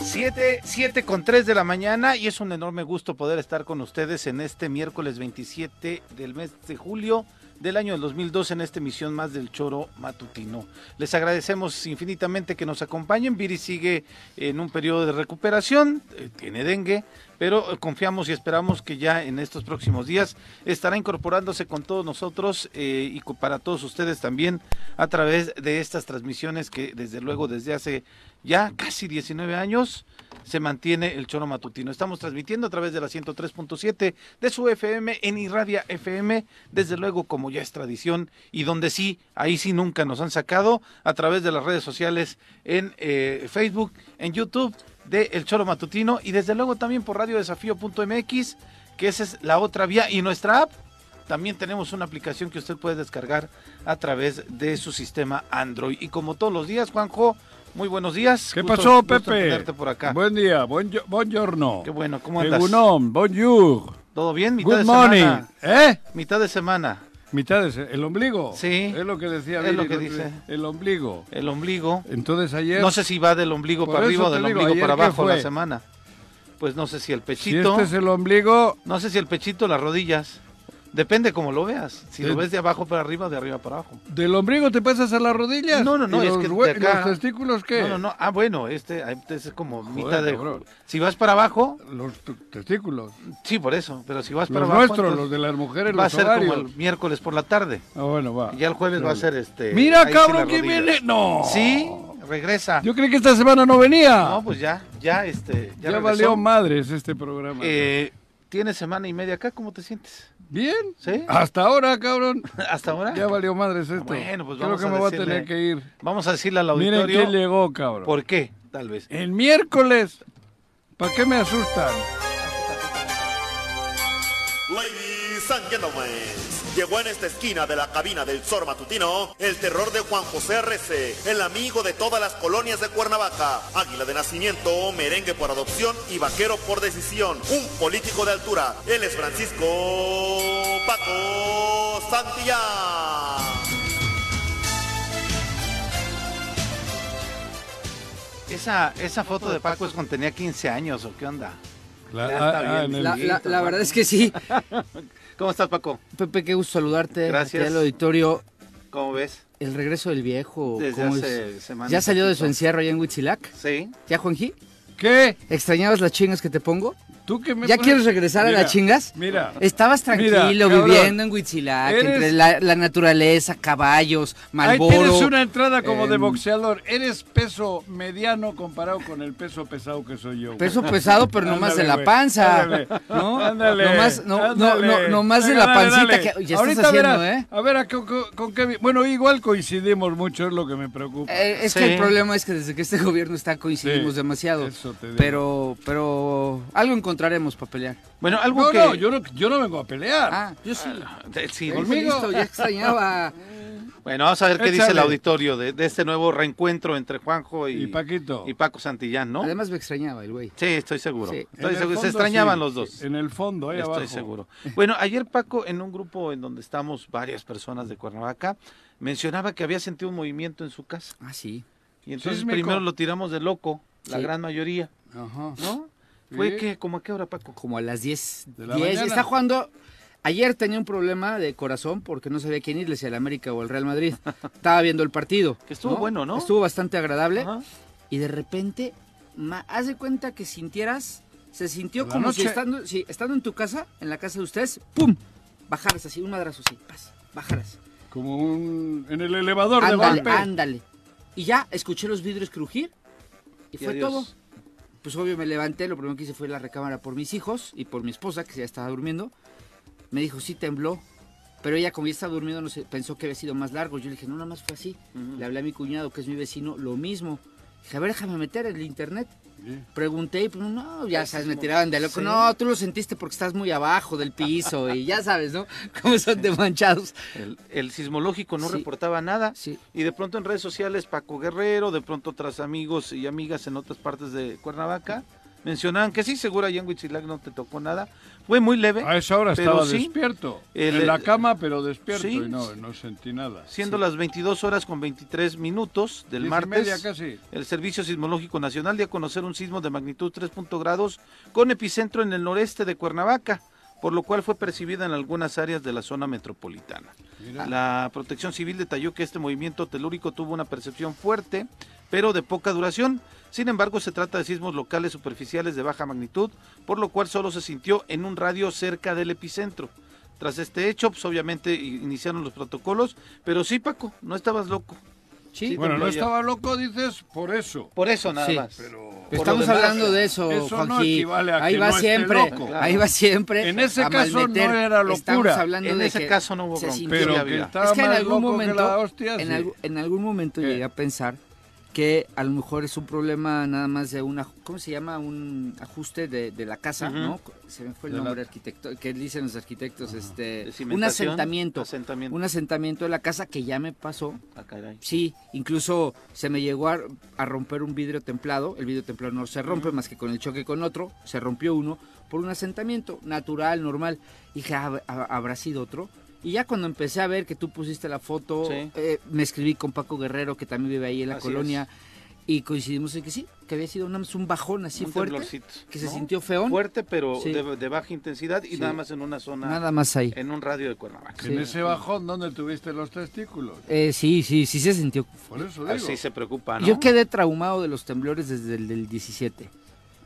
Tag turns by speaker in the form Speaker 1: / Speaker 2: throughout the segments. Speaker 1: Siete, siete con tres de la mañana y es un enorme gusto poder estar con ustedes en este miércoles 27 del mes de julio del año del 2002 en esta emisión más del Choro Matutino. Les agradecemos infinitamente que nos acompañen. Viri sigue en un periodo de recuperación, eh, tiene dengue, pero eh, confiamos y esperamos que ya en estos próximos días estará incorporándose con todos nosotros eh, y co- para todos ustedes también a través de estas transmisiones que desde luego desde hace ya casi 19 años se mantiene el choro matutino. Estamos transmitiendo a través de la 103.7 de su FM en Irradia FM, desde luego como ya es tradición y donde sí, ahí sí nunca nos han sacado, a través de las redes sociales en eh, Facebook, en YouTube de El Choro Matutino y desde luego también por radiodesafío.mx, que esa es la otra vía y nuestra app. También tenemos una aplicación que usted puede descargar a través de su sistema Android. Y como todos los días, Juanjo, muy buenos días.
Speaker 2: ¿Qué
Speaker 1: Gusto-
Speaker 2: pasó,
Speaker 1: gusto
Speaker 2: Pepe?
Speaker 1: tenerte por acá.
Speaker 2: Buen día, buen gio- buongiorno.
Speaker 1: Qué bueno, ¿cómo andas?
Speaker 2: Egunon, bonjour.
Speaker 1: ¿Todo bien? Mitad
Speaker 2: Good
Speaker 1: de
Speaker 2: morning.
Speaker 1: semana.
Speaker 2: ¿Eh?
Speaker 1: Mitad de semana.
Speaker 2: Mitad de se- el ombligo.
Speaker 1: Sí.
Speaker 2: Es lo que decía
Speaker 1: Es
Speaker 2: Viri
Speaker 1: lo que
Speaker 2: el otro
Speaker 1: dice.
Speaker 2: día, El ombligo.
Speaker 1: El ombligo.
Speaker 2: Entonces ayer
Speaker 1: No sé si va del ombligo
Speaker 2: Por
Speaker 1: para
Speaker 2: eso
Speaker 1: arriba o
Speaker 2: te
Speaker 1: del
Speaker 2: digo,
Speaker 1: ombligo
Speaker 2: ¿ayer
Speaker 1: para
Speaker 2: qué
Speaker 1: abajo la
Speaker 2: fue?
Speaker 1: semana. Pues no sé si el
Speaker 2: si
Speaker 1: pechito.
Speaker 2: este es el ombligo,
Speaker 1: No sé si el pechito, las rodillas. Depende como lo veas. Si
Speaker 2: De-
Speaker 1: lo ves de abajo para arriba o de arriba para abajo.
Speaker 2: del ombligo te pasas a las rodillas.
Speaker 1: No, no, no,
Speaker 2: ¿Y
Speaker 1: es
Speaker 2: los,
Speaker 1: que de
Speaker 2: hue-
Speaker 1: acá-
Speaker 2: los testículos qué?
Speaker 1: No, no, no. Ah, bueno, este, ah, este es como mitad de.
Speaker 2: cabrón.
Speaker 1: Si vas para abajo,
Speaker 2: Los t- testículos.
Speaker 1: sí, por eso. Pero si vas para
Speaker 2: Los
Speaker 1: abajo.
Speaker 2: nuestros,
Speaker 1: entonces
Speaker 2: los de las mujeres,
Speaker 1: va a
Speaker 2: los
Speaker 1: ser
Speaker 2: ovarios.
Speaker 1: como el miércoles por la tarde.
Speaker 2: Ah, bueno, va.
Speaker 1: Y ya el jueves va a
Speaker 2: Dale.
Speaker 1: ser este.
Speaker 2: Mira,
Speaker 1: ahí sí
Speaker 2: cabrón,
Speaker 1: las
Speaker 2: que
Speaker 1: rodillas.
Speaker 2: viene. No.
Speaker 1: Sí, regresa.
Speaker 2: Yo creí que esta semana no venía.
Speaker 1: No, pues ya, ya, este. Ya,
Speaker 2: ya
Speaker 1: regresó.
Speaker 2: valió madres este programa.
Speaker 1: Eh, Tienes semana y media acá, ¿cómo te sientes?
Speaker 2: Bien.
Speaker 1: ¿Sí?
Speaker 2: Hasta ahora, cabrón.
Speaker 1: ¿Hasta ahora?
Speaker 2: Ya valió madres esto.
Speaker 1: Bueno, pues
Speaker 2: Creo
Speaker 1: vamos
Speaker 2: que
Speaker 1: a
Speaker 2: me voy a
Speaker 1: decirle
Speaker 2: tener que ir.
Speaker 1: Vamos a decirle al
Speaker 2: Miren
Speaker 1: auditorio
Speaker 2: quién llegó, cabrón.
Speaker 1: por qué, tal vez.
Speaker 2: El miércoles. ¿Para qué me asustan?
Speaker 3: Ladies and gentlemen, llegó en esta esquina de la cabina del Zor Matutino el terror de Juan José R.C., el amigo de todas las colonias de Cuernavaca, águila de nacimiento, merengue por adopción y vaquero por decisión, un político de altura. Él es Francisco Paco Santillán.
Speaker 1: Esa, esa foto de Paco es cuando tenía 15 años, ¿o qué onda?
Speaker 2: La, ah,
Speaker 1: Ya está bien,
Speaker 2: en el-
Speaker 4: La, la- la verdad es que sí.
Speaker 1: ¿Cómo estás, Paco?
Speaker 4: Pepe, qué gusto saludarte.
Speaker 1: Gracias.
Speaker 4: Aquí al auditorio.
Speaker 1: ¿Cómo ves?
Speaker 4: El regreso del viejo.
Speaker 1: Desde
Speaker 4: ¿cómo
Speaker 1: hace
Speaker 4: es?
Speaker 1: semanas
Speaker 4: ¿Ya salió de su
Speaker 1: poquito.
Speaker 4: encierro allá en Huitzilac?
Speaker 1: Sí.
Speaker 4: ¿Ya, Juanji?
Speaker 2: ¿Qué?
Speaker 4: ¿Extrañabas las chingas que te pongo?
Speaker 2: ¿Tú que me
Speaker 4: ¿Ya
Speaker 2: pones-
Speaker 4: quieres regresar
Speaker 2: Mira,
Speaker 4: a las chingas?
Speaker 2: Mira.
Speaker 4: Estabas
Speaker 2: Mira,
Speaker 4: tranquilo
Speaker 2: cabrón.
Speaker 4: viviendo en Huitzilac,
Speaker 2: Eres-
Speaker 4: entre la, la naturaleza, caballos,
Speaker 2: Ahí
Speaker 4: malboro.
Speaker 2: tienes una entrada como de
Speaker 4: em,
Speaker 2: boxeador. Eres peso mediano comparado con el peso pesado que soy yo. güey.
Speaker 4: Peso pesado, pero nomás
Speaker 2: Ándale,
Speaker 4: de la
Speaker 2: güey,
Speaker 4: panza.
Speaker 2: ándale,
Speaker 4: ¿No?
Speaker 2: ándale,
Speaker 4: Nomás, no, no,
Speaker 2: ándale.
Speaker 4: no, nomás de la
Speaker 2: Venga, dale,
Speaker 4: pancita
Speaker 2: dale.
Speaker 4: que ya
Speaker 2: Ahorita
Speaker 4: estás haciendo,
Speaker 2: verás.
Speaker 4: ¿eh?
Speaker 2: A ver, ¿a con, con- con qué vi- Bueno, igual coincidimos mucho, es lo que me preocupa.
Speaker 4: Eh, es
Speaker 1: Sí.
Speaker 4: que el problema es que desde que este gobierno está coincidimos
Speaker 2: Sí,
Speaker 4: demasiado.
Speaker 2: eso te digo.
Speaker 4: Pero, pero algo encontraremos para pelear.
Speaker 1: Bueno, algo
Speaker 2: no,
Speaker 1: que...
Speaker 2: no, yo no, yo no vengo a pelear.
Speaker 4: Ah, yo sí.
Speaker 1: Eh, sí,
Speaker 4: Ahí
Speaker 1: bueno.
Speaker 4: fue listo, ya extrañaba.
Speaker 1: Bueno, vamos a ver qué dice el
Speaker 2: Échale.
Speaker 1: auditorio de, de este nuevo reencuentro entre Juanjo y,
Speaker 2: Y Paquito.
Speaker 1: y Paco Santillán, ¿no?
Speaker 4: Además me extrañaba el güey.
Speaker 1: sí, estoy seguro.
Speaker 4: Sí.
Speaker 2: En
Speaker 1: Estoy
Speaker 2: el
Speaker 1: seguro.
Speaker 2: fondo,
Speaker 1: Se extrañaban
Speaker 2: sí.
Speaker 1: los dos.
Speaker 2: En el fondo, ahí
Speaker 1: Estoy
Speaker 2: abajo.
Speaker 1: seguro. Bueno, ayer Paco, en un grupo en donde estamos varias personas de Cuernavaca, mencionaba que había sentido un movimiento en su casa.
Speaker 4: Ah, sí.
Speaker 1: Y entonces
Speaker 2: Sísmico.
Speaker 1: primero lo tiramos de loco, la
Speaker 4: Sí.
Speaker 1: gran mayoría,
Speaker 2: Ajá.
Speaker 1: ¿no?
Speaker 2: Sí.
Speaker 1: Fue que, como a qué hora, Paco?
Speaker 4: Como a las 10.
Speaker 2: De la
Speaker 4: 10.
Speaker 2: mañana.
Speaker 4: Está jugando. Ayer tenía un problema de corazón porque no sabía quién irle, si al América o al Real Madrid. Estaba viendo el partido.
Speaker 1: Que estuvo bueno, ¿no?
Speaker 4: Estuvo bastante agradable.
Speaker 1: Ajá.
Speaker 4: Y de repente, ma, haz de cuenta que sintieras, se sintió
Speaker 2: La
Speaker 4: como si
Speaker 2: noche.
Speaker 4: estando, sí, estando en tu casa, en la casa de ustedes, ¡pum! Bajaras así, un madrazo así, pas, bajaras.
Speaker 2: Como un. En el elevador
Speaker 4: Ándale,
Speaker 2: de golpe.
Speaker 4: ándale. Y ya escuché los vidrios crujir y,
Speaker 1: Y
Speaker 4: fue
Speaker 1: adiós.
Speaker 4: todo. Pues obvio me levanté, lo primero que hice fue ir a la recámara por mis hijos y por mi esposa, que ya estaba durmiendo. Me dijo, sí tembló. Pero ella, como ya estaba durmiendo, no sé, pensó que había sido más largo. Yo le dije, no, nada más fue así.
Speaker 1: Ujú.
Speaker 4: Le hablé a mi cuñado, que es mi vecino, lo mismo. Dije, a ver, déjame meter el internet.
Speaker 2: Sí.
Speaker 4: Pregunté y pues, no, ya sabes, me
Speaker 1: mo-
Speaker 4: tiraban de loco.
Speaker 1: sí.
Speaker 4: No, tú lo sentiste porque estás muy abajo del piso y ya sabes, ¿no? Cómo son de manchados.
Speaker 1: El, el sismológico no
Speaker 4: Sí.
Speaker 1: reportaba nada.
Speaker 4: Sí.
Speaker 1: Y de pronto en redes sociales, Paco Guerrero, de pronto otros amigos y amigas en otras partes de Cuernavaca, mencionaban que sí, seguro allá en Huitzilac no te tocó nada. Fue muy leve.
Speaker 2: A esa hora
Speaker 1: pero
Speaker 2: estaba
Speaker 1: sí,
Speaker 2: despierto.
Speaker 1: El-
Speaker 2: en la cama, pero despierto.
Speaker 1: Sí.
Speaker 2: y no, no sentí nada.
Speaker 1: Siendo las 22 horas con 23 minutos del
Speaker 2: Diez y
Speaker 1: martes,
Speaker 2: media casi.
Speaker 1: el Servicio Sismológico Nacional dio a conocer un sismo de magnitud 3.0 grados con epicentro en el noreste de Cuernavaca, por lo cual fue percibida en algunas áreas de la zona metropolitana.
Speaker 2: Mira.
Speaker 1: La Protección Civil detalló que este movimiento telúrico tuvo una percepción fuerte, pero de poca duración. Sin embargo, se trata de sismos locales superficiales de baja magnitud, por lo cual solo se sintió en un radio cerca del epicentro. Tras este hecho, pues obviamente i- iniciaron los protocolos, pero sí, Paco, no estabas loco.
Speaker 4: Sí.
Speaker 2: Bueno, no
Speaker 1: Oye.
Speaker 2: estaba loco, dices, por eso.
Speaker 1: Por eso nada
Speaker 4: Sí,
Speaker 1: más.
Speaker 2: Pero
Speaker 1: Por
Speaker 4: Estamos
Speaker 1: lo demás,
Speaker 4: hablando de eso,
Speaker 2: eso no
Speaker 4: Juanji.
Speaker 2: equivale a
Speaker 4: ahí
Speaker 2: que
Speaker 4: va
Speaker 2: no esté
Speaker 4: siempre,
Speaker 2: loco.
Speaker 4: ahí va siempre.
Speaker 2: En ese
Speaker 4: a
Speaker 2: caso
Speaker 4: malmeter.
Speaker 2: no era
Speaker 4: Estamos
Speaker 2: locura.
Speaker 4: hablando
Speaker 1: En
Speaker 4: de
Speaker 1: ese
Speaker 4: que
Speaker 1: caso no hubo
Speaker 4: se
Speaker 1: bronca.
Speaker 4: sintió-
Speaker 2: pero
Speaker 1: había.
Speaker 2: que estaba
Speaker 4: Es que en
Speaker 2: más
Speaker 4: algún
Speaker 2: loco que la
Speaker 4: momento,
Speaker 2: hostia.
Speaker 4: en,
Speaker 2: sí.
Speaker 4: algu- en algún momento
Speaker 2: ¿Qué?
Speaker 4: llegué a pensar que a lo mejor es un problema nada más de una, ¿cómo se llama? Un ajuste de, de la casa,
Speaker 1: Ujú.
Speaker 4: ¿no? Se me fue el
Speaker 2: De la-
Speaker 4: nombre arquitecto, que dicen los arquitectos, este,
Speaker 1: De
Speaker 4: un
Speaker 1: cimentación,
Speaker 4: asentamiento,
Speaker 1: asentamiento.
Speaker 4: un asentamiento de la casa que ya me pasó.
Speaker 1: Ah, caray.
Speaker 4: Sí, incluso se me llegó a, a romper un vidrio templado. El vidrio templado no se rompe más que con el choque con otro. Se rompió uno por un asentamiento natural, normal. Y dije, "Ah, ha- ¿habrá sido otro? Y ya cuando empecé a ver que tú pusiste la foto,
Speaker 1: Sí.
Speaker 4: eh, me escribí con Paco Guerrero, que también vive ahí en la
Speaker 1: Así
Speaker 4: colonia. Y coincidimos en que sí, que había sido nada más un bajón así
Speaker 1: Un
Speaker 4: fuerte.
Speaker 1: temblorcito,
Speaker 4: Que se
Speaker 1: ¿no?
Speaker 4: sintió feón.
Speaker 1: Fuerte, pero
Speaker 4: Sí.
Speaker 1: de, de baja intensidad y
Speaker 4: Sí.
Speaker 1: nada más en una zona,
Speaker 4: Nada más ahí.
Speaker 1: en un radio de Cuernavaca.
Speaker 2: En
Speaker 4: Sí.
Speaker 2: ese bajón, ¿dónde tuviste los testículos?
Speaker 4: Eh, sí, sí, sí se sintió
Speaker 2: Por eso digo.
Speaker 1: Así se preocupa, ¿no?
Speaker 4: Yo quedé traumado de los temblores desde el del 17,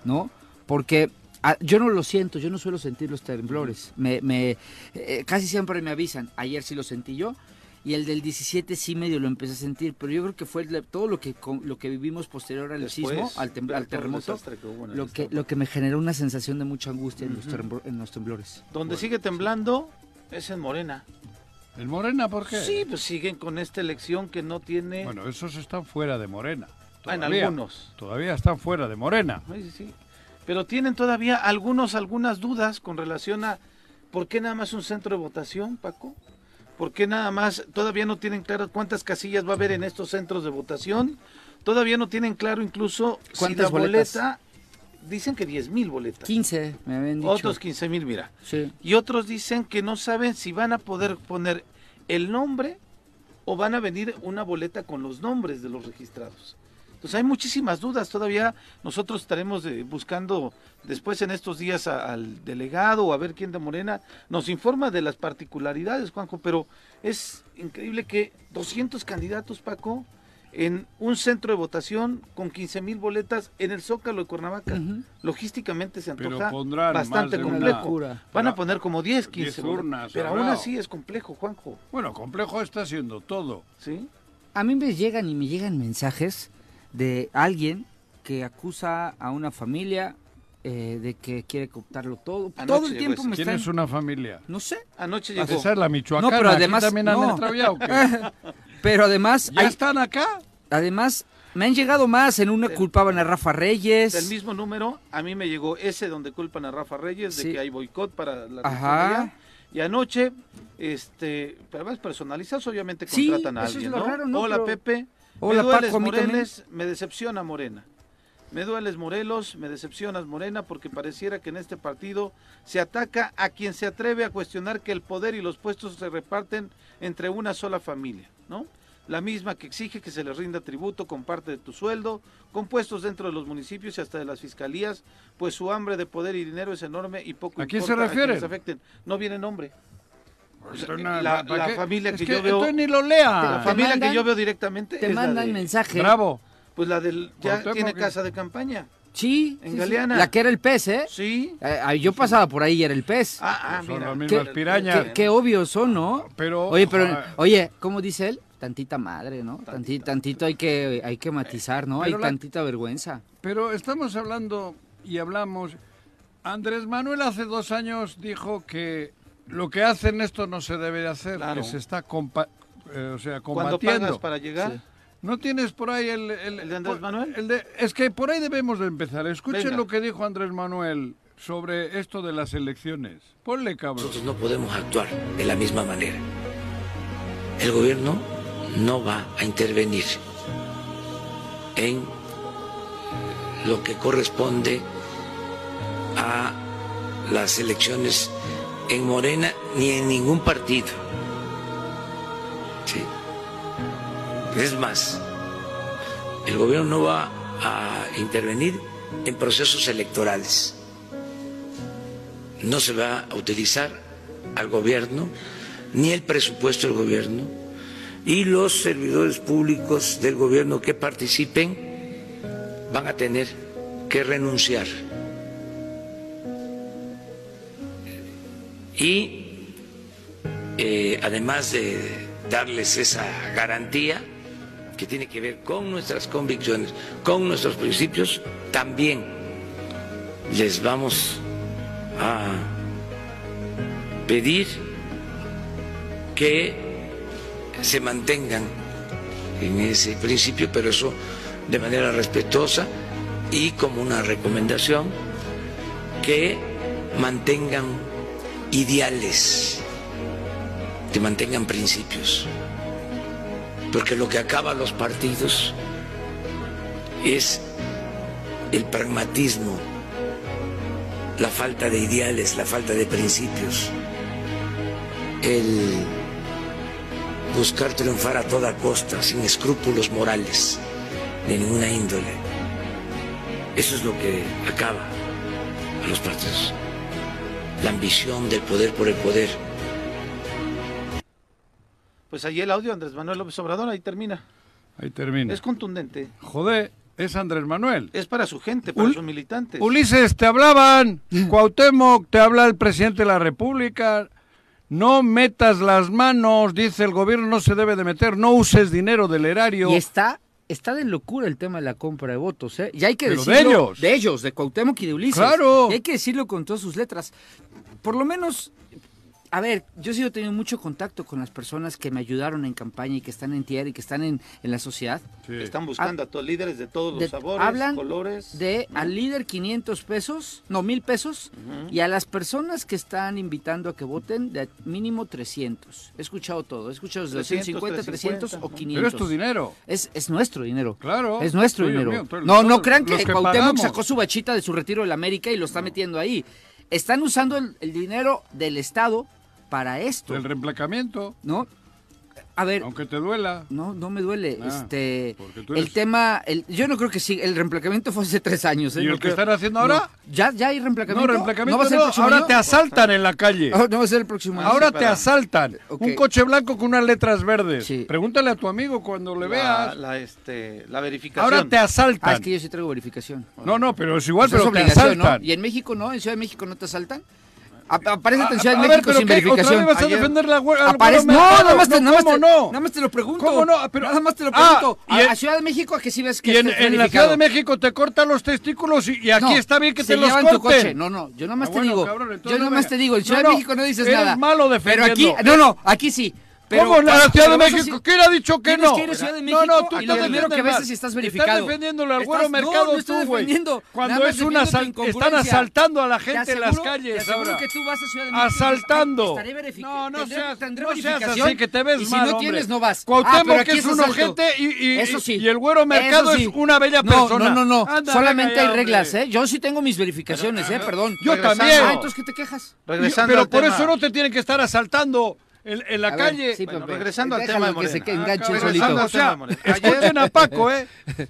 Speaker 4: ¿no? Porque ah, yo no lo siento, yo no suelo sentir los temblores. Me, me- eh, casi siempre me avisan. Ayer sí lo sentí yo. Y el del 17 sí medio lo empecé a sentir, pero yo creo que fue el- todo lo que con- lo que vivimos posterior al
Speaker 1: Después,
Speaker 4: sismo, al, tem-
Speaker 1: de todo
Speaker 4: al
Speaker 1: el
Speaker 4: terremoto,
Speaker 1: desastre que hubo en el
Speaker 4: lo que
Speaker 1: estado.
Speaker 4: lo que me generó una sensación de mucha angustia en, los terrembro- en los temblores.
Speaker 1: Donde sigue temblando es en Morena.
Speaker 2: ¿En Morena por qué?
Speaker 1: Sí, pues siguen con esta elección que no tiene.
Speaker 2: Bueno, esos están fuera de Morena.
Speaker 1: Ah, en
Speaker 2: todavía.
Speaker 1: algunos.
Speaker 2: Todavía están fuera de Morena.
Speaker 1: Ay, sí, sí. Pero tienen todavía algunos, algunas dudas con relación a por qué nada más un centro de votación, Paco. ¿Por qué nada más? Todavía no tienen claro cuántas casillas va a haber en estos centros de votación. Todavía no tienen claro incluso si
Speaker 4: ¿Cuántas
Speaker 1: la
Speaker 4: boletas?
Speaker 1: boleta. Dicen que 10 mil boletas.
Speaker 4: 15 me habían dicho.
Speaker 1: Otros 15 mil, mira.
Speaker 4: Sí.
Speaker 1: y otros dicen que no saben si van a poder poner el nombre o van a venir una boleta con los nombres de los registrados. Entonces hay muchísimas dudas todavía. Nosotros estaremos eh, buscando después en estos días a- al delegado o a ver quién de Morena nos informa de las particularidades, Juanjo. Pero es increíble que 200 candidatos, Paco, en un centro de votación con 15 mil boletas en el Zócalo de Cuernavaca.
Speaker 4: Ujú.
Speaker 1: Logísticamente se
Speaker 2: Pero
Speaker 1: antoja
Speaker 2: pondrán más
Speaker 1: bastante
Speaker 2: de
Speaker 4: una-
Speaker 1: complejo.
Speaker 4: Locura.
Speaker 1: Van a
Speaker 2: Pero-
Speaker 1: poner como 10, 15
Speaker 2: 10 urnas,
Speaker 1: Pero
Speaker 2: habrá.
Speaker 1: aún así es complejo, Juanjo.
Speaker 2: Bueno, complejo está siendo todo.
Speaker 1: ¿Sí?
Speaker 4: A mí me llegan y me llegan mensajes de alguien que acusa a una familia eh, de que quiere cooptarlo todo.
Speaker 1: Anoche
Speaker 4: todo el
Speaker 1: llegó
Speaker 4: tiempo
Speaker 1: ese.
Speaker 4: me
Speaker 2: ¿Quién
Speaker 4: están...
Speaker 2: es una familia?
Speaker 4: No sé.
Speaker 1: Anoche llegó.
Speaker 2: Esa es la michoacana.
Speaker 4: No, pero
Speaker 2: ¿Aquí
Speaker 4: además-
Speaker 2: también han
Speaker 4: no.
Speaker 2: extraviado, ¿qué?
Speaker 4: Pero además,
Speaker 2: ¿Ya
Speaker 4: hay-
Speaker 2: están acá?
Speaker 4: además me han llegado más. En una culpaban a Rafa Reyes.
Speaker 1: Del mismo número, a mí me llegó ese donde culpan a Rafa Reyes de
Speaker 4: Sí.
Speaker 1: que hay boicot para la
Speaker 4: Ajá.
Speaker 1: refinería. Y anoche, este, pero más personalizados, obviamente
Speaker 4: Sí,
Speaker 1: contratan a
Speaker 4: eso es
Speaker 1: alguien.
Speaker 4: lo
Speaker 1: ¿no?
Speaker 4: raro, ¿no?
Speaker 1: Hola
Speaker 4: Pero-
Speaker 1: Pepe,
Speaker 4: Hola,
Speaker 1: me dueles
Speaker 4: Paco, a mí también.
Speaker 1: Moreles, me decepciona Morena. Me dueles Morelos, me decepcionas Morena, porque pareciera que en este partido se ataca a quien se atreve a cuestionar que el poder y los puestos se reparten entre una sola familia, ¿no? La misma que exige que se les rinda tributo con parte de tu sueldo, con puestos dentro de los municipios y hasta de las fiscalías, pues su hambre de poder y dinero es enorme y poco
Speaker 2: ¿A quién se
Speaker 1: importa
Speaker 2: refieren?
Speaker 1: quienes afecten. No viene nombre. sea,
Speaker 2: Una-
Speaker 1: la-
Speaker 2: ¿para
Speaker 1: la
Speaker 2: qué?
Speaker 1: familia
Speaker 2: Es
Speaker 1: que yo veo-
Speaker 2: entonces ni lo lea.
Speaker 1: La
Speaker 4: Te
Speaker 1: familia
Speaker 4: mandan-
Speaker 1: que yo veo directamente
Speaker 4: Te
Speaker 1: es la
Speaker 4: mandan
Speaker 1: de-
Speaker 4: mensaje.
Speaker 2: Bravo.
Speaker 1: Pues la del ya
Speaker 2: Cuauhtémoc,
Speaker 1: tiene
Speaker 2: ¿qué?
Speaker 1: casa de campaña.
Speaker 4: Sí.
Speaker 1: En
Speaker 4: sí, sí.
Speaker 1: Galeana.
Speaker 4: La que era el pez, ¿eh?
Speaker 1: Sí.
Speaker 4: Eh, ah, yo pasaba por ahí y era el pez.
Speaker 1: Ah, ah,
Speaker 2: Son
Speaker 1: mira.
Speaker 2: las mismas
Speaker 1: Qué-
Speaker 2: pirañas. Oh,
Speaker 4: qué,
Speaker 1: qué-
Speaker 4: qué obvios son, ¿no?
Speaker 2: Pero,
Speaker 4: Oye, pero,
Speaker 2: joder.
Speaker 4: oye, ¿cómo dice él? Tantita madre, ¿no? Tanti-
Speaker 1: Tantita.
Speaker 4: tantito hay que, hay que matizar, ¿no? Hay
Speaker 2: pero la-
Speaker 4: tantita vergüenza.
Speaker 2: Pero estamos hablando y hablamos. Andrés Manuel hace dos años dijo que lo que hacen esto no se debe de hacer,
Speaker 1: Claro.
Speaker 2: que se está compa- eh, o sea,
Speaker 1: Cuando pagas
Speaker 2: combatiendo.
Speaker 1: para llegar,
Speaker 2: ¿No tienes por ahí el, el,
Speaker 1: ¿El de Andrés
Speaker 2: por-
Speaker 1: Manuel?
Speaker 2: el de- es que por ahí debemos de empezar. Escuchen
Speaker 1: Venga.
Speaker 2: lo que dijo Andrés Manuel sobre esto de las elecciones. Ponle cabrón.
Speaker 5: Nosotros no podemos actuar de la misma manera. El gobierno no va a intervenir en lo que corresponde las elecciones en Morena ni en ningún partido. Sí. Es más, el gobierno no va a intervenir en procesos electorales. No se va a utilizar al gobierno ni el presupuesto del gobierno y los servidores públicos del gobierno que participen van a tener que renunciar. Y eh, además de darles esa garantía que tiene que ver con nuestras convicciones, con nuestros principios, también les vamos a pedir que se mantengan en ese principio, pero eso de manera respetuosa y como una recomendación, que mantengan ideales, que mantengan principios, porque lo que acaba los partidos es el pragmatismo, la falta de ideales, la falta de principios, el buscar triunfar a toda costa, sin escrúpulos morales de ninguna índole. Eso es lo que acaba a los partidos. La ambición del poder por el poder.
Speaker 1: Pues ahí el audio, Andrés Manuel López Obrador, ahí termina.
Speaker 2: Ahí termina.
Speaker 1: Es contundente.
Speaker 2: Joder, es Andrés Manuel.
Speaker 1: Es para su gente, para
Speaker 2: Ul-
Speaker 1: sus militantes.
Speaker 2: Ulises, te hablaban. Cuauhtémoc, te habla el presidente de la República. No metas las manos, dice el gobierno, no se debe de meter. No uses dinero del erario.
Speaker 4: Y está, está de locura el tema de la compra de votos, ¿eh? Y hay que
Speaker 2: Pero de
Speaker 4: decirlo.
Speaker 2: ellos.
Speaker 4: De ellos, de Cuauhtémoc y de Ulises.
Speaker 2: Claro.
Speaker 4: Y hay que decirlo con todas sus letras. Por lo menos, a ver, yo sí he tenido mucho contacto con las personas que me ayudaron en campaña y que están en tierra y que están en, en la sociedad.
Speaker 2: Sí. Ah.
Speaker 1: Están buscando a todos líderes de todos los
Speaker 4: De-
Speaker 1: sabores,
Speaker 4: hablan
Speaker 1: colores.
Speaker 4: De al líder 500 pesos, no, 1000 pesos, y a las personas que están invitando a que voten, de mínimo 300. He escuchado todo, he escuchado desde
Speaker 1: 300,
Speaker 4: 250, 300 o
Speaker 1: ¿no?
Speaker 4: 500.
Speaker 2: Pero es tu dinero.
Speaker 4: Es, es nuestro dinero.
Speaker 2: Claro.
Speaker 4: Es nuestro
Speaker 2: Tuyo,
Speaker 4: dinero.
Speaker 2: mío, tuyo,
Speaker 4: no, no
Speaker 2: todos
Speaker 4: crean
Speaker 2: los
Speaker 4: que,
Speaker 2: que
Speaker 4: Cuauhtémoc
Speaker 2: pagamos.
Speaker 4: sacó su bachita de su retiro de la América y lo está metiendo ahí. Están usando el, el dinero del Estado para esto,
Speaker 2: El reemplacamiento,
Speaker 4: ¿no? A ver,
Speaker 2: aunque te duela.
Speaker 4: no, no me duele.
Speaker 2: Ah,
Speaker 4: este,
Speaker 2: porque tú
Speaker 4: el
Speaker 2: eres-
Speaker 4: tema, el, yo no creo que sí. El reemplacamiento fue hace tres años. ¿eh?
Speaker 2: ¿Y
Speaker 4: No
Speaker 2: el que
Speaker 4: creo-
Speaker 2: están haciendo
Speaker 4: no.
Speaker 2: ahora?
Speaker 4: ¿Ya, ya hay reemplacamiento.
Speaker 2: No, reemplacamiento
Speaker 4: va a ser el
Speaker 2: no,
Speaker 4: próximo
Speaker 2: Ahora
Speaker 4: año?
Speaker 2: te asaltan en la calle.
Speaker 4: Ah, no va a ser el próximo año.
Speaker 2: Ahora
Speaker 1: sí,
Speaker 2: te
Speaker 1: para-
Speaker 2: asaltan.
Speaker 4: Ok.
Speaker 2: Un coche blanco con unas letras verdes.
Speaker 4: Sí.
Speaker 2: Pregúntale a tu amigo cuando le
Speaker 1: la,
Speaker 2: veas.
Speaker 1: la, este, la verificación.
Speaker 2: Ahora te asaltan.
Speaker 4: Ah, es que yo sí traigo verificación.
Speaker 2: No, no, pero es igual,
Speaker 4: Pues es
Speaker 2: pero te
Speaker 4: obligación, ¿no?
Speaker 2: asaltan.
Speaker 4: Y en México no, en Ciudad de México no te asaltan. Ap- Aparece
Speaker 2: A-
Speaker 4: en Ciudad de
Speaker 2: Ah, a ver,
Speaker 4: México
Speaker 2: pero
Speaker 4: sin
Speaker 2: ¿qué?
Speaker 4: verificación.
Speaker 2: ¿Otra vez vas a
Speaker 1: Ayer-
Speaker 2: defender la güera? al
Speaker 4: Aparece-
Speaker 2: güero
Speaker 4: no,
Speaker 2: mercado?
Speaker 4: nada más, te,
Speaker 2: No,
Speaker 4: nada, más
Speaker 2: ¿cómo
Speaker 4: te,
Speaker 2: no?
Speaker 4: nada más te lo pregunto.
Speaker 2: ¿Cómo no? Pero-
Speaker 4: nada más te lo
Speaker 2: Ah,
Speaker 4: pregunto.
Speaker 2: y
Speaker 4: a,
Speaker 2: en-
Speaker 4: a Ciudad de México a que sí ves que
Speaker 2: Y en,
Speaker 4: estés
Speaker 2: en la Ciudad
Speaker 4: verificado.
Speaker 2: de México te cortan los testículos y, y aquí
Speaker 4: No,
Speaker 2: está bien que
Speaker 4: se
Speaker 2: te los
Speaker 4: llevan
Speaker 2: corten.
Speaker 4: tu coche. No, no, yo nada más
Speaker 2: Ah,
Speaker 4: te
Speaker 2: bueno,
Speaker 4: digo.
Speaker 2: cabrón,
Speaker 4: yo
Speaker 2: entonces
Speaker 4: nada
Speaker 2: no
Speaker 4: más
Speaker 2: me-
Speaker 4: te digo, en
Speaker 2: No,
Speaker 4: Ciudad
Speaker 2: no,
Speaker 4: de México no dices
Speaker 2: eres
Speaker 4: nada.
Speaker 2: malo
Speaker 4: Pero aquí, no,
Speaker 2: defendiendo.
Speaker 4: no, aquí sí. Pero,
Speaker 2: ¿Cómo en la Ciudad
Speaker 4: pero
Speaker 2: de
Speaker 4: vas a
Speaker 2: México?
Speaker 4: decir-
Speaker 2: ¿Quién ha dicho que
Speaker 4: Tienes
Speaker 2: no?
Speaker 4: que ir a Ciudad de
Speaker 2: no, no,
Speaker 4: México
Speaker 2: tú
Speaker 4: y
Speaker 2: estás
Speaker 4: lo primero
Speaker 2: defendiendo
Speaker 4: que ves
Speaker 2: más.
Speaker 4: es si estás verificado.
Speaker 2: Estás defendiéndole al
Speaker 4: Estás-
Speaker 2: güero
Speaker 4: no,
Speaker 2: mercado
Speaker 4: no estoy
Speaker 2: tú, güey.
Speaker 4: defendiendo.
Speaker 2: Cuando
Speaker 4: Nada más
Speaker 2: es un
Speaker 4: defiendo tu
Speaker 2: asal- están
Speaker 4: incongruencia.
Speaker 2: asaltando a la
Speaker 4: Te
Speaker 2: gente en las
Speaker 4: aseguro- te
Speaker 2: calles
Speaker 4: aseguro
Speaker 2: ahora.
Speaker 4: que tú vas a Ciudad de México y dices,
Speaker 2: Asaltando.
Speaker 4: "Ay, estaré verific-
Speaker 2: No, no
Speaker 4: tendré-
Speaker 2: seas,
Speaker 4: tendré
Speaker 2: no seas
Speaker 4: verificación,
Speaker 2: así que te ves
Speaker 4: y si
Speaker 2: mal,
Speaker 4: no
Speaker 2: hombre.
Speaker 4: tienes, no vas. Ah,
Speaker 2: Cuauhtémoc
Speaker 4: pero aquí
Speaker 2: es un
Speaker 4: asalto.
Speaker 2: ojete y, y- y-
Speaker 4: Eso sí.
Speaker 2: y el güero mercado
Speaker 4: Eso sí.
Speaker 2: es una bella
Speaker 4: No,
Speaker 2: persona.
Speaker 4: No, no, no.
Speaker 2: Anda,
Speaker 4: Solamente
Speaker 2: venga ya,
Speaker 4: hay reglas,
Speaker 2: hombre.
Speaker 4: ¿eh? Yo sí tengo mis verificaciones, ¿eh? Perdón.
Speaker 2: Yo
Speaker 4: Regresando.
Speaker 2: también.
Speaker 4: Ah, entonces, ¿qué te quejas?
Speaker 1: Regresando
Speaker 2: Pero
Speaker 1: al
Speaker 2: por
Speaker 1: tema.
Speaker 2: eso no te tienen que estar asaltando en, en la
Speaker 4: A ver,
Speaker 2: calle.
Speaker 4: sí,
Speaker 1: Bueno,
Speaker 4: Pepe,
Speaker 1: regresando al tema
Speaker 4: déjalo
Speaker 1: de
Speaker 4: que se
Speaker 1: Morena.
Speaker 4: que
Speaker 2: Ah,
Speaker 4: enganche
Speaker 2: cabrón,
Speaker 4: solito.
Speaker 2: O sea,
Speaker 1: Regresando al tema, Morena.
Speaker 2: escuchen a Paco, ¿eh?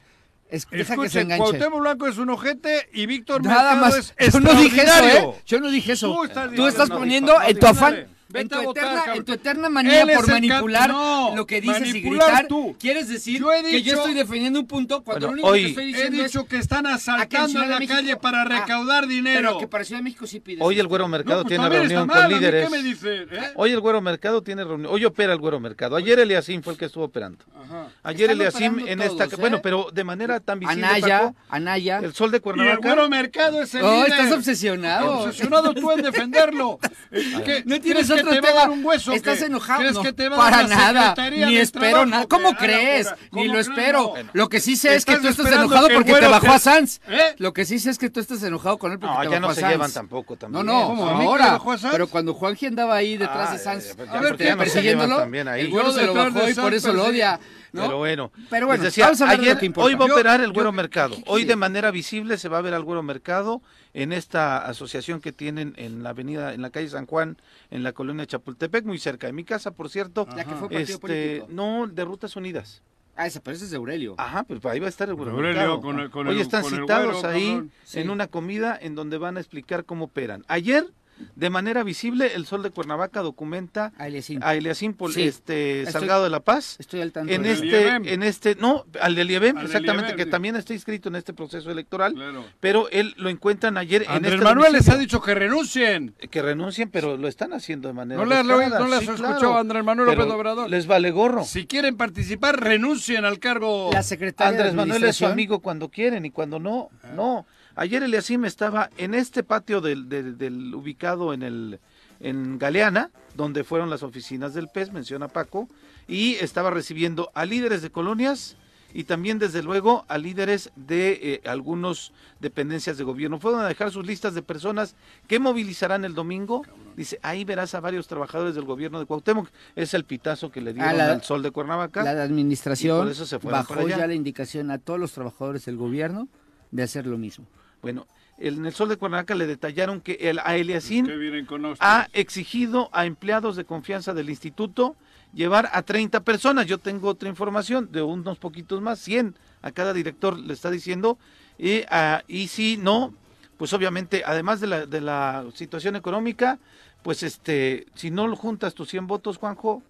Speaker 4: Es- deja que se
Speaker 2: Escuchen,
Speaker 4: enganche.
Speaker 2: Cuauhtémoc Blanco es un ojete y Víctor
Speaker 4: Nada
Speaker 2: Mercado
Speaker 4: más.
Speaker 2: es
Speaker 4: Yo no dije eso,
Speaker 2: extraordinario.
Speaker 4: ¿eh? Yo no dije eso.
Speaker 2: Tú
Speaker 4: Tú
Speaker 2: estás
Speaker 4: estás,
Speaker 2: diciendo, no,
Speaker 4: poniendo
Speaker 2: dijo, no
Speaker 4: en tu
Speaker 2: dijo,
Speaker 4: afán.
Speaker 2: dale. Vete
Speaker 4: En tu,
Speaker 2: a votar,
Speaker 4: eterna,
Speaker 2: cabrón.
Speaker 4: en tu eterna manía
Speaker 2: Él es
Speaker 4: por
Speaker 2: el can-
Speaker 4: manipular
Speaker 2: No,
Speaker 4: lo que dices y
Speaker 2: manipular
Speaker 4: gritar,
Speaker 2: tú.
Speaker 4: quieres decir
Speaker 2: Yo he
Speaker 4: que yo
Speaker 2: dicho-
Speaker 4: estoy defendiendo un punto cuando
Speaker 1: Bueno,
Speaker 4: lo único
Speaker 1: hoy
Speaker 4: que estoy
Speaker 2: He
Speaker 4: diciendo
Speaker 2: dicho
Speaker 4: es
Speaker 2: que están
Speaker 4: aquí en
Speaker 2: asaltando
Speaker 4: Ciudad
Speaker 2: en
Speaker 4: de
Speaker 2: la
Speaker 4: México-
Speaker 2: calle para
Speaker 4: Ah,
Speaker 2: recaudar dinero.
Speaker 4: Pero que para Ciudad de México sí pides.
Speaker 1: Hoy el güero mercado
Speaker 2: No, pues
Speaker 1: tiene
Speaker 2: también
Speaker 1: reunión
Speaker 2: está mal,
Speaker 1: con
Speaker 2: ¿a mí
Speaker 1: líderes.
Speaker 2: ¿Qué me dices? eh?
Speaker 1: Hoy el güero mercado tiene reunión. Hoy opera el güero mercado. Ayer Eliasim fue el que estuvo operando.
Speaker 2: Ajá.
Speaker 1: Ayer
Speaker 4: Están
Speaker 1: Eliasim
Speaker 4: operando
Speaker 1: en esta.
Speaker 4: todos, ¿eh?
Speaker 1: Bueno, pero de manera tan visible.
Speaker 4: Anaya,
Speaker 1: Paco,
Speaker 4: Anaya.
Speaker 1: el sol de
Speaker 2: Y el güero
Speaker 1: Cuernavaca.
Speaker 2: mercado es el
Speaker 4: Oh,
Speaker 2: líder.
Speaker 4: estás obsesionado.
Speaker 2: Obsesionado tú en defenderlo. ¿Qué?
Speaker 4: No tienes otro
Speaker 2: ¿Crees que te va a
Speaker 4: tema.
Speaker 2: dar un hueso,
Speaker 4: Estás
Speaker 2: qué?
Speaker 4: enojado.
Speaker 2: ¿Crees
Speaker 4: No,
Speaker 2: que te va a dar
Speaker 4: para
Speaker 2: la
Speaker 4: nada.
Speaker 2: Secretaría
Speaker 4: Ni
Speaker 2: del
Speaker 4: espero
Speaker 2: Trabajo?
Speaker 4: nada.
Speaker 2: Que
Speaker 4: ¿Cómo
Speaker 2: haga
Speaker 4: crees?
Speaker 2: pura-
Speaker 4: Ni
Speaker 2: Ah, ¿Cómo
Speaker 4: lo
Speaker 2: crees?
Speaker 4: espero.
Speaker 2: Bueno.
Speaker 4: Lo que sí sé es que
Speaker 2: Estás
Speaker 4: tú estás
Speaker 2: esperando
Speaker 4: enojado
Speaker 2: que el
Speaker 4: porque te
Speaker 2: güero
Speaker 4: bajó
Speaker 2: te-
Speaker 4: a Sanz.
Speaker 2: ¿Eh?
Speaker 4: Lo que sí sé es que tú estás enojado con él porque
Speaker 1: No,
Speaker 4: te
Speaker 1: ya
Speaker 4: bajó
Speaker 1: no
Speaker 4: a
Speaker 1: se
Speaker 4: Sanz.
Speaker 1: llevan tampoco también.
Speaker 4: No,
Speaker 2: ¿Cómo?
Speaker 4: no.
Speaker 2: ¿A mí que
Speaker 4: Ahora.
Speaker 2: bajó a Sanz?
Speaker 4: Pero cuando Juanji andaba ahí detrás
Speaker 1: Ah,
Speaker 4: de Sanz,
Speaker 1: ya, ya, ya, porque ya
Speaker 4: este,
Speaker 1: no se llevan
Speaker 4: persiguiéndolo,
Speaker 1: también ahí.
Speaker 4: el güero
Speaker 2: Yo
Speaker 4: se lo
Speaker 2: detrás de
Speaker 4: bajó y
Speaker 2: Sanz
Speaker 4: por eso lo
Speaker 2: persigue-
Speaker 4: odia. ¿no?
Speaker 1: Pero bueno,
Speaker 4: Pero bueno,
Speaker 1: les decía,
Speaker 4: vamos a hablar de
Speaker 1: ayer-
Speaker 4: lo que importa.
Speaker 1: hoy va a
Speaker 4: Yo-
Speaker 1: operar el
Speaker 4: yo-
Speaker 1: Güero Mercado.
Speaker 4: ¿qué- qué-
Speaker 1: Hoy de manera visible se va a ver al Güero Mercado en esta asociación que tienen en la avenida, en la calle San Juan, en la colonia Chapultepec, muy cerca de mi casa, por cierto.
Speaker 4: La que fue partido
Speaker 1: Este,
Speaker 4: político.
Speaker 1: no, de Rutas Unidas.
Speaker 4: Ah, esa, pero ese es de Aurelio.
Speaker 1: Ajá, pues ahí va a estar el Güero
Speaker 2: Pero Aurelio,
Speaker 1: Mercado.
Speaker 2: con el- con
Speaker 1: Hoy
Speaker 2: el-
Speaker 1: están
Speaker 2: con el
Speaker 1: citados
Speaker 2: Güero,
Speaker 1: ahí
Speaker 2: cabrón.
Speaker 4: Sí.
Speaker 1: en una comida en donde van a explicar cómo operan. Ayer, de manera visible, el Sol de Cuernavaca documenta
Speaker 4: Ah, Eliasín.
Speaker 1: a Eliasín Pol-
Speaker 4: Sí.
Speaker 1: este,
Speaker 4: Estoy-
Speaker 1: Salgado de la Paz
Speaker 4: Estoy al tanto.
Speaker 1: en
Speaker 4: de-
Speaker 2: Al del IEBM.
Speaker 1: este, en este, no, al del IEBM,
Speaker 2: Al del
Speaker 1: exactamente,
Speaker 2: IEBM,
Speaker 1: que
Speaker 2: sí.
Speaker 1: también está inscrito en este proceso electoral,
Speaker 2: Claro.
Speaker 1: pero él lo encuentran ayer en
Speaker 2: Andrés
Speaker 1: este
Speaker 2: Manuel les ha
Speaker 1: domicilio.
Speaker 2: dicho que renuncien.
Speaker 1: que renuncien, pero lo están haciendo de manera
Speaker 2: No le has-
Speaker 1: descarada,
Speaker 2: no le has escuchado a Andrés Manuel
Speaker 1: pero
Speaker 2: López Obrador.
Speaker 1: Les vale gorro.
Speaker 2: Si quieren participar, renuncien al cargo.
Speaker 4: La secretaria
Speaker 1: Andrés
Speaker 4: de
Speaker 1: Manuel es su
Speaker 4: Administración- Ah.
Speaker 1: amigo cuando quieren y cuando no, no. Ayer el me estaba en este patio del, del- del- ubicado en el en Galeana, donde fueron las oficinas del PES, menciona Paco, y estaba recibiendo a líderes de colonias y también desde luego a líderes de eh, algunos dependencias de gobierno. Fueron a dejar sus listas de personas que movilizarán el domingo. Dice, ahí verás a varios trabajadores del gobierno de Cuauhtémoc. Es el pitazo que le dieron
Speaker 4: la-
Speaker 1: al sol de Cuernavaca.
Speaker 4: La administración
Speaker 1: Y por eso se fueron para
Speaker 4: bajó
Speaker 1: allá.
Speaker 4: ya la indicación a todos los trabajadores del gobierno de hacer lo mismo.
Speaker 1: Bueno, el- en el Sol de Cuernavaca le detallaron que el, a
Speaker 2: Que
Speaker 1: Eliasín
Speaker 2: vienen con hostias.
Speaker 1: ha exigido a empleados de confianza del instituto llevar a 30 personas. Yo tengo otra información de unos poquitos más, 100 a cada director le está diciendo. Y, ah, y si no, pues obviamente, además de la, de la situación económica, pues este, si no juntas tus 100 votos, Juanjo,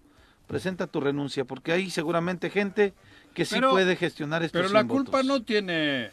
Speaker 1: presenta tu renuncia, porque hay seguramente gente que sí
Speaker 2: Pero-
Speaker 1: puede gestionar estos
Speaker 2: Pero la
Speaker 1: 100
Speaker 2: culpa
Speaker 1: votos.
Speaker 2: no tiene.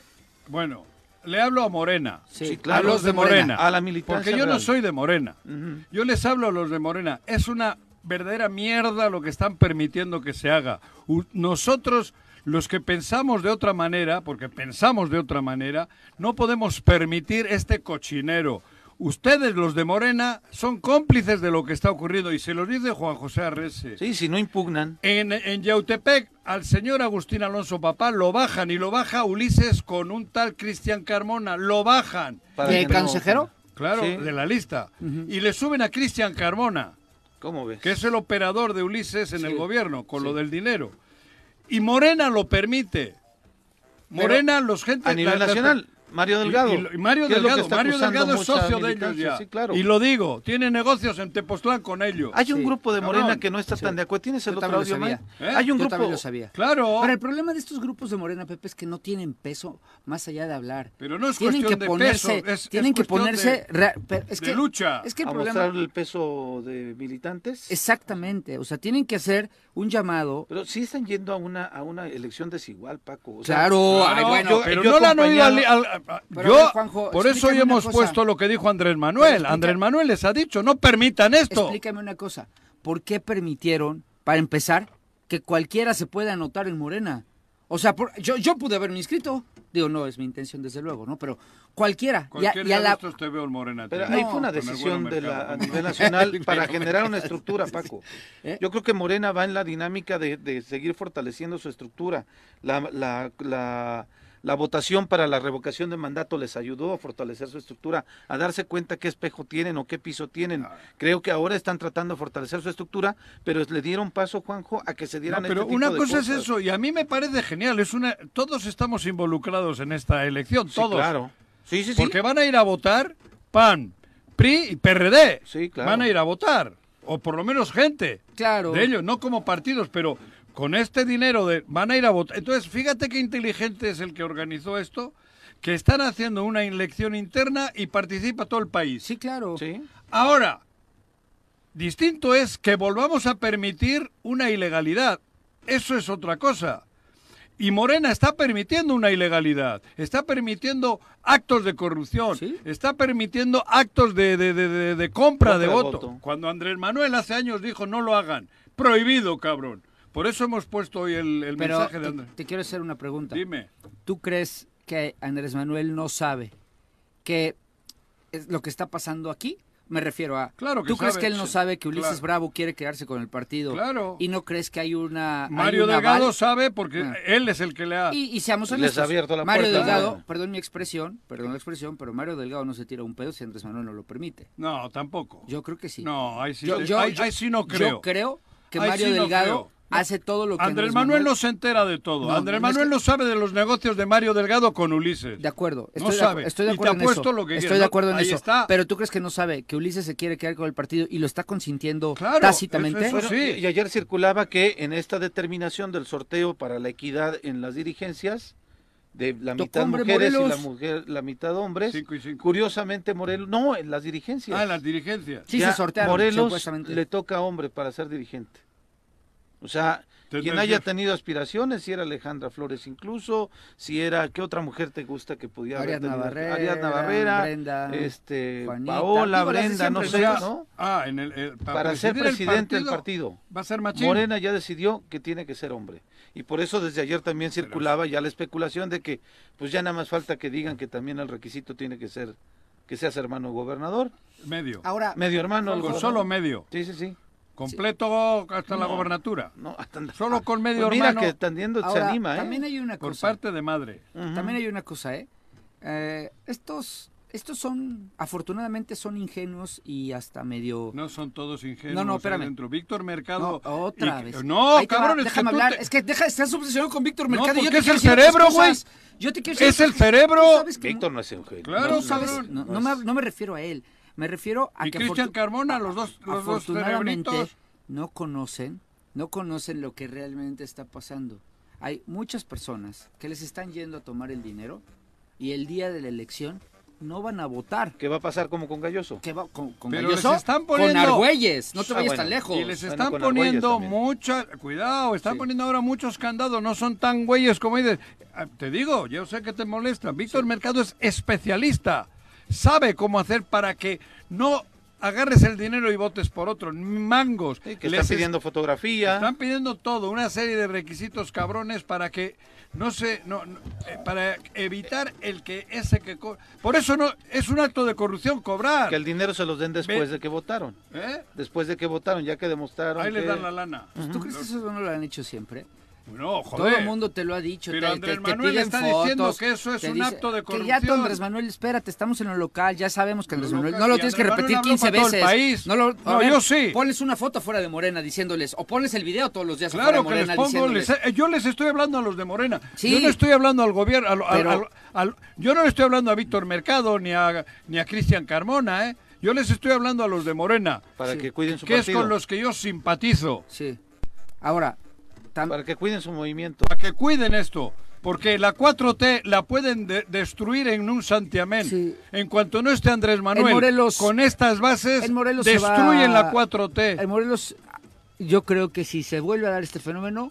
Speaker 2: Bueno, le hablo a Morena.
Speaker 1: Sí, claro.
Speaker 2: A los de Morena.
Speaker 1: A la militancia
Speaker 2: Porque yo no
Speaker 1: real.
Speaker 2: soy de Morena.
Speaker 1: Ujú.
Speaker 2: Yo les hablo a los de Morena. Es una verdadera mierda lo que están permitiendo que se haga. U- Nosotros, los que pensamos de otra manera, porque pensamos de otra manera, no podemos permitir este cochinero. Ustedes, los de Morena, son cómplices de lo que está ocurriendo. Y se lo dice Juan José Arrese.
Speaker 1: Sí, si no impugnan.
Speaker 2: En, en Yautepec, al señor Agustín Alonso Papá lo bajan y lo baja Ulises con un tal Cristian Carmona. Lo bajan.
Speaker 1: para
Speaker 4: ¿De
Speaker 1: que no-
Speaker 4: consejero?
Speaker 2: Claro,
Speaker 1: Sí.
Speaker 2: de la lista. Y le suben a Cristian Carmona,
Speaker 1: ¿Cómo ves?
Speaker 2: que es el operador de Ulises en el gobierno, con lo del dinero. Y Morena lo permite. Morena, los gente...
Speaker 1: A nivel
Speaker 2: la- la-
Speaker 1: nacional, Mario Delgado.
Speaker 2: y, y lo- y Mario
Speaker 1: que es lo que
Speaker 2: Delgado,
Speaker 1: está
Speaker 2: Mario
Speaker 1: acusando
Speaker 2: Delgado es
Speaker 1: mucha
Speaker 2: socio de ellos
Speaker 1: militancia,
Speaker 2: ya.
Speaker 1: sí, claro.
Speaker 2: Y lo digo, tiene negocios en Tepoztlán con ellos.
Speaker 1: Hay un
Speaker 4: Sí,
Speaker 1: grupo de Morena
Speaker 2: cabrón.
Speaker 1: que no está tan de acuerdo. ¿Tienes el
Speaker 4: Yo
Speaker 1: otro
Speaker 4: también
Speaker 1: audio,
Speaker 4: lo
Speaker 1: Mike?
Speaker 2: sabía. ¿Eh?
Speaker 1: Hay un
Speaker 4: Yo
Speaker 1: grupo.
Speaker 4: también lo sabía.
Speaker 2: Claro.
Speaker 4: Ahora, el problema de estos grupos de Morena, Pepe, es que no tienen peso más allá de hablar.
Speaker 2: Pero no es
Speaker 4: tienen
Speaker 2: cuestión
Speaker 4: que
Speaker 2: de
Speaker 4: ponerse,
Speaker 2: peso, es-
Speaker 4: Tienen
Speaker 2: es
Speaker 4: que
Speaker 2: cuestión
Speaker 4: ponerse...
Speaker 2: de-
Speaker 4: rea- pero es
Speaker 2: de
Speaker 4: que,
Speaker 2: lucha.
Speaker 4: Es que el
Speaker 1: ¿A
Speaker 4: problema...
Speaker 1: mostrar el peso de militantes?
Speaker 4: Exactamente. O sea, tienen que hacer un llamado...
Speaker 1: Pero sí están yendo a una, a una elección desigual, Paco. o sea,
Speaker 4: Claro,
Speaker 2: Claro,
Speaker 4: ay, bueno,
Speaker 1: yo-
Speaker 2: pero no la han oído al,
Speaker 1: acompañado-
Speaker 2: al- a-
Speaker 4: Pero a
Speaker 2: yo
Speaker 4: ver, Juanjo,
Speaker 2: por eso hoy
Speaker 4: explícame una
Speaker 2: hemos
Speaker 4: cosa.
Speaker 2: puesto lo que dijo Andrés Manuel.
Speaker 4: explica-
Speaker 2: Andrés Manuel les ha dicho, no permitan esto.
Speaker 4: Explícame una cosa. ¿Por qué permitieron, para empezar, que cualquiera se pueda anotar en Morena? O sea, por- yo, yo pude haberme inscrito. Digo, no, es mi intención, desde luego, ¿no? Pero cualquiera. y a-
Speaker 2: Cualquier
Speaker 4: y a
Speaker 2: día de
Speaker 4: la-
Speaker 2: estos te veo el Morena.
Speaker 1: Pero
Speaker 2: tío.
Speaker 1: ahí
Speaker 2: No,
Speaker 1: fue una
Speaker 2: con el buen
Speaker 1: decisión de la,
Speaker 2: mercado,
Speaker 1: a
Speaker 2: ¿no?
Speaker 1: nivel nacional para
Speaker 4: Pero me
Speaker 1: generar una
Speaker 4: casas.
Speaker 1: estructura, Paco.
Speaker 4: ¿Eh?
Speaker 1: Yo creo que Morena va en la dinámica de, de seguir fortaleciendo su estructura. La, la, la, la votación para la revocación de mandato les ayudó a fortalecer su estructura, a darse cuenta qué espejo tienen o qué piso tienen.
Speaker 2: Ah.
Speaker 1: Creo que ahora están tratando de fortalecer su estructura, pero le dieron paso, Juanjo, a que se
Speaker 2: No,
Speaker 1: dieran
Speaker 2: pero
Speaker 1: este tipo
Speaker 2: una
Speaker 1: de
Speaker 2: cosa es
Speaker 1: cosas.
Speaker 2: eso, y a mí me parece genial. Es una, todos estamos involucrados en esta elección,
Speaker 1: Sí,
Speaker 2: todos.
Speaker 1: claro. Sí, sí, sí.
Speaker 2: Porque van a ir a votar PAN, PRI y PRD.
Speaker 1: Sí, claro.
Speaker 2: Van a ir a votar. O por lo menos gente.
Speaker 4: Claro.
Speaker 2: De ellos, no como partidos, pero con este dinero de, van a ir a votar. Entonces, fíjate qué inteligente es el que organizó esto, que están haciendo una elección interna y participa todo el país.
Speaker 4: Sí, claro.
Speaker 1: Sí.
Speaker 2: Ahora, distinto es que volvamos a permitir una ilegalidad. Eso es otra cosa. Y Morena está permitiendo una ilegalidad, está permitiendo actos de corrupción,
Speaker 4: Sí.
Speaker 2: está permitiendo actos de, de- de- de- de compra,
Speaker 1: Compra
Speaker 2: de
Speaker 1: de
Speaker 2: voto.
Speaker 1: voto.
Speaker 2: Cuando Andrés Manuel hace años dijo no lo hagan, prohibido, cabrón. Por eso hemos puesto hoy el, el
Speaker 4: Pero
Speaker 2: mensaje de
Speaker 4: te,
Speaker 2: Andrés.
Speaker 4: te quiero hacer una pregunta.
Speaker 2: Dime.
Speaker 4: ¿Tú crees que Andrés Manuel no sabe que es lo que está pasando aquí? Me refiero a.
Speaker 2: Claro que
Speaker 4: ¿Tú crees
Speaker 2: sabe.
Speaker 4: que él no sabe que Ulises
Speaker 2: Claro.
Speaker 4: Bravo quiere quedarse con el partido?
Speaker 2: Claro.
Speaker 4: ¿Y no crees que hay una. hay
Speaker 2: Mario
Speaker 4: un aval?
Speaker 2: Delgado sabe porque
Speaker 4: Ah.
Speaker 2: él es el que le ha...
Speaker 4: Y, y seamos
Speaker 1: Les
Speaker 4: honestos.
Speaker 1: ha abierto la
Speaker 4: Mario
Speaker 1: puerta,
Speaker 4: Delgado,
Speaker 2: Ah.
Speaker 1: ¿no?
Speaker 4: perdón mi expresión, perdón la expresión, pero Mario Delgado no se tira un pedo si Andrés Manuel no lo permite.
Speaker 2: No, tampoco.
Speaker 4: Yo creo que sí.
Speaker 2: No, ahí sí,
Speaker 4: Yo-
Speaker 2: te-
Speaker 4: yo-
Speaker 2: ahí-
Speaker 4: yo-
Speaker 2: ahí sí no
Speaker 4: yo
Speaker 2: creo.
Speaker 4: creo que
Speaker 2: Ahí
Speaker 4: Mario
Speaker 2: sí no
Speaker 4: Delgado
Speaker 2: creo.
Speaker 4: hace todo lo que
Speaker 2: Andrés, Manuel, no se entera de todo.
Speaker 4: No,
Speaker 2: Andrés
Speaker 4: no es
Speaker 2: Manuel
Speaker 4: que-
Speaker 2: no sabe de los negocios de Mario Delgado con Ulises.
Speaker 4: De acuerdo,
Speaker 2: No
Speaker 4: estoy, de,
Speaker 2: sabe.
Speaker 4: estoy de
Speaker 2: Y te
Speaker 4: acuerdo en
Speaker 2: apuesto
Speaker 4: eso.
Speaker 2: lo que
Speaker 4: estoy
Speaker 2: quieras,
Speaker 4: de
Speaker 2: ¿no?
Speaker 4: acuerdo en
Speaker 2: Ahí
Speaker 4: eso.
Speaker 2: está.
Speaker 4: Pero tú crees que no sabe que Ulises se quiere quedar con el partido y lo está consintiendo
Speaker 2: Claro,
Speaker 4: tácitamente.
Speaker 2: eso- eso
Speaker 1: Bueno,
Speaker 2: sí.
Speaker 1: Y y ayer circulaba que en esta determinación del sorteo para la equidad en las dirigencias, de la
Speaker 4: Tocó
Speaker 1: mitad
Speaker 4: hombre
Speaker 1: mujeres y la,
Speaker 4: Morelos.
Speaker 1: mujer, la mitad hombres,
Speaker 2: Cinco y cinco.
Speaker 1: curiosamente Morelos, no, en las dirigencias.
Speaker 2: Ah, las dirigencias.
Speaker 4: Sí,
Speaker 1: Ya
Speaker 4: se sortearon,
Speaker 1: Morelos
Speaker 4: supuestamente.
Speaker 1: le toca a hombre para ser dirigente. O sea,
Speaker 2: Tendrá
Speaker 1: quien
Speaker 2: que
Speaker 1: haya
Speaker 2: ser.
Speaker 1: tenido aspiraciones, si era Alejandra Flores incluso, si era, ¿qué otra mujer te gusta que pudiera haber
Speaker 4: Ariadna
Speaker 1: tenido?
Speaker 4: Barrera,
Speaker 1: Ariadna Barrera,
Speaker 4: Brenda,
Speaker 1: este,
Speaker 4: Juanita.
Speaker 1: Paola,
Speaker 4: Digo, las de
Speaker 1: Brenda, no
Speaker 4: siempre,
Speaker 1: sé,
Speaker 4: ¿no?
Speaker 1: ¿no?
Speaker 2: Ah, en el, el-
Speaker 1: Para ser
Speaker 2: presidir el
Speaker 1: presidente del partido.
Speaker 2: Va a ser machín.
Speaker 1: Morena ya decidió que tiene que ser hombre. Y por eso desde ayer también circulaba ya la especulación de que pues ya nada más falta que digan que también el requisito tiene que ser que seas hermano gobernador,
Speaker 2: Medio.
Speaker 4: Ahora,
Speaker 1: medio hermano. el
Speaker 2: Con
Speaker 1: gobernador.
Speaker 2: solo medio.
Speaker 1: Sí, sí, sí.
Speaker 2: Completo hasta la gobernatura.
Speaker 1: No, hasta-
Speaker 2: Solo con medio
Speaker 1: Pues mira
Speaker 2: hermano.
Speaker 1: que tendiendo se
Speaker 4: ahora,
Speaker 1: anima, ¿eh?
Speaker 4: también hay una
Speaker 2: Por
Speaker 4: cosa.
Speaker 2: parte de madre.
Speaker 1: Ujú.
Speaker 4: También hay una cosa, ¿eh? Eh, estos, estos son, afortunadamente son ingenuos y hasta medio...
Speaker 2: No son todos ingenuos.
Speaker 4: No, no,
Speaker 2: ahí
Speaker 4: espérame.
Speaker 2: dentro. Víctor
Speaker 4: No,
Speaker 2: Mercado.
Speaker 4: otra
Speaker 2: y-
Speaker 4: vez.
Speaker 2: No,
Speaker 4: Ahí te va,
Speaker 2: cabrón, es que
Speaker 4: déjame
Speaker 2: tú
Speaker 4: hablar.
Speaker 2: te-
Speaker 4: Es que deja de estar obsesionado con Víctor
Speaker 2: No,
Speaker 4: Mercado. y yo
Speaker 2: porque
Speaker 4: te
Speaker 2: es
Speaker 4: quiero
Speaker 2: el
Speaker 4: decir otras
Speaker 2: cerebro, güey.
Speaker 4: cosas. Yo te quiero decir
Speaker 2: Es el
Speaker 4: otras cosas.
Speaker 2: cerebro.
Speaker 4: Tú sabes que no-
Speaker 1: Víctor no es ingenio.
Speaker 2: Claro,
Speaker 1: no,
Speaker 4: Tú sabes-
Speaker 2: cabrón.
Speaker 4: no,
Speaker 1: No
Speaker 4: no me,
Speaker 1: es-
Speaker 4: no me refiero a él, me refiero a
Speaker 2: Y
Speaker 4: que
Speaker 2: Cristian
Speaker 4: afortu-
Speaker 2: Carmona, los dos- los dos
Speaker 4: afortunadamente
Speaker 2: cerebritos.
Speaker 4: no conocen, no conocen lo que realmente está pasando. Hay muchas personas que les están yendo a tomar el dinero y el día de la elección no van a votar.
Speaker 1: ¿Qué va a pasar como con Galloso?
Speaker 4: ¿Qué va con, con
Speaker 2: Pero
Speaker 4: Galloso?
Speaker 2: les están poniendo-
Speaker 4: Con Argüelles, no te
Speaker 1: Ah,
Speaker 4: vayas
Speaker 1: bueno,
Speaker 4: tan lejos.
Speaker 2: Y les
Speaker 1: Bueno,
Speaker 2: están
Speaker 1: con Argüelles
Speaker 2: poniendo
Speaker 1: también.
Speaker 2: mucha... Cuidado, están
Speaker 4: Sí.
Speaker 2: poniendo ahora muchos candados. No son tan güeyes como dices. Ah, Te digo, yo sé que te molesta. Víctor Mercado es especialista. Sabe cómo hacer para que no agarres el dinero y votes por otro. Mangos.
Speaker 1: Sí, que
Speaker 2: Les
Speaker 1: están
Speaker 2: es-
Speaker 1: pidiendo fotografía.
Speaker 2: Están pidiendo todo, una serie de requisitos cabrones para que no se, no, no, eh, para evitar el que ese que co- por eso no es un acto de corrupción cobrar.
Speaker 1: Que el dinero se los den después
Speaker 2: Ve-
Speaker 1: de que votaron.
Speaker 2: ¿Eh?
Speaker 1: Después de que votaron, ya que demostraron
Speaker 2: Ahí les
Speaker 1: que-
Speaker 2: dan la lana.
Speaker 4: Pues, ¿Tú crees que eso no lo han hecho siempre?
Speaker 2: No,
Speaker 4: Todo
Speaker 2: Oh, joder.
Speaker 4: el mundo te lo ha dicho.
Speaker 2: Pero
Speaker 4: te,
Speaker 2: Andrés
Speaker 4: te- te
Speaker 2: Manuel
Speaker 4: piden
Speaker 2: está
Speaker 4: fotos,
Speaker 2: diciendo que eso es
Speaker 4: te
Speaker 2: un acto de
Speaker 4: Que ya tú,
Speaker 2: corrupción.
Speaker 4: Andrés Manuel, espérate, estamos en lo local, ya sabemos que Andrés
Speaker 2: Lo
Speaker 4: Manuel.
Speaker 2: local,
Speaker 4: No lo
Speaker 2: y
Speaker 4: tienes que
Speaker 2: Andrés
Speaker 4: repetir
Speaker 2: Manuel
Speaker 4: 15
Speaker 2: habló para
Speaker 4: veces.
Speaker 2: todo el país.
Speaker 4: No, lo, a
Speaker 2: No,
Speaker 4: ver,
Speaker 2: yo sí.
Speaker 4: Ponles una foto fuera de Morena diciéndoles, o ponles el video todos los días afuera
Speaker 2: Claro que
Speaker 4: de Morena
Speaker 2: les pongo,
Speaker 4: diciéndoles.
Speaker 2: les- eh, yo les estoy hablando a los de Morena.
Speaker 4: Sí.
Speaker 2: Yo no estoy hablando al gobierno, al- al-
Speaker 4: Pero-
Speaker 2: al- al- yo no le estoy hablando a Víctor Mercado ni a ni a Cristian Carmona, ¿eh? Yo les estoy hablando a los de Morena,
Speaker 1: para
Speaker 4: Sí.
Speaker 1: que cuiden su
Speaker 2: que es
Speaker 1: partido,
Speaker 2: con los que yo simpatizo.
Speaker 4: Sí. Ahora, tam-
Speaker 1: para que cuiden su movimiento.
Speaker 2: para que cuiden esto. Porque la 4T la pueden de- destruir en un santiamén.
Speaker 4: Sí.
Speaker 2: En cuanto no esté Andrés Manuel,
Speaker 4: En Morelos-
Speaker 2: con estas bases,
Speaker 4: en Morelos se va-
Speaker 2: destruyen la 4T.
Speaker 4: En Morelos, yo creo que si se vuelve a dar este fenómeno,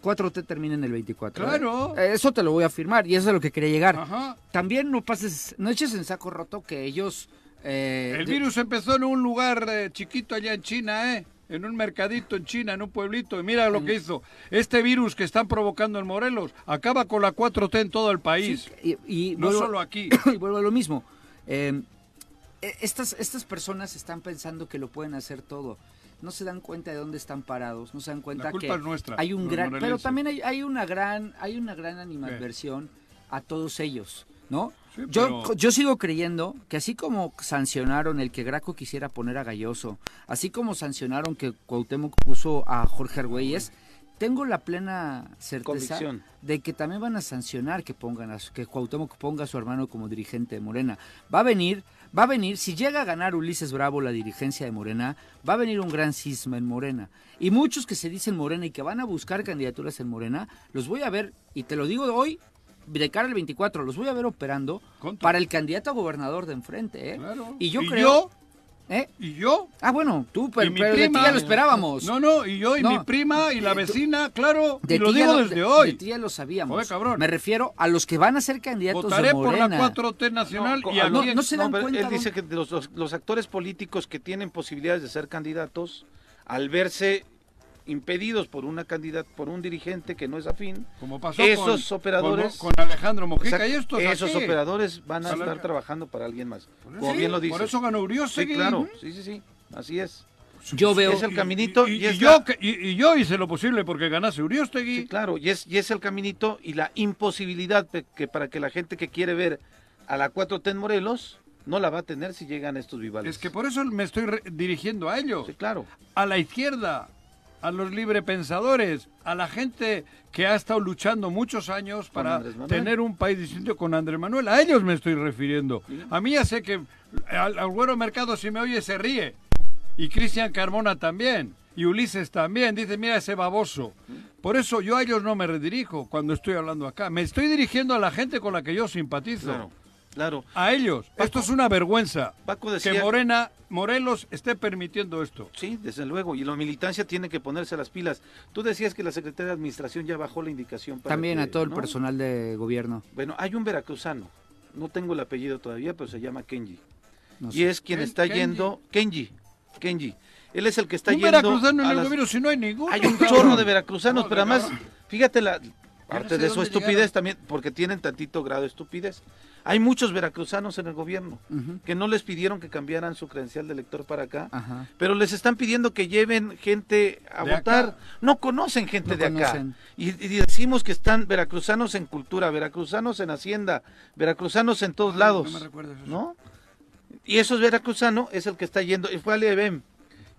Speaker 4: 4T termina en el 24. ¿eh?
Speaker 2: Claro.
Speaker 4: Eh, Eso te lo voy a afirmar y eso es a lo que quería llegar.
Speaker 2: Ajá.
Speaker 4: También no pases, no eches en saco roto que ellos. eh,
Speaker 2: El
Speaker 4: de-
Speaker 2: virus empezó en un lugar eh, chiquito allá en China, ¿eh? En un mercadito en China, en un pueblito. Y mira
Speaker 4: Mm.
Speaker 2: lo que hizo. Este virus que están provocando en Morelos acaba con la 4T en todo el país.
Speaker 4: Sí, y, y
Speaker 2: No
Speaker 4: vuelvo-
Speaker 2: solo aquí.
Speaker 4: y vuelvo a lo mismo. Eh, e- estas, estas personas están pensando que lo pueden hacer todo. No se dan cuenta de dónde están parados, no se dan cuenta
Speaker 2: La culpa
Speaker 4: que
Speaker 2: es nuestra,
Speaker 4: hay un
Speaker 2: los
Speaker 4: gran, pero
Speaker 2: morelenses.
Speaker 4: también hay, hay una gran, hay una gran animadversión a todos ellos, ¿no?
Speaker 2: Sí,
Speaker 4: yo,
Speaker 2: pero-
Speaker 4: yo sigo creyendo que así como sancionaron el que Graco quisiera poner a Galloso, así como sancionaron que Cuauhtémoc puso a Jorge Argüelles, tengo la plena certeza
Speaker 1: Convicción.
Speaker 4: de que también van a sancionar que pongan a su- que Cuauhtémoc ponga a su hermano como dirigente de Morena. Va a venir, va a venir, si llega a ganar Ulises Bravo la dirigencia de Morena, va a venir un gran cisma en Morena. Y muchos que se dicen Morena y que van a buscar candidaturas en Morena, los voy a ver, y te lo digo hoy, de cara al 24, los voy a ver operando
Speaker 2: Contra.
Speaker 4: para el candidato a gobernador de enfrente. ¿eh?
Speaker 2: Claro.
Speaker 4: Y yo
Speaker 2: ¿Y
Speaker 4: creo...
Speaker 2: yo?
Speaker 4: ¿eh?
Speaker 2: ¿Y yo?
Speaker 4: Ah, bueno, tú, pero,
Speaker 2: y mi
Speaker 4: pero de ti
Speaker 2: prima.
Speaker 4: ya lo esperábamos.
Speaker 2: No, no, y yo y
Speaker 4: No.
Speaker 2: mi prima y la vecina, claro.
Speaker 4: De
Speaker 2: y lo
Speaker 4: ti ya
Speaker 2: digo
Speaker 4: lo-
Speaker 2: desde
Speaker 4: de-
Speaker 2: hoy.
Speaker 4: de ti ya lo sabíamos.
Speaker 2: Joder, cabrón.
Speaker 4: Me refiero a los que van a ser candidatos
Speaker 2: Votaré
Speaker 4: de
Speaker 2: por
Speaker 4: Morena.
Speaker 2: la 4T nacional
Speaker 1: co-
Speaker 2: y
Speaker 1: ah,
Speaker 2: a
Speaker 4: no,
Speaker 2: quién-
Speaker 4: no se dan
Speaker 1: pero
Speaker 4: cuenta
Speaker 1: Él
Speaker 4: dónde-
Speaker 1: dice que los, los- los actores políticos que tienen posibilidades de ser candidatos, al verse impedidos por una candidat- por un dirigente que no es afín,
Speaker 2: Como pasó
Speaker 1: esos
Speaker 2: con,
Speaker 1: operadores,
Speaker 2: con, con Alejandro Mojica
Speaker 1: exacto,
Speaker 2: y estos
Speaker 1: esos
Speaker 2: aquí.
Speaker 1: operadores van a
Speaker 2: Salen-
Speaker 1: estar trabajando para alguien más, como
Speaker 2: Sí,
Speaker 1: bien lo dices.
Speaker 2: Por eso ganó Uriostegui.
Speaker 1: sí, claro, sí, sí, sí, así es.
Speaker 4: Yo veo.
Speaker 1: Es el caminito
Speaker 2: Y,
Speaker 1: y,
Speaker 2: y-
Speaker 1: es
Speaker 2: y
Speaker 1: la-
Speaker 2: yo, que- y- y yo hice lo posible porque ganase Uriostegui.
Speaker 1: Sí, claro, y es, y es el caminito y la imposibilidad pe- que para que la gente que quiere ver a la 4T en Morelos no la va a tener si llegan estos vivales.
Speaker 2: Es que por eso me estoy re- dirigiendo a ellos,
Speaker 1: Sí, claro.
Speaker 2: a la izquierda, a los librepensadores, a la gente que ha estado luchando muchos años para
Speaker 1: Andrés Manuel.
Speaker 2: tener un país distinto con Andrés Manuel. A ellos me estoy refiriendo. A mí ya sé que al, al Güero Mercado si me oye se ríe. Y Cristian Carmona también. Y Ulises también. Dice, mira ese baboso. Por eso yo a ellos no me redirijo cuando estoy hablando acá. Me estoy dirigiendo a la gente con la que yo simpatizo.
Speaker 1: Claro, claro.
Speaker 2: A ellos. Esto es una vergüenza.
Speaker 1: Paco decía-
Speaker 2: Que Morena, Morelos esté permitiendo esto.
Speaker 1: Sí, desde luego. Y la militancia tiene que ponerse las pilas. Tú decías que la Secretaría de Administración ya bajó la indicación. Para
Speaker 4: También
Speaker 1: que,
Speaker 4: a todo el
Speaker 1: ¿no?
Speaker 4: personal de gobierno.
Speaker 1: Bueno, hay un veracruzano. No tengo el apellido todavía, pero se llama Kenji.
Speaker 4: No
Speaker 1: y es quien
Speaker 2: Ken-
Speaker 1: está
Speaker 2: Kenji.
Speaker 1: yendo. Kenji. Kenji. Él es el que está
Speaker 2: Un
Speaker 1: yendo.
Speaker 2: veracruzano en
Speaker 1: a
Speaker 2: el
Speaker 1: las-
Speaker 2: gobierno, si no hay ninguno.
Speaker 1: Hay un
Speaker 2: cabrón.
Speaker 1: chorro de veracruzanos,
Speaker 2: Joder,
Speaker 1: pero además,
Speaker 2: cabrón.
Speaker 1: fíjate la
Speaker 2: sé
Speaker 1: parte de su
Speaker 2: dónde
Speaker 1: estupidez
Speaker 2: llegaron.
Speaker 1: también, porque tienen tantito grado de estupidez. Hay muchos veracruzanos en el gobierno que no les pidieron que cambiaran su credencial de elector para acá,
Speaker 4: Ajá.
Speaker 1: pero les están pidiendo que lleven gente a
Speaker 2: De
Speaker 1: votar.
Speaker 2: acá.
Speaker 1: No conocen gente
Speaker 4: No
Speaker 1: de
Speaker 4: conocen.
Speaker 1: acá. Y, y decimos que están veracruzanos en cultura, veracruzanos en hacienda, veracruzanos en todos
Speaker 2: Ay,
Speaker 1: lados.
Speaker 2: no me recuerdes eso.
Speaker 1: ¿no? Y eso es veracruzano, es el que está yendo, y fue al IBM.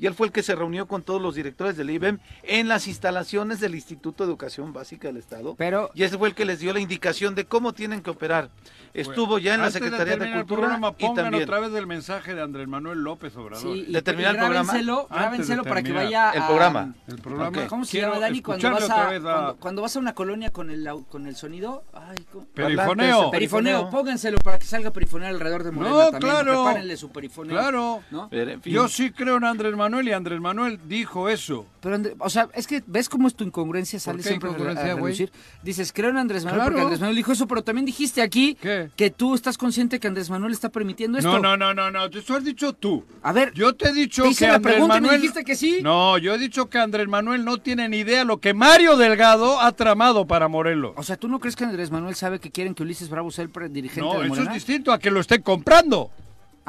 Speaker 1: Y él fue el que se reunió con todos los directores del IBM en las instalaciones del Instituto de Educación Básica del Estado.
Speaker 4: Pero-
Speaker 1: y ese fue el que les dio la indicación de cómo tienen que operar. Estuvo ya en la
Speaker 2: Antes
Speaker 1: Secretaría de,
Speaker 2: terminar el
Speaker 1: Cultura
Speaker 2: programa,
Speaker 1: y
Speaker 2: pongan
Speaker 1: también.
Speaker 2: otra vez el mensaje de Andrés Manuel López Obrador.
Speaker 4: Sí, y-
Speaker 1: ¿De terminar
Speaker 4: y
Speaker 1: el programa?
Speaker 4: Grábenselo,
Speaker 2: Antes de
Speaker 4: grábenselo para que
Speaker 2: terminar.
Speaker 4: vaya
Speaker 1: El
Speaker 4: a-
Speaker 1: programa.
Speaker 2: El programa.
Speaker 1: Ok.
Speaker 4: ¿Cómo se
Speaker 2: Quiero
Speaker 4: llama, Dani? Cuando
Speaker 2: escucharle
Speaker 4: vas, a,
Speaker 2: otra vez a-
Speaker 4: cuando, cuando vas a una colonia con el, au- con el sonido. Ay, ¿cómo?
Speaker 2: Perifoneo.
Speaker 1: Parlantes,
Speaker 4: Perifoneo, pónganselo para que salga perifoneo alrededor de Morena
Speaker 2: No,
Speaker 4: también.
Speaker 2: claro.
Speaker 4: Prepárenle su perifoneo.
Speaker 2: Claro.
Speaker 4: ¿no?
Speaker 1: Pero, en fin,
Speaker 2: Yo sí creo en Andrés Manuel y Andrés Manuel dijo eso.
Speaker 4: Pero, André- o sea, es que ves cómo es tu incongruencia, sale
Speaker 2: qué
Speaker 4: siempre a re-
Speaker 2: incongruencia,
Speaker 4: a
Speaker 2: güey?
Speaker 4: relucir. Dices, creo en Andrés Manuel
Speaker 2: Claro.
Speaker 4: porque Andrés Manuel dijo eso, pero también dijiste aquí
Speaker 2: ¿Qué?
Speaker 4: que tú estás consciente que Andrés Manuel está permitiendo esto.
Speaker 2: No, no, no, no, no. Eso has dicho tú.
Speaker 4: A ver,
Speaker 2: Yo te he dicho
Speaker 4: te hice
Speaker 2: que
Speaker 4: la
Speaker 2: Andrés
Speaker 4: pregunta y me
Speaker 2: Manuel.
Speaker 4: dijiste que sí.
Speaker 2: No, yo he dicho que Andrés Manuel no tiene ni idea lo que Mario Delgado ha tramado para Morelos.
Speaker 4: O sea, ¿tú no crees que Andrés Manuel sabe que quieren que Ulises Bravo sea el pre- dirigente
Speaker 2: No,
Speaker 4: de
Speaker 2: eso es
Speaker 4: Morena?
Speaker 2: distinto a que lo estén comprando.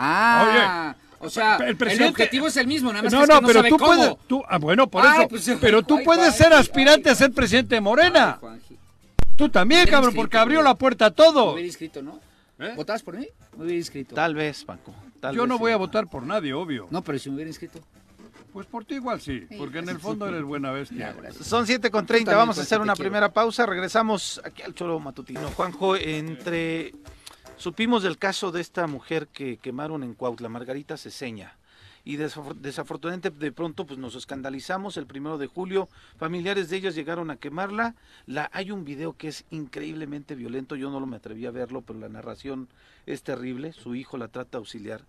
Speaker 4: ah, o sea,
Speaker 2: El
Speaker 4: el,
Speaker 2: presidente-
Speaker 4: objetivo es el mismo, nada más
Speaker 2: No,
Speaker 4: que es
Speaker 2: no,
Speaker 4: que no
Speaker 2: pero
Speaker 4: sabe
Speaker 2: tú
Speaker 4: cómo.
Speaker 2: puedes. Tú, ah, bueno, por
Speaker 4: Ay,
Speaker 2: eso.
Speaker 4: pues,
Speaker 2: pero tú
Speaker 4: ay,
Speaker 2: puedes
Speaker 4: Juanji,
Speaker 2: ser aspirante
Speaker 4: ay,
Speaker 2: a ser presidente de
Speaker 4: Ay,
Speaker 2: Morena.
Speaker 4: Juanji,
Speaker 2: Tú también,
Speaker 4: Hubiera
Speaker 2: cabrón,
Speaker 4: inscrito,
Speaker 2: porque abrió
Speaker 4: güey.
Speaker 2: la puerta a todo.
Speaker 4: Me hubiera inscrito, ¿no?
Speaker 2: ¿Eh?
Speaker 4: ¿Votabas por mí? Me hubiera inscrito.
Speaker 1: Tal vez, Paco. tal
Speaker 2: Yo
Speaker 1: vez
Speaker 2: no
Speaker 1: sí.
Speaker 2: voy a votar por nadie, obvio.
Speaker 4: No, pero si me hubiera inscrito.
Speaker 2: Pues por ti igual sí, porque en el fondo eres buena bestia.
Speaker 1: Son 7 con 30,
Speaker 4: Yo también,
Speaker 1: vamos a
Speaker 4: Juanjo,
Speaker 1: hacer
Speaker 4: te
Speaker 1: una
Speaker 4: quiero.
Speaker 1: primera pausa, regresamos aquí al Choro Matutino. Juanjo, entre supimos del caso de esta mujer que quemaron en Cuautla, Margarita Ceseña. Y desafor- desafortunadamente de pronto pues nos escandalizamos el primero de julio, familiares de ellos llegaron a quemarla, la, hay un video que es increíblemente violento, yo no lo me atreví a verlo, pero la narración es terrible, su hijo la trata de auxiliar,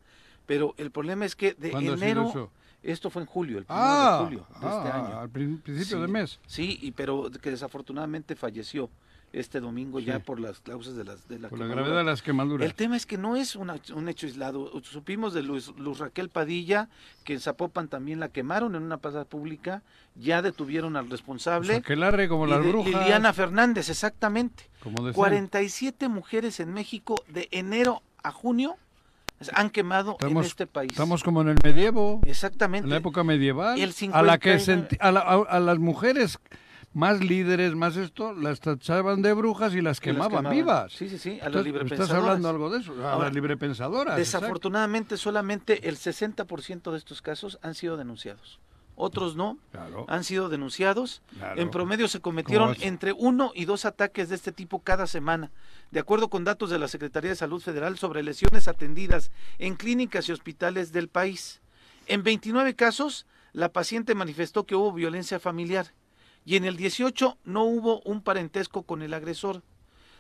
Speaker 1: pero el problema es que de
Speaker 2: ¿Cuándo ha sido
Speaker 1: enero,
Speaker 2: eso?
Speaker 1: esto fue en julio, el primero de
Speaker 2: Ah,
Speaker 1: julio de
Speaker 2: ah,
Speaker 1: este año.
Speaker 2: al prin- principio
Speaker 1: Sí,
Speaker 2: de mes.
Speaker 1: Sí, y pero que desafortunadamente falleció este domingo ya por las causas de, las, de la,
Speaker 2: Por la
Speaker 1: quemadura.
Speaker 2: gravedad de las quemaduras. Pues,
Speaker 1: El tema es que no es una- un hecho aislado. Supimos de Luz, Luz Raquel Padilla que en Zapopan también la quemaron en una plaza pública, ya detuvieron al responsable.
Speaker 2: que larre Pues como
Speaker 1: Y
Speaker 2: las
Speaker 1: de
Speaker 2: brujas.
Speaker 1: Liliana Fernández, exactamente.
Speaker 2: Como decían.
Speaker 1: 47 mujeres en México de enero a junio han quemado
Speaker 2: Estamos-
Speaker 1: en este país.
Speaker 2: Estamos como en el medievo,
Speaker 1: Exactamente.
Speaker 2: en la época medieval,
Speaker 1: El
Speaker 2: a la
Speaker 1: 59.
Speaker 2: que senti- a, la- a- a las mujeres más líderes, más esto, las tachaban de brujas y las
Speaker 1: Que las
Speaker 2: quemaban,
Speaker 1: quemaban.
Speaker 2: vivas.
Speaker 1: Sí, sí, sí, a las
Speaker 2: Entonces,
Speaker 1: librepensadoras.
Speaker 2: Estás hablando algo de eso, a
Speaker 1: Ahora,
Speaker 2: las librepensadoras. exacto.
Speaker 1: Desafortunadamente, solamente el 60% de estos casos han sido denunciados. Otros no,
Speaker 2: Claro.
Speaker 1: han sido denunciados.
Speaker 2: Claro.
Speaker 1: En promedio se cometieron
Speaker 2: ¿Cómo es?
Speaker 1: entre uno y dos ataques de este tipo cada semana. De acuerdo con datos de la Secretaría de Salud Federal sobre lesiones atendidas en clínicas y hospitales del país, en 29 casos la paciente manifestó que hubo violencia familiar y en el 18 no hubo un parentesco con el agresor.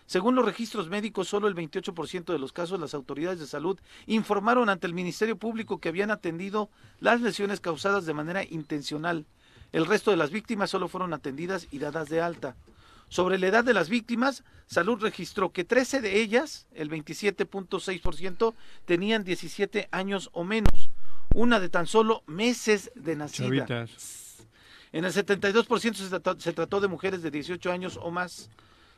Speaker 1: Según los registros médicos, solo el 28% de los casos las autoridades de salud informaron ante el Ministerio Público que habían atendido las lesiones causadas de manera intencional. El resto de las víctimas solo fueron atendidas y dadas de alta. Sobre la edad de las víctimas, Salud registró que 13 de ellas, el 27.6%, tenían 17 años o menos, una de tan solo meses de nacida.
Speaker 2: Chavitas.
Speaker 1: En el 72% se trató, se trató de mujeres de 18 años o más.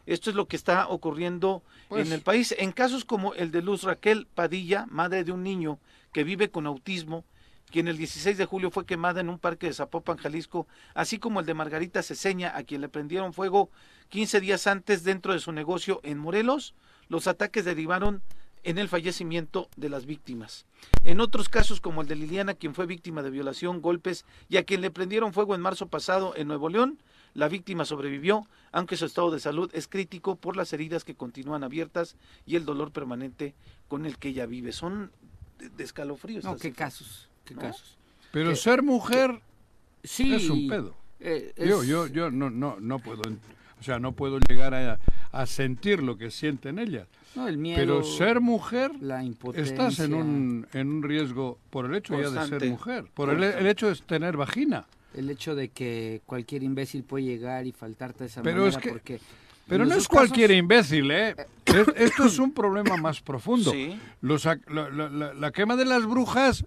Speaker 1: Esto es lo que está ocurriendo
Speaker 2: Pues-
Speaker 1: en el país. En casos como el de Luz Raquel Padilla, madre de un niño que vive con autismo, quien el 16 de julio fue quemada en un parque de Zapopan, Jalisco, así como el de Margarita Ceseña, a quien le prendieron fuego 15 días antes dentro de su negocio en Morelos, los ataques derivaron en el fallecimiento de las víctimas. En otros casos como el de Liliana, quien fue víctima de violación, golpes y a quien le prendieron fuego en marzo pasado en Nuevo León, la víctima sobrevivió, aunque su estado de salud es crítico por las heridas que continúan abiertas y el dolor permanente con el que ella vive. Son de de escalofríos.
Speaker 4: No,
Speaker 1: estas
Speaker 4: qué
Speaker 1: cifras.
Speaker 4: casos, qué
Speaker 1: ¿No?
Speaker 4: casos.
Speaker 2: Pero
Speaker 4: que-
Speaker 2: ser mujer
Speaker 4: Eh, Sí.
Speaker 2: es un pedo.
Speaker 4: eh,
Speaker 2: Yo,
Speaker 4: es-
Speaker 2: yo, yo no, no, no puedo, o sea, no puedo llegar a, a sentir lo que sienten ellas.
Speaker 4: no, el miedo,
Speaker 2: Pero ser mujer,
Speaker 4: la impotencia.
Speaker 2: estás en un, en un riesgo por el hecho ya de
Speaker 1: Constante.
Speaker 2: ser mujer, por el, el hecho de tener vagina.
Speaker 4: El hecho de que cualquier imbécil puede llegar y faltarte de esa
Speaker 2: eh, Pero
Speaker 4: manera
Speaker 2: es que-
Speaker 4: porque...
Speaker 2: Pero
Speaker 4: en
Speaker 2: no
Speaker 4: esos
Speaker 2: es cualquier
Speaker 4: casos-
Speaker 2: imbécil, ¿eh? Es- esto es un problema más profundo.
Speaker 1: Sí.
Speaker 2: Los ac- la, la- la- la quema de las brujas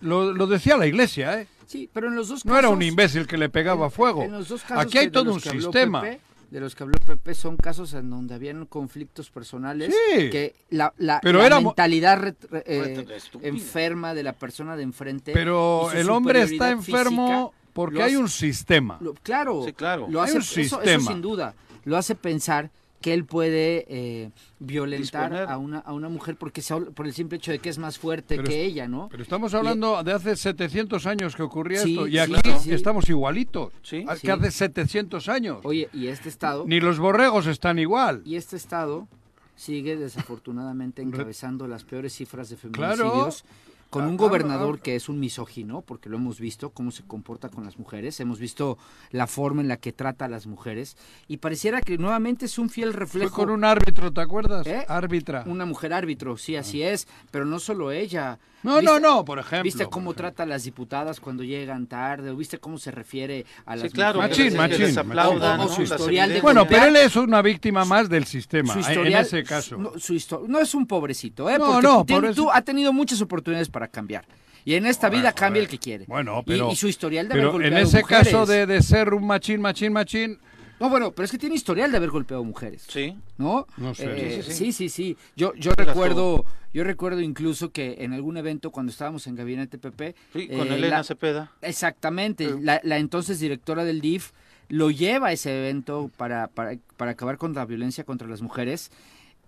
Speaker 2: lo, lo decía la iglesia, ¿eh?
Speaker 4: Sí, pero en los dos
Speaker 2: No era
Speaker 4: casos-
Speaker 2: un imbécil que le pegaba
Speaker 4: en-
Speaker 2: fuego.
Speaker 4: en los dos casos
Speaker 2: Aquí hay
Speaker 4: que- de
Speaker 2: todo
Speaker 4: los
Speaker 2: un
Speaker 4: que habló
Speaker 2: sistema.
Speaker 4: Pepe, de los que habló Pepe son casos en donde habían conflictos personales
Speaker 2: Sí.
Speaker 4: que la, la-
Speaker 2: Pero
Speaker 4: la
Speaker 2: era mo-
Speaker 4: mentalidad ret- re- eh,
Speaker 1: Ret- estúpida.
Speaker 4: enferma de la persona de enfrente.
Speaker 2: Pero
Speaker 4: y su
Speaker 2: el hombre está
Speaker 4: superioridad
Speaker 2: enfermo
Speaker 4: física
Speaker 2: porque
Speaker 4: lo
Speaker 2: hay
Speaker 4: hace-
Speaker 2: un sistema.
Speaker 4: lo- claro,
Speaker 1: Sí, claro.
Speaker 4: Lo
Speaker 2: Hay
Speaker 4: hace,
Speaker 2: un
Speaker 4: eso- eso
Speaker 2: sistema.
Speaker 4: sin duda. Lo hace pensar que él puede eh, violentar
Speaker 1: Disponer.
Speaker 4: a una, a una mujer porque sol- por el simple hecho de que es más fuerte
Speaker 2: Pero
Speaker 4: que
Speaker 2: es-
Speaker 4: ella, ¿no?
Speaker 2: Pero estamos hablando de hace 700 años que ocurría
Speaker 4: Sí,
Speaker 2: esto y
Speaker 4: sí,
Speaker 2: aquí
Speaker 4: claro.
Speaker 2: estamos igualitos
Speaker 1: Sí,
Speaker 2: a- que
Speaker 4: sí.
Speaker 2: hace 700 años.
Speaker 4: Oye, y este estado...
Speaker 2: Ni los borregos están igual.
Speaker 4: Y este estado sigue desafortunadamente encabezando las peores cifras de
Speaker 2: Claro.
Speaker 4: feminicidios. Con
Speaker 2: Ah,
Speaker 4: un
Speaker 2: claro,
Speaker 4: gobernador
Speaker 2: ah.
Speaker 4: que es un misógino, porque lo hemos visto, cómo se comporta con las mujeres, hemos visto la forma en la que trata a las mujeres, y pareciera que nuevamente es un fiel
Speaker 2: Fue
Speaker 4: reflejo.
Speaker 2: con un árbitro, ¿te acuerdas?
Speaker 4: ¿Eh?
Speaker 2: Árbitra. Ah.
Speaker 4: Una mujer árbitro, sí, así es, pero no solo ella.
Speaker 2: No, no, no, por ejemplo,
Speaker 4: ¿Viste
Speaker 2: por
Speaker 4: cómo
Speaker 2: ejemplo.
Speaker 4: trata a las diputadas cuando llegan tarde? ¿O viste cómo se refiere a las
Speaker 1: Sí, claro.
Speaker 4: mujeres?
Speaker 2: Machín,
Speaker 1: que
Speaker 2: machín,
Speaker 1: les aplaudan,
Speaker 4: machín. O- o su
Speaker 1: Las
Speaker 4: historial de-
Speaker 2: Bueno,
Speaker 1: evidencias.
Speaker 2: pero él es una víctima más del sistema,
Speaker 4: su
Speaker 2: eh, en-
Speaker 4: historial-
Speaker 2: en ese caso.
Speaker 4: su- No, su histo- no es un pobrecito, ¿eh?
Speaker 2: No,
Speaker 4: Porque
Speaker 2: no,
Speaker 4: tú tien-
Speaker 2: por eso-
Speaker 4: tú ha tenido muchas oportunidades para cambiar. Y en esta vida cambia el que quiere.
Speaker 2: Bueno,
Speaker 4: Y-
Speaker 2: pero,
Speaker 4: Y, su historial de haber
Speaker 2: pero en
Speaker 4: golpeado
Speaker 2: ese
Speaker 4: mujeres.
Speaker 2: caso de, de ser un machín, machín, machín,
Speaker 4: No, bueno, pero es que tiene historial de haber golpeado mujeres.
Speaker 1: Sí.
Speaker 4: ¿No?
Speaker 2: No sé.
Speaker 1: Sí, sí,
Speaker 4: Eh, sí,
Speaker 1: sí.
Speaker 4: sí, sí, Yo, yo
Speaker 1: Era
Speaker 4: recuerdo, yo recuerdo incluso que en algún evento cuando estábamos en Gabinete PP,
Speaker 1: Sí, con
Speaker 4: eh,
Speaker 1: Elena
Speaker 4: la-
Speaker 1: Cepeda.
Speaker 4: Exactamente, la, la entonces directora del DIF lo lleva a ese evento para, para, para acabar con la violencia contra las mujeres.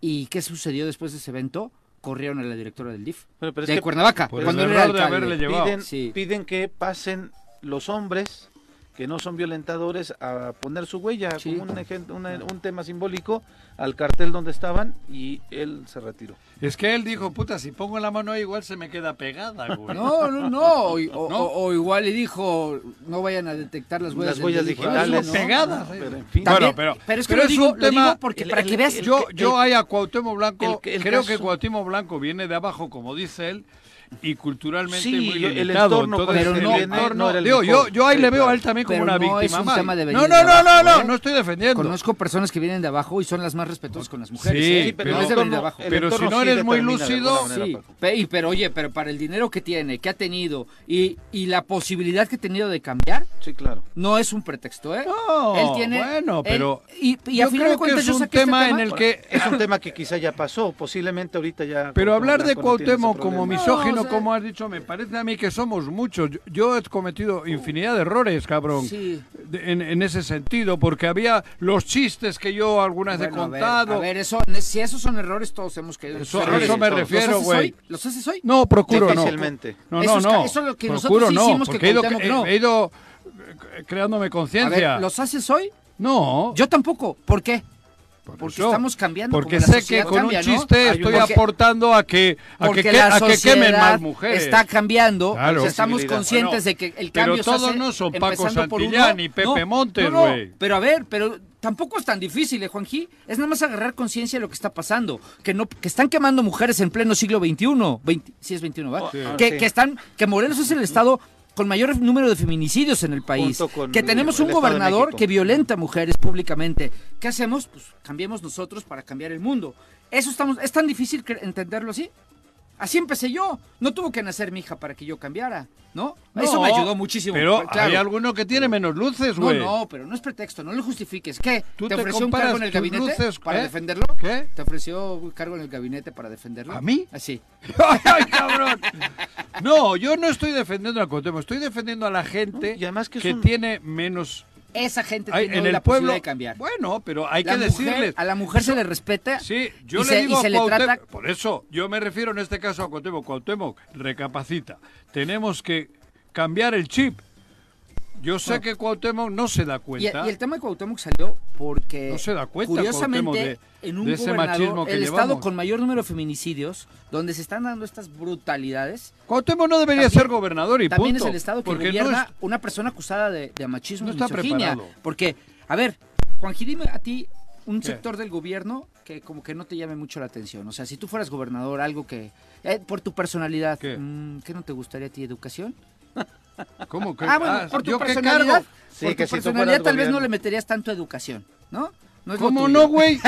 Speaker 4: ¿Y qué sucedió después de ese evento? Corrieron a la directora del DIF
Speaker 1: Bueno, pero es
Speaker 4: de
Speaker 1: que
Speaker 4: Cuernavaca.
Speaker 2: por el
Speaker 4: cuando él era
Speaker 2: error de
Speaker 4: alcalde.
Speaker 2: haberle llevado.
Speaker 1: piden,
Speaker 4: Sí.
Speaker 1: piden que pasen los hombres que no son violentadores a poner su huella
Speaker 4: Sí.
Speaker 1: como un, ejen- una- un tema simbólico al cartel donde estaban y él se retiró.
Speaker 2: Es que él dijo, puta, si pongo la mano ahí igual se me queda pegada, güey.
Speaker 4: No, no, no. O, o-
Speaker 2: No.
Speaker 4: o- o igual le dijo, no vayan a detectar las huellas,
Speaker 1: Las huellas
Speaker 4: del DIF".
Speaker 1: digitales.
Speaker 4: No,
Speaker 2: Son pegadas, eh.
Speaker 1: Pero en fin.
Speaker 4: También-
Speaker 2: bueno, pero,
Speaker 4: pero es que lo digo- lo digo porque para que veas-
Speaker 2: Yo,
Speaker 1: el-
Speaker 2: yo
Speaker 1: el-
Speaker 2: hay a Cuauhtémoc Blanco,
Speaker 1: el- el
Speaker 2: creo
Speaker 1: caso-
Speaker 2: que Cuauhtémoc Blanco viene de abajo, como dice él, y culturalmente
Speaker 1: Sí,
Speaker 2: muy
Speaker 1: yo- el
Speaker 2: limitado.
Speaker 1: entorno,
Speaker 2: Entonces,
Speaker 4: pues,
Speaker 2: el
Speaker 4: no,
Speaker 1: no era el
Speaker 2: digo, yo,
Speaker 1: mejor.
Speaker 2: yo ahí
Speaker 1: Sí,
Speaker 2: le veo a él
Speaker 1: claro.
Speaker 2: también como
Speaker 4: Pero
Speaker 2: una
Speaker 4: no es
Speaker 2: víctima
Speaker 4: un
Speaker 2: más.
Speaker 4: tema de
Speaker 2: no,
Speaker 4: venir
Speaker 2: no,
Speaker 4: de
Speaker 2: no, no,
Speaker 4: abajo,
Speaker 2: no,
Speaker 4: ¿eh?
Speaker 2: no estoy defendiendo.
Speaker 4: Conozco personas que vienen de abajo y son las más respetuosas con las mujeres.
Speaker 2: Sí,
Speaker 4: ¿eh?
Speaker 2: Sí, pero-
Speaker 4: no es de venir de abajo.
Speaker 1: el
Speaker 2: pero
Speaker 1: entorno
Speaker 2: si no eres muy
Speaker 1: determina de alguna
Speaker 2: lúcido-
Speaker 1: manera,
Speaker 4: Sí,
Speaker 1: Paco.
Speaker 4: pe- y- pero oye, pero para el dinero que tiene, que ha tenido y, y la posibilidad que ha tenido de cambiar,
Speaker 1: Sí, claro.
Speaker 4: no es un pretexto, ¿eh?
Speaker 2: No, bueno,
Speaker 4: él-
Speaker 2: pero
Speaker 4: y, y a
Speaker 2: yo
Speaker 4: final de
Speaker 2: creo que
Speaker 4: cuentas
Speaker 2: es
Speaker 4: yo
Speaker 2: un
Speaker 4: saqué este
Speaker 2: tema en el que-
Speaker 1: Es un tema que quizá ya pasó, posiblemente ahorita ya.
Speaker 2: Pero
Speaker 1: Cuauhtémoc
Speaker 2: hablar de
Speaker 1: Blanco no tiene ese
Speaker 2: Cuauhtémoc como
Speaker 1: problema.
Speaker 2: misógino,
Speaker 4: No, o sea-
Speaker 2: como has dicho, me parece a mí que somos muchos. Yo, yo he cometido infinidad de errores, cabrón,
Speaker 4: Sí.
Speaker 2: de- en, en ese sentido, porque había los chistes que yo alguna vez he
Speaker 4: Bueno, a ver,
Speaker 2: contado.
Speaker 4: A ver, eso, si esos son errores, todos hemos caído. en
Speaker 2: Eso-
Speaker 4: esos errores.
Speaker 1: eso me
Speaker 4: ¿Los
Speaker 2: refiero,
Speaker 4: haces
Speaker 2: güey.
Speaker 4: hoy? ¿Los haces hoy?
Speaker 2: No, procuro no.
Speaker 1: Difícilmente.
Speaker 2: No,
Speaker 4: Eso
Speaker 2: no,
Speaker 4: es-
Speaker 2: no.
Speaker 4: eso es lo que
Speaker 2: procuro
Speaker 4: nosotros sí
Speaker 2: no,
Speaker 4: hicimos que
Speaker 2: porque he ido,
Speaker 4: Cuauhtémoc no.
Speaker 2: he- he ido, eh, creándome
Speaker 4: A
Speaker 2: conciencia.
Speaker 4: ver, ¿los haces hoy?
Speaker 2: No.
Speaker 4: Yo tampoco. ¿Por qué?
Speaker 2: por
Speaker 4: porque
Speaker 2: eso.
Speaker 4: estamos cambiando,
Speaker 2: Porque
Speaker 4: como la
Speaker 2: sé que
Speaker 4: sociedad
Speaker 2: con
Speaker 4: cambia,
Speaker 2: un
Speaker 4: ¿no?
Speaker 2: chiste
Speaker 4: Hay un-
Speaker 2: estoy
Speaker 4: porque-
Speaker 2: aportando a que, a que,
Speaker 4: Porque
Speaker 2: que-
Speaker 4: la
Speaker 2: a que quemen
Speaker 4: sociedad
Speaker 2: más mujeres.
Speaker 4: está cambiando.
Speaker 2: Claro.
Speaker 4: o sea, estamos
Speaker 1: Sensibilidad.
Speaker 4: conscientes
Speaker 2: Bueno,
Speaker 4: de que el
Speaker 2: pero
Speaker 4: cambio se
Speaker 2: todos
Speaker 4: hace
Speaker 2: no son Paco
Speaker 4: empezando por
Speaker 2: Santillán
Speaker 4: uno.
Speaker 2: ni Pepe
Speaker 4: No,
Speaker 2: Montes,
Speaker 4: no, no,
Speaker 2: güey.
Speaker 4: pero a ver, pero tampoco es tan difícil, ¿eh, Juanji? Es nada más agarrar conciencia de lo que está pasando. Que no que están quemando mujeres en pleno siglo XXI. 20, sí es XXI, ¿verdad?
Speaker 1: Sí.
Speaker 4: Que,
Speaker 1: Sí.
Speaker 4: que están que Morelos es el estado con mayor número de feminicidios en el país,
Speaker 1: Junto con
Speaker 4: que
Speaker 1: el-
Speaker 4: tenemos
Speaker 1: el
Speaker 4: un
Speaker 1: Estado de
Speaker 4: gobernador
Speaker 1: México.
Speaker 4: que violenta a mujeres públicamente. ¿Qué hacemos? Pues cambiemos nosotros para cambiar el mundo. Eso estamos es tan difícil cre- entenderlo así. Así empecé yo. No tuvo que nacer mi hija para que yo cambiara, ¿no? Eso
Speaker 2: No,
Speaker 4: me ayudó muchísimo. pues,
Speaker 2: Pero
Speaker 4: claro.
Speaker 2: hay alguno que tiene menos luces,
Speaker 4: No,
Speaker 2: güey.
Speaker 4: no, pero no es pretexto, no lo justifiques. ¿Qué?
Speaker 2: Tú
Speaker 4: ¿Te
Speaker 2: te
Speaker 4: ofreció un
Speaker 2: comparas
Speaker 4: cargo en el
Speaker 2: tus
Speaker 4: gabinete
Speaker 2: luces,
Speaker 4: para
Speaker 2: ¿eh?
Speaker 4: defenderlo?
Speaker 2: ¿Qué?
Speaker 4: ¿Te ofreció un cargo en el gabinete para defenderlo?
Speaker 2: ¿A mí?
Speaker 4: Así.
Speaker 2: ¡Ay, cabrón! No, yo no estoy defendiendo a Cuauhtémoc, estoy defendiendo a la gente
Speaker 1: No, y además que es un-
Speaker 2: tiene menos
Speaker 4: Esa gente
Speaker 2: Ay,
Speaker 4: tiene
Speaker 2: en
Speaker 4: hoy
Speaker 2: el
Speaker 4: la
Speaker 2: pueblo.
Speaker 4: posibilidad de cambiar.
Speaker 2: Bueno, pero hay
Speaker 4: La
Speaker 2: que
Speaker 4: mujer-
Speaker 2: decirles.
Speaker 4: A la mujer se le respeta.
Speaker 2: Sí, yo
Speaker 4: y
Speaker 2: le
Speaker 4: se,
Speaker 2: digo
Speaker 4: y se
Speaker 2: a
Speaker 4: le
Speaker 2: Cuauhtémoc-
Speaker 4: trata.
Speaker 2: por eso yo me refiero en este caso a Cuauhtémoc. Cuauhtémoc, recapacita. Tenemos que cambiar el chip. Yo sé que Cuauhtémoc no se da
Speaker 4: Y,
Speaker 2: cuenta.
Speaker 4: y el tema de Cuauhtémoc salió porque
Speaker 2: No se da cuenta,
Speaker 4: curiosamente
Speaker 2: Cuauhtémoc, de-
Speaker 4: en un
Speaker 2: de ese
Speaker 4: gobernador,
Speaker 2: machismo que
Speaker 4: el
Speaker 2: llevamos.
Speaker 4: estado con mayor número de feminicidios, donde se están dando estas brutalidades,
Speaker 2: Cuauhtémoc no debería
Speaker 4: También-
Speaker 2: ser gobernador y
Speaker 4: también
Speaker 2: punto.
Speaker 4: es el estado que
Speaker 2: porque
Speaker 4: gobierna
Speaker 2: no es-
Speaker 4: una persona acusada de, de machismo
Speaker 2: No
Speaker 4: y
Speaker 2: está
Speaker 4: misoginia.
Speaker 2: preparado.
Speaker 4: Porque, a ver, Juan dime a ti un
Speaker 2: ¿Qué?
Speaker 4: sector del gobierno que como que no te llame mucho la atención. O sea, si tú fueras gobernador, algo que eh, por tu personalidad,
Speaker 2: ¿Qué?
Speaker 4: mm, ¿qué no te gustaría a ti? ¿Educación?
Speaker 2: ¿Cómo que?
Speaker 4: Ah, bueno,
Speaker 2: Ah,
Speaker 4: por tu
Speaker 2: ¿yo qué
Speaker 4: personalidad,
Speaker 2: cargo?
Speaker 1: Sí,
Speaker 4: por tu
Speaker 1: que si tú
Speaker 4: personalidad
Speaker 1: fueras
Speaker 4: tal vez no
Speaker 1: gobierno.
Speaker 4: le meterías tanto educación, ¿no? no es lo
Speaker 2: ¿Cómo
Speaker 4: tuyo.
Speaker 2: no, güey?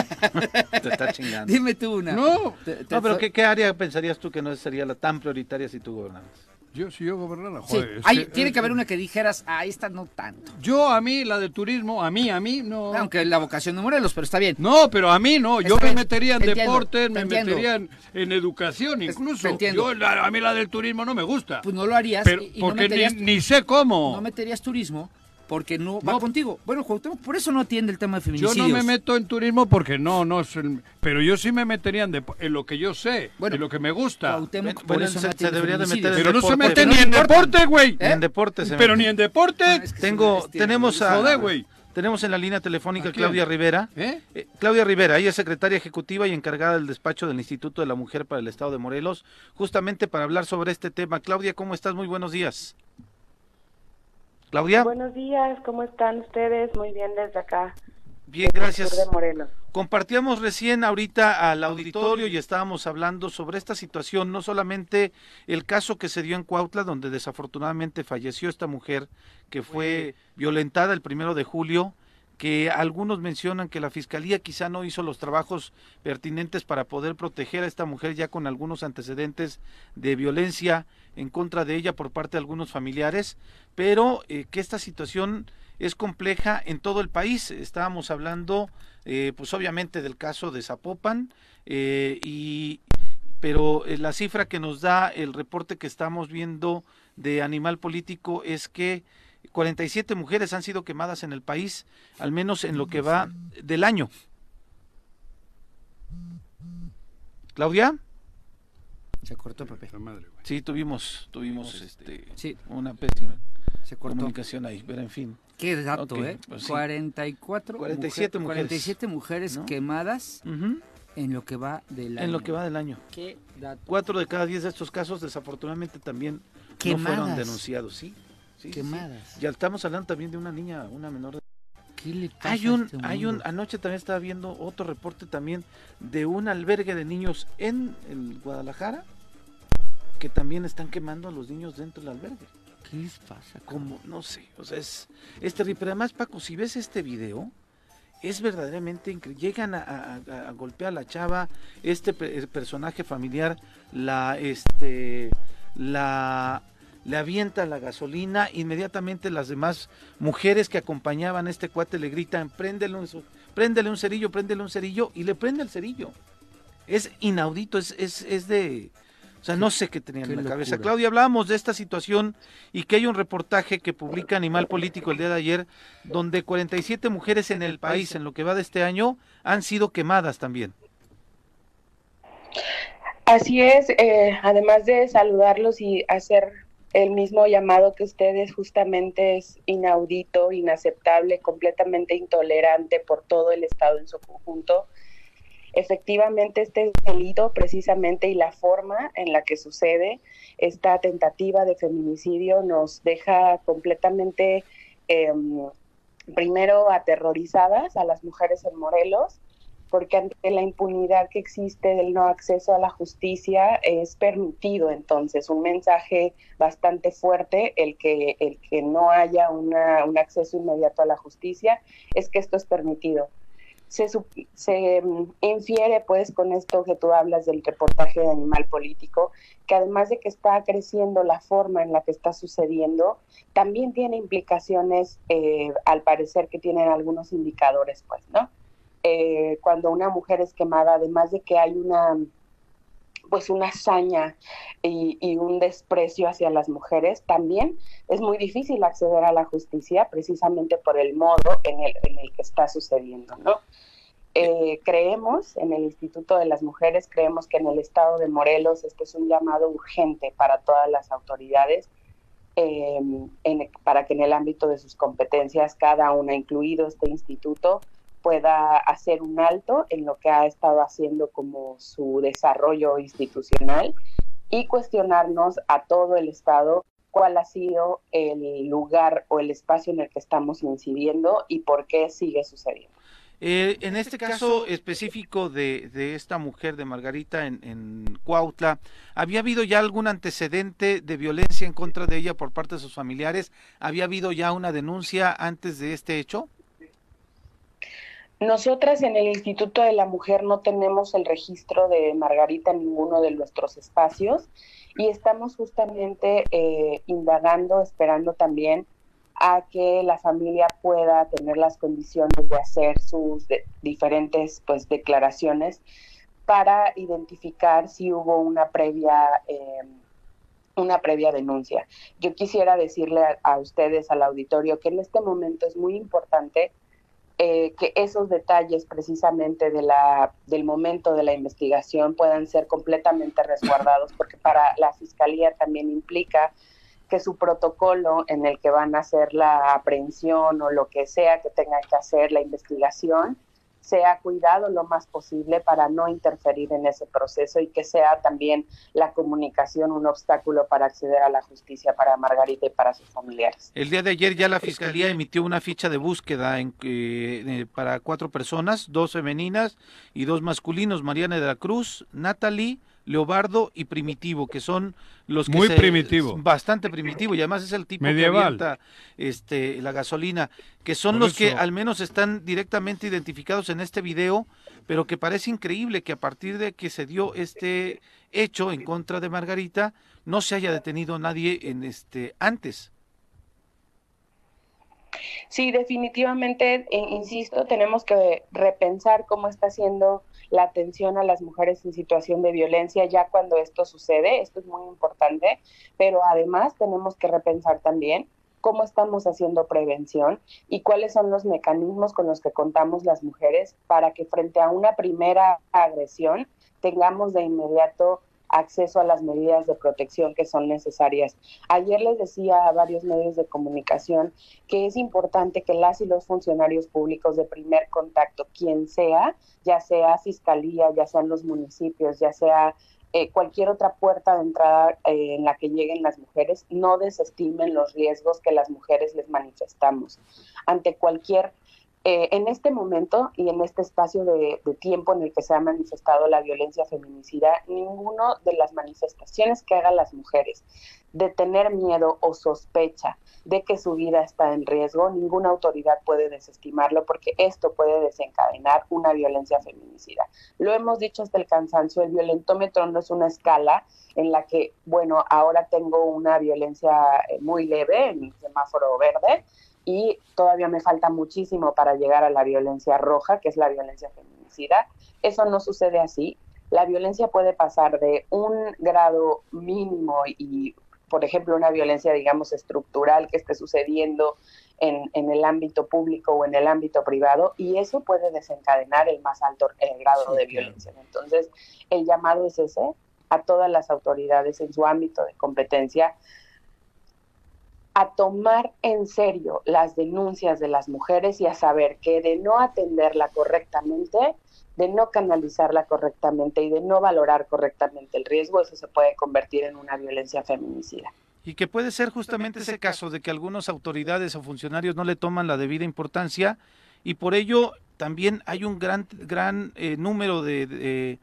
Speaker 1: Te está chingando.
Speaker 4: Dime tú una.
Speaker 2: No.
Speaker 4: Te- te-
Speaker 1: No, pero ¿qué, qué área pensarías tú que no sería la tan prioritaria si tú gobernaras?
Speaker 2: Yo, si yo gobernara,
Speaker 4: Sí,
Speaker 2: joder, es
Speaker 4: hay-
Speaker 2: que-
Speaker 4: tiene que haber una que dijeras, ah, esta no tanto.
Speaker 2: Yo a mí, la de turismo, a mí, a mí, no.
Speaker 4: Aunque la vocación de Morelos, pero está bien.
Speaker 2: No, pero a mí no. Yo
Speaker 4: Está
Speaker 2: me
Speaker 4: bien,
Speaker 2: metería en
Speaker 4: te entiendo,
Speaker 2: deportes,
Speaker 4: te
Speaker 2: me
Speaker 4: entiendo.
Speaker 2: metería en, en educación
Speaker 4: Es-
Speaker 2: incluso.
Speaker 4: te entiendo.
Speaker 2: Yo, la- a mí la del turismo no me gusta.
Speaker 4: Pues no lo harías
Speaker 2: pero,
Speaker 4: y- y no
Speaker 2: porque ni-
Speaker 4: meterías-
Speaker 2: ni, sé cómo.
Speaker 4: No meterías turismo porque no va
Speaker 2: No.
Speaker 4: contigo. Bueno, Cuauhtémoc, por eso no atiende el tema de
Speaker 2: yo
Speaker 4: feminicidios.
Speaker 2: no me meto en turismo porque no, no es el- Pero yo sí me metería en, depo- en lo que yo sé,
Speaker 4: Bueno,
Speaker 2: en lo que me gusta.
Speaker 4: Cuauhtémoc,
Speaker 1: Bueno,
Speaker 4: por
Speaker 1: bueno,
Speaker 4: eso
Speaker 1: se-
Speaker 4: no
Speaker 1: se
Speaker 4: atiende
Speaker 1: debería de
Speaker 4: feminicidios.
Speaker 1: meter
Speaker 2: Pero no se
Speaker 1: deporte,
Speaker 2: mete
Speaker 1: pero
Speaker 2: ni
Speaker 1: no
Speaker 2: en
Speaker 1: importa.
Speaker 2: deporte, güey.
Speaker 1: Ni en deporte se
Speaker 2: Pero
Speaker 1: mete.
Speaker 2: ni en deporte.
Speaker 4: No, Ah, es que
Speaker 1: Tengo,
Speaker 4: son-
Speaker 1: tenemos a,
Speaker 2: Joder, güey.
Speaker 1: tenemos en la línea telefónica
Speaker 2: ¿A quién?
Speaker 1: Claudia Rivera.
Speaker 2: ¿Eh?
Speaker 1: Eh, Claudia Rivera, ella es secretaria ejecutiva y encargada del despacho del Instituto de la Mujer para el Estado de Morelos, justamente para hablar sobre este tema. Claudia, ¿cómo estás? Muy buenos días. Claudia,
Speaker 6: Buenos días, ¿cómo están ustedes? Muy bien desde acá.
Speaker 1: bien,
Speaker 6: desde el
Speaker 1: gracias.
Speaker 6: sur de Morelos.
Speaker 1: Compartíamos recién ahorita al auditorio y estábamos hablando sobre esta situación, no solamente el caso que se dio en Cuautla, donde desafortunadamente falleció esta mujer que fue violentada el primero de julio, que algunos mencionan que la fiscalía quizá no hizo los trabajos pertinentes para poder proteger a esta mujer ya con algunos antecedentes de violencia en contra de ella por parte de algunos familiares, pero eh, que esta situación es compleja en todo el país. Estábamos hablando, eh, pues obviamente, del caso de Zapopan, eh, y, pero eh, la cifra que nos da el reporte que estamos viendo de Animal Político es que 47 mujeres han sido quemadas en el país, al menos en lo que va del año. Claudia,
Speaker 4: Se cortó, Pepe.
Speaker 2: La madre, güey.
Speaker 1: sí tuvimos, tuvimos este,
Speaker 4: Sí,
Speaker 1: una pésima
Speaker 4: se cortó.
Speaker 1: comunicación ahí, pero en fin.
Speaker 4: Qué dato,
Speaker 1: Ok,
Speaker 4: ¿eh?
Speaker 1: pues sí.
Speaker 4: 44
Speaker 1: 47 mujeres.
Speaker 4: 47 mujeres
Speaker 1: ¿No?
Speaker 4: quemadas
Speaker 1: Ujú,
Speaker 4: en lo que va del año.
Speaker 1: En lo que va del año.
Speaker 4: Qué dato.
Speaker 1: Cuatro de cada diez de estos casos, desafortunadamente, también no fueron
Speaker 4: Quemadas.
Speaker 1: denunciados, sí. sí, sí, sí.
Speaker 4: Quemadas.
Speaker 1: Ya estamos hablando también de una niña, una menor. de-
Speaker 4: ¿Qué le pasa
Speaker 1: Hay
Speaker 4: a
Speaker 1: un,
Speaker 4: este
Speaker 1: hay
Speaker 4: mundo?
Speaker 1: un, anoche también estaba viendo otro reporte también de un albergue de niños en el Guadalajara que también están quemando a los niños dentro del albergue.
Speaker 4: ¿Qué les pasa?
Speaker 1: como, no sé, o sea, es, es terrible. Pero además, Paco, si ves este video, es verdaderamente increíble. Llegan a, a- a- a golpear a la chava, este pe- el personaje familiar, la, este, la, le avienta la gasolina, inmediatamente las demás mujeres que acompañaban a este cuate le gritan, préndele un, su- préndele un cerillo, préndele un cerillo, y le prende el cerillo. Es inaudito, es, es, es de... O sea, no sé qué tenían
Speaker 4: qué
Speaker 1: en la cabeza.
Speaker 4: locura.
Speaker 1: Claudia, hablábamos de esta situación y que hay un reportaje que publica Animal Político el día de ayer, donde 47 mujeres en el país, en lo que va de este año, han sido quemadas también.
Speaker 6: Así es, eh, además de saludarlos y hacer el mismo llamado que ustedes, justamente es inaudito, inaceptable, completamente intolerante por todo el Estado en su conjunto. Efectivamente, este delito, precisamente, y la forma en la que sucede esta tentativa de feminicidio nos deja completamente, em, primero, aterrorizadas a las mujeres en Morelos porque ante la impunidad que existe del no acceso a la justicia es permitido entonces un mensaje bastante fuerte el que el que no haya una- un acceso inmediato a la justicia es que esto es permitido se, sup- se mm, infiere pues con esto que tú hablas del reportaje de Animal Político, que además de que está creciendo la forma en la que está sucediendo, también tiene implicaciones eh, al parecer que tienen algunos indicadores pues, ¿no? eh, cuando una mujer es quemada, además de que hay una pues una hazaña y, y, un desprecio hacia las mujeres, también es muy difícil acceder a la justicia precisamente por el modo en el, en el que está sucediendo, ¿no? Eh, creemos en el Instituto de las Mujeres, creemos que en el estado de Morelos este es un llamado urgente para todas las autoridades, eh, en, para que en el ámbito de sus competencias cada una, incluido este instituto, pueda hacer un alto en lo que ha estado haciendo como su desarrollo institucional y cuestionarnos a todo el Estado cuál ha sido el lugar o el espacio en el que estamos incidiendo y por qué sigue sucediendo.
Speaker 1: Eh, en este caso específico de, de esta mujer, de Margarita, en, en, Cuautla, ¿había habido ya algún antecedente de violencia en contra de ella por parte de sus familiares? ¿Había habido ya una denuncia antes de este hecho?
Speaker 6: Nosotras en el Instituto de la Mujer no tenemos el registro de Margarita en ninguno de nuestros espacios y estamos justamente eh, indagando, esperando también a que la familia pueda tener las condiciones de hacer sus de diferentes pues declaraciones para identificar si hubo una previa eh, una previa denuncia. Yo quisiera decirle a, a, ustedes, al auditorio, que en este momento es muy importante eh, que esos detalles precisamente de la, del momento de la investigación puedan ser completamente resguardados, porque para la Fiscalía también implica que su protocolo en el que van a hacer la aprehensión o lo que sea que tengan que hacer la investigación sea cuidado lo más posible para no interferir en ese proceso y que sea también la comunicación un obstáculo para acceder a la justicia para Margarita y para sus familiares.
Speaker 1: El día de ayer ya la Fiscalía emitió una ficha de búsqueda en, eh, para cuatro personas, dos femeninas y dos masculinos, Mariana de la Cruz, Natalie, Leobardo y Primitivo, que son los que
Speaker 2: muy se, primitivo,
Speaker 1: bastante primitivo y además es el tipo
Speaker 2: medieval,
Speaker 1: que avienta, este la gasolina, que son Por los eso. que al menos están directamente identificados en este video, pero que parece increíble que a partir de que se dio este hecho en contra de Margarita no se haya detenido nadie en este antes.
Speaker 6: Sí, definitivamente, eh, insisto, tenemos que repensar cómo está siendo la atención a las mujeres en situación de violencia ya cuando esto sucede, esto es muy importante, pero además tenemos que repensar también cómo estamos haciendo prevención y cuáles son los mecanismos con los que contamos las mujeres para que frente a una primera agresión tengamos de inmediato acceso a las medidas de protección que son necesarias. Ayer les decía a varios medios de comunicación que es importante que las y los funcionarios públicos de primer contacto, quien sea, ya sea fiscalía, ya sean los municipios, ya sea eh, cualquier otra puerta de entrada eh, en la que lleguen las mujeres, no desestimen los riesgos que las mujeres les manifestamos. Ante cualquier eh, en este momento y en este espacio de, de, tiempo en el que se ha manifestado la violencia feminicida, ninguna de las manifestaciones que hagan las mujeres de tener miedo o sospecha de que su vida está en riesgo, ninguna autoridad puede desestimarlo porque esto puede desencadenar una violencia feminicida. Lo hemos dicho hasta el cansancio, el violentómetro no es una escala en la que, bueno, ahora tengo una violencia eh, muy leve en el semáforo verde, y todavía me falta muchísimo para llegar a la violencia roja, que es la violencia feminicida. Eso no sucede así. La violencia puede pasar de un grado mínimo y, por ejemplo, una violencia, digamos, estructural que esté sucediendo en, en el ámbito público o en el ámbito privado, y eso puede desencadenar el más alto el grado sí, de violencia. Claro. Entonces, el llamado es ese a todas las autoridades en su ámbito de competencia a tomar en serio las denuncias de las mujeres y a saber que de no atenderla correctamente, de no canalizarla correctamente y de no valorar correctamente el riesgo, eso se puede convertir en una violencia feminicida.
Speaker 1: Y que puede ser justamente ese caso de que algunas autoridades o funcionarios no le toman la debida importancia y por ello también hay un gran gran eh, número de, de,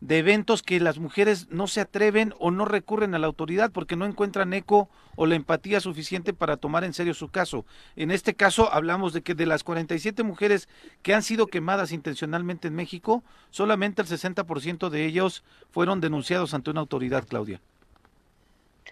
Speaker 1: de, eventos que las mujeres no se atreven o no recurren a la autoridad porque no encuentran eco o la empatía suficiente para tomar en serio su caso. En este caso hablamos de que de las 47 mujeres que han sido quemadas intencionalmente en México, solamente el 60% de ellos fueron denunciados ante una autoridad, Claudia.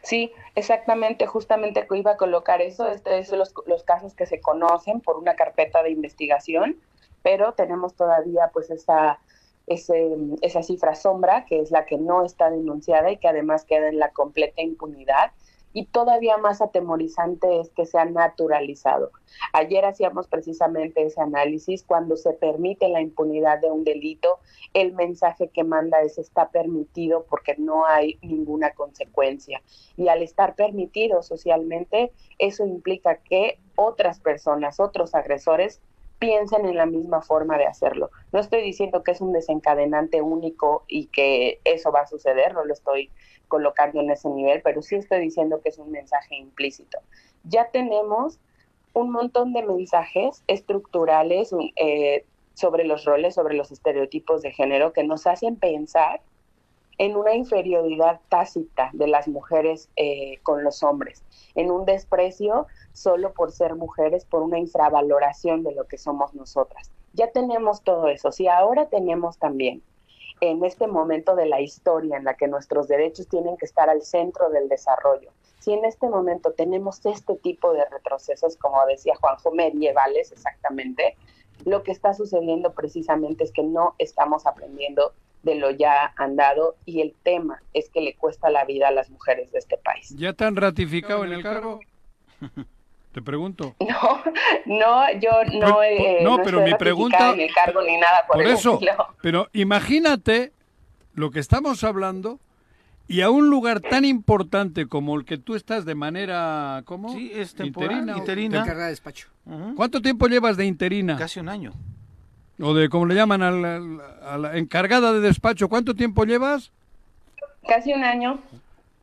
Speaker 6: Sí, exactamente, justamente iba a colocar eso, este es los, los casos que se conocen por una carpeta de investigación pero tenemos todavía pues esa ese, esa cifra sombra, que es la que no está denunciada y que además queda en la completa impunidad. Y todavía más atemorizante es que se ha naturalizado. Ayer hacíamos precisamente ese análisis, cuando se permite la impunidad de un delito, el mensaje que manda es está permitido porque no hay ninguna consecuencia. Y al estar permitido socialmente, eso implica que otras personas, otros agresores, piensen en la misma forma de hacerlo. No estoy diciendo que es un desencadenante único y que eso va a suceder, no lo estoy colocando en ese nivel, pero sí estoy diciendo que es un mensaje implícito. Ya tenemos un montón de mensajes estructurales eh, sobre los roles, sobre los estereotipos de género que nos hacen pensar en una inferioridad tácita de las mujeres eh, con los hombres, en un desprecio solo por ser mujeres, por una infravaloración de lo que somos nosotras. Ya tenemos todo eso, si ahora tenemos también en este momento de la historia en la que nuestros derechos tienen que estar al centro del desarrollo, si en este momento tenemos este tipo de retrocesos, como decía Juanjo, medievales exactamente, lo que está sucediendo precisamente es que no estamos aprendiendo de lo ya andado y el tema es que le cuesta la vida a las mujeres de este país.
Speaker 2: ¿Ya te han ratificado en el cargo? Te pregunto.
Speaker 6: No, no, yo no he,
Speaker 2: Pues, no, pero
Speaker 6: estoy
Speaker 2: mi pregunta
Speaker 6: ratificada en el cargo ni nada por,
Speaker 2: por
Speaker 6: el
Speaker 2: eso.
Speaker 6: estilo.
Speaker 2: Pero imagínate lo que estamos hablando y a un lugar tan importante como el que tú estás de manera ¿cómo?
Speaker 1: Sí, es temporal,
Speaker 2: Interina o-
Speaker 1: interina.
Speaker 4: Encargada de despacho.
Speaker 1: Ujú.
Speaker 2: ¿Cuánto tiempo llevas de interina?
Speaker 1: Casi un año.
Speaker 2: O de como le llaman a la, a la encargada de despacho, ¿cuánto tiempo llevas?
Speaker 6: Casi un año.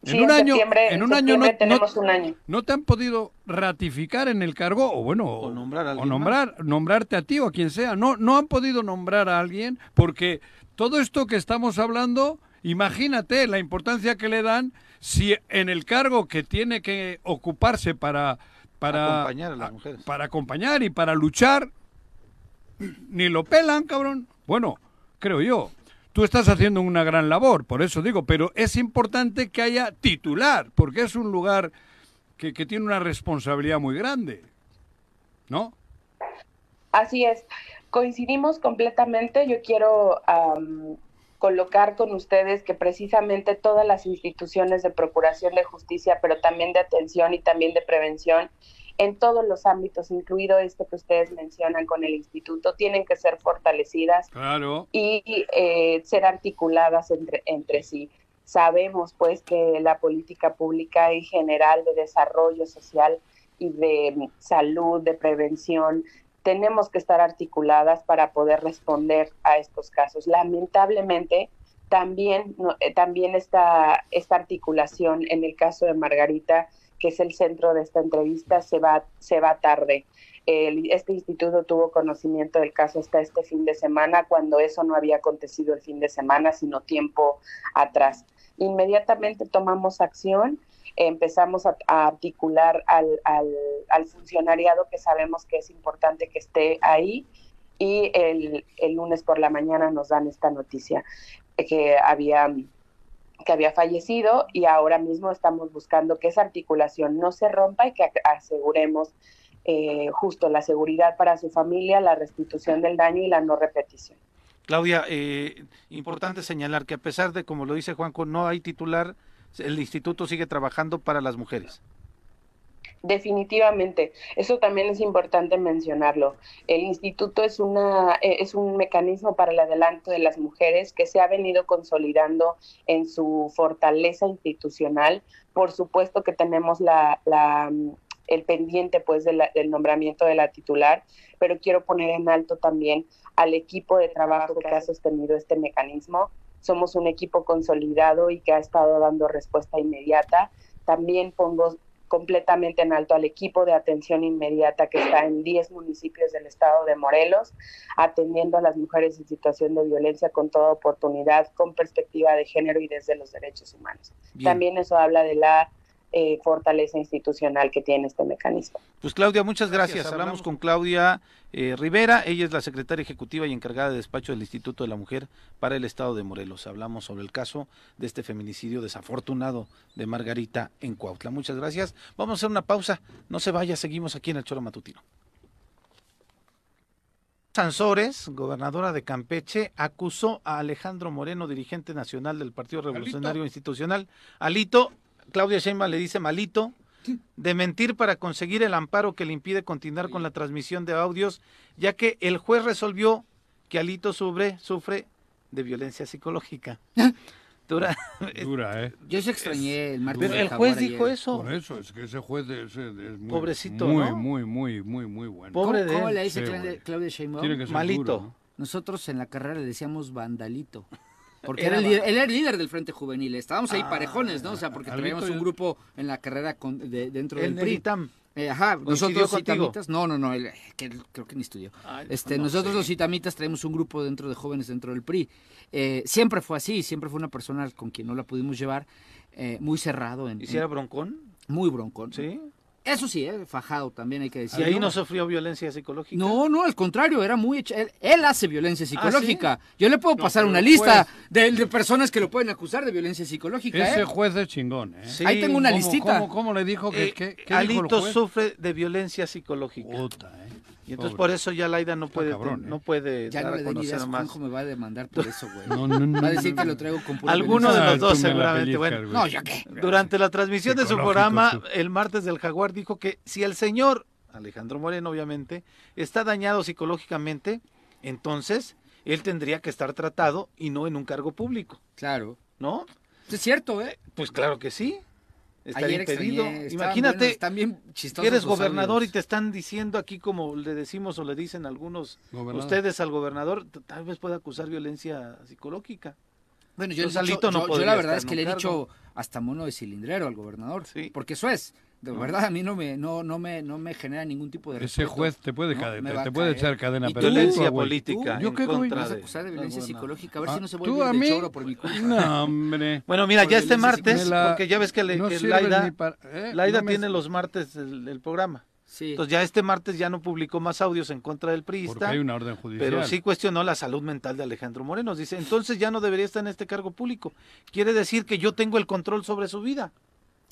Speaker 2: En
Speaker 6: Sí,
Speaker 2: un año-
Speaker 6: septiembre-
Speaker 2: en un año
Speaker 6: septiembre
Speaker 2: no- no-
Speaker 6: tenemos un año.
Speaker 2: ¿No te han podido ratificar en el cargo o bueno,
Speaker 1: O nombrar a
Speaker 2: o
Speaker 1: alguien
Speaker 2: nombrar, nombrarte a ti o a quien sea? No no han podido nombrar a alguien porque todo esto que estamos hablando, imagínate la importancia que le dan si en el cargo que tiene que ocuparse para para
Speaker 1: Acompañar a las mujeres.
Speaker 2: para acompañar y para luchar ni lo pelan, cabrón. Bueno, creo yo. Tú estás haciendo una gran labor, por eso digo, pero es importante que haya titular, porque es un lugar que, que tiene una responsabilidad muy grande. ¿No?
Speaker 6: Así es, coincidimos completamente. Yo quiero am, colocar con ustedes que precisamente todas las instituciones de procuración de justicia, pero también de atención y también de prevención, en todos los ámbitos, incluido este que ustedes mencionan con el instituto, tienen que ser fortalecidas
Speaker 2: Claro.
Speaker 6: y eh, ser articuladas entre, entre sí. Sabemos pues que la política pública en general de desarrollo social y de mm, salud, de prevención, tenemos que estar articuladas para poder responder a estos casos. Lamentablemente, también, no, eh, también está esta articulación en el caso de Margarita, que es el centro de esta entrevista, se va, se va tarde. El- este instituto tuvo conocimiento del caso hasta este fin de semana, cuando eso no había acontecido el fin de semana, sino tiempo atrás. Inmediatamente tomamos acción, empezamos a, a articular al, al- al funcionariado que sabemos que es importante que esté ahí y el, el lunes por la mañana nos dan esta noticia eh, que había que había fallecido y ahora mismo estamos buscando que esa articulación no se rompa y que ac- aseguremos eh, justo la seguridad para su familia, la restitución del daño y la no repetición.
Speaker 1: Claudia, eh, importante señalar que a pesar de, como lo dice Juanco, no hay titular, el instituto sigue trabajando para las mujeres.
Speaker 6: Definitivamente, eso también es importante mencionarlo. El instituto es una eh, es un mecanismo para el adelanto de las mujeres que se ha venido consolidando en su fortaleza institucional. Por supuesto que tenemos la, la, mm, el pendiente pues de la- del nombramiento de la titular, pero quiero poner en alto también al equipo de trabajo que ha sostenido este mecanismo. Somos un equipo consolidado y que ha estado dando respuesta inmediata. También pongo completamente en alto al equipo de atención inmediata que está en 10 municipios del estado de Morelos, atendiendo a las mujeres en situación de violencia con toda oportunidad, con perspectiva de género y desde los derechos humanos.
Speaker 1: Bien.
Speaker 6: También eso habla de la eh, fortaleza institucional que tiene este mecanismo.
Speaker 1: Pues Claudia, muchas gracias. Hablamos con Claudia eh, Rivera, ella es la secretaria ejecutiva y encargada de despacho del Instituto de la Mujer para el Estado de Morelos. Hablamos sobre el caso de este feminicidio desafortunado de Margarita en Cuautla. Muchas gracias. Vamos a hacer una pausa. No se vaya, seguimos aquí en el Choro Matutino. Sansores, gobernadora de Campeche, acusó a Alejandro Moreno, dirigente nacional del Partido Revolucionario
Speaker 2: Alito.
Speaker 1: Institucional, Alito, Claudia Sheinbaum le dice malito, de mentir para conseguir el amparo que le impide continuar con la transmisión de audios, ya que el juez resolvió que Alito sufre, sufre de violencia psicológica. Dura-
Speaker 2: Dura, ¿eh?
Speaker 4: Yo se extrañé el martes.
Speaker 1: Pero
Speaker 4: de
Speaker 1: el juez
Speaker 4: Jaguar ayer.
Speaker 1: dijo eso.
Speaker 2: Por eso, es que ese juez de- ese de- es muy,
Speaker 1: Pobrecito,
Speaker 2: muy,
Speaker 1: ¿no?
Speaker 2: muy, muy, muy, muy bueno.
Speaker 1: Pobre-
Speaker 4: ¿Cómo,
Speaker 1: de
Speaker 4: cómo
Speaker 1: él.
Speaker 4: le dice
Speaker 2: Sí,
Speaker 4: Claudia-
Speaker 2: güey.
Speaker 4: Claudia Sheinbaum?
Speaker 2: Tiene que ser
Speaker 1: Malito.
Speaker 2: duro, ¿no?
Speaker 4: Nosotros en la carrera le decíamos vandalito. Porque
Speaker 1: Era Ah,
Speaker 4: era el
Speaker 1: va-
Speaker 4: líder, él era el líder del Frente Juvenil. Estábamos ahí parejones, ¿no? O sea, porque
Speaker 2: Alito
Speaker 4: traíamos un
Speaker 2: ya-
Speaker 4: grupo en la carrera con- de- dentro
Speaker 1: el
Speaker 4: del PRI.
Speaker 1: Neritam.
Speaker 4: Eh, ajá, nosotros
Speaker 1: contigo?
Speaker 4: itamitas. No, no, no, él, eh, que él creo que ni estudió.
Speaker 1: Ay,
Speaker 4: Este,
Speaker 1: no
Speaker 4: nosotros
Speaker 1: sé.
Speaker 4: los itamitas traemos un grupo dentro de jóvenes dentro del PRI. Eh, siempre fue así, siempre fue una persona con quien no la pudimos llevar, eh, muy cerrado, en,
Speaker 1: ¿Hiciera broncón?
Speaker 4: en- muy broncón.
Speaker 1: Sí.
Speaker 4: Eso sí, eh, fajado también hay que
Speaker 1: Y
Speaker 4: decir.
Speaker 1: ahí no sufrió violencia psicológica.
Speaker 4: No, no, al contrario, era muy... hecha- Él, él hace violencia
Speaker 1: ¿Ah,
Speaker 4: psicológica. Yo le puedo pasar
Speaker 2: pero
Speaker 4: una
Speaker 2: el
Speaker 4: lista
Speaker 1: pues.
Speaker 4: de, de personas que lo pueden acusar de violencia psicológica.
Speaker 2: Ese
Speaker 4: ¿eh?
Speaker 2: juez es chingón, ¿eh?
Speaker 1: Sí.
Speaker 4: Ahí tengo una
Speaker 2: ¿Cómo-
Speaker 4: listita.
Speaker 2: ¿Cómo, cómo le dijo que,
Speaker 1: Eh,
Speaker 2: que-
Speaker 1: eh,
Speaker 2: qué dijo el
Speaker 1: Alito
Speaker 2: juez?
Speaker 1: sufre de violencia psicológica.
Speaker 2: Puta, ¿eh?
Speaker 1: y entonces
Speaker 2: Pobre.
Speaker 1: por eso ya Laida no puede,
Speaker 2: cabrón, ¿eh?
Speaker 1: no puede
Speaker 4: Ya
Speaker 1: dar
Speaker 4: no
Speaker 1: a
Speaker 4: le den
Speaker 1: conocer
Speaker 4: ideas,
Speaker 1: más.
Speaker 4: Juanjo me va a demandar por eso, güey.
Speaker 2: No, no, no,
Speaker 4: va a decir
Speaker 2: no,
Speaker 4: que
Speaker 2: no.
Speaker 4: lo traigo con pura
Speaker 1: Alguno de
Speaker 4: violencia.
Speaker 1: los
Speaker 2: Ay, tú
Speaker 1: dos
Speaker 2: me la
Speaker 1: seguramente.
Speaker 2: pellizcas,
Speaker 1: Bueno,
Speaker 2: güey.
Speaker 4: No, ¿yo qué?
Speaker 1: durante la transmisión de su
Speaker 2: Psicológico,
Speaker 1: programa
Speaker 2: sí.
Speaker 1: el martes del Jaguar dijo que si el señor Alejandro Moreno obviamente está dañado psicológicamente, entonces él tendría que estar tratado y no en un cargo público,
Speaker 4: Claro.
Speaker 1: ¿no?
Speaker 4: Es cierto, ¿eh?
Speaker 1: Pues claro que sí. Estaría
Speaker 4: Ayer
Speaker 1: impedido.
Speaker 4: extrañé, estaban buenos,
Speaker 1: Imagínate,
Speaker 4: están bien chistosos
Speaker 1: eres
Speaker 4: los
Speaker 1: gobernador y
Speaker 4: audios.
Speaker 1: te están diciendo aquí como le decimos o le dicen algunos
Speaker 2: Gobernador.
Speaker 1: ustedes al gobernador, t- tal vez pueda acusar violencia psicológica.
Speaker 4: Bueno, yo, le he
Speaker 1: Entonces,
Speaker 4: dicho-
Speaker 1: Alito no
Speaker 4: yo- yo
Speaker 1: podría
Speaker 4: la verdad
Speaker 1: estar
Speaker 4: es que
Speaker 1: en un
Speaker 4: le he dicho hasta mono de cilindrero al gobernador.
Speaker 1: Sí.
Speaker 4: Porque eso es. De verdad, a mí no me, no, no me, no me genera ningún tipo de
Speaker 2: Ese
Speaker 4: respeto.
Speaker 2: juez te puede,
Speaker 4: No,
Speaker 2: cadena-
Speaker 4: me va
Speaker 2: te
Speaker 4: a
Speaker 2: puede
Speaker 4: caer.
Speaker 2: echar
Speaker 4: ¿Y
Speaker 2: cadena
Speaker 4: tú? Pues,
Speaker 2: perpetua,
Speaker 1: Violencia
Speaker 2: güey.
Speaker 1: política.
Speaker 2: ¿Tú? ¿Yo
Speaker 1: en
Speaker 2: qué, güey?
Speaker 1: contra
Speaker 4: Me vas a
Speaker 1: de-
Speaker 4: acusar de
Speaker 1: del
Speaker 4: violencia
Speaker 1: gobernador.
Speaker 4: psicológica, a ver
Speaker 2: Ah,
Speaker 4: si no se
Speaker 2: ¿tú
Speaker 4: vuelve
Speaker 2: a
Speaker 4: el
Speaker 2: mí?
Speaker 4: choro por mi culpa.
Speaker 2: No, hombre.
Speaker 1: Bueno, mira, ya
Speaker 4: Por
Speaker 1: este
Speaker 4: violencia
Speaker 1: martes,
Speaker 4: psicológica.
Speaker 2: Me la-
Speaker 1: porque ya ves que, le-
Speaker 2: no
Speaker 1: que
Speaker 2: sirve
Speaker 1: Laida,
Speaker 2: ni para- eh,
Speaker 1: Laida
Speaker 2: no me-
Speaker 1: tiene los martes el, el programa.
Speaker 4: Sí.
Speaker 1: Entonces ya este martes ya no publicó más audios en contra del
Speaker 2: Porque
Speaker 1: priista,
Speaker 2: hay una orden judicial.
Speaker 1: pero sí cuestionó la salud mental de Alejandro Moreno. Dice, entonces ya no debería estar en este cargo público. Quiere decir que yo tengo el control sobre su vida.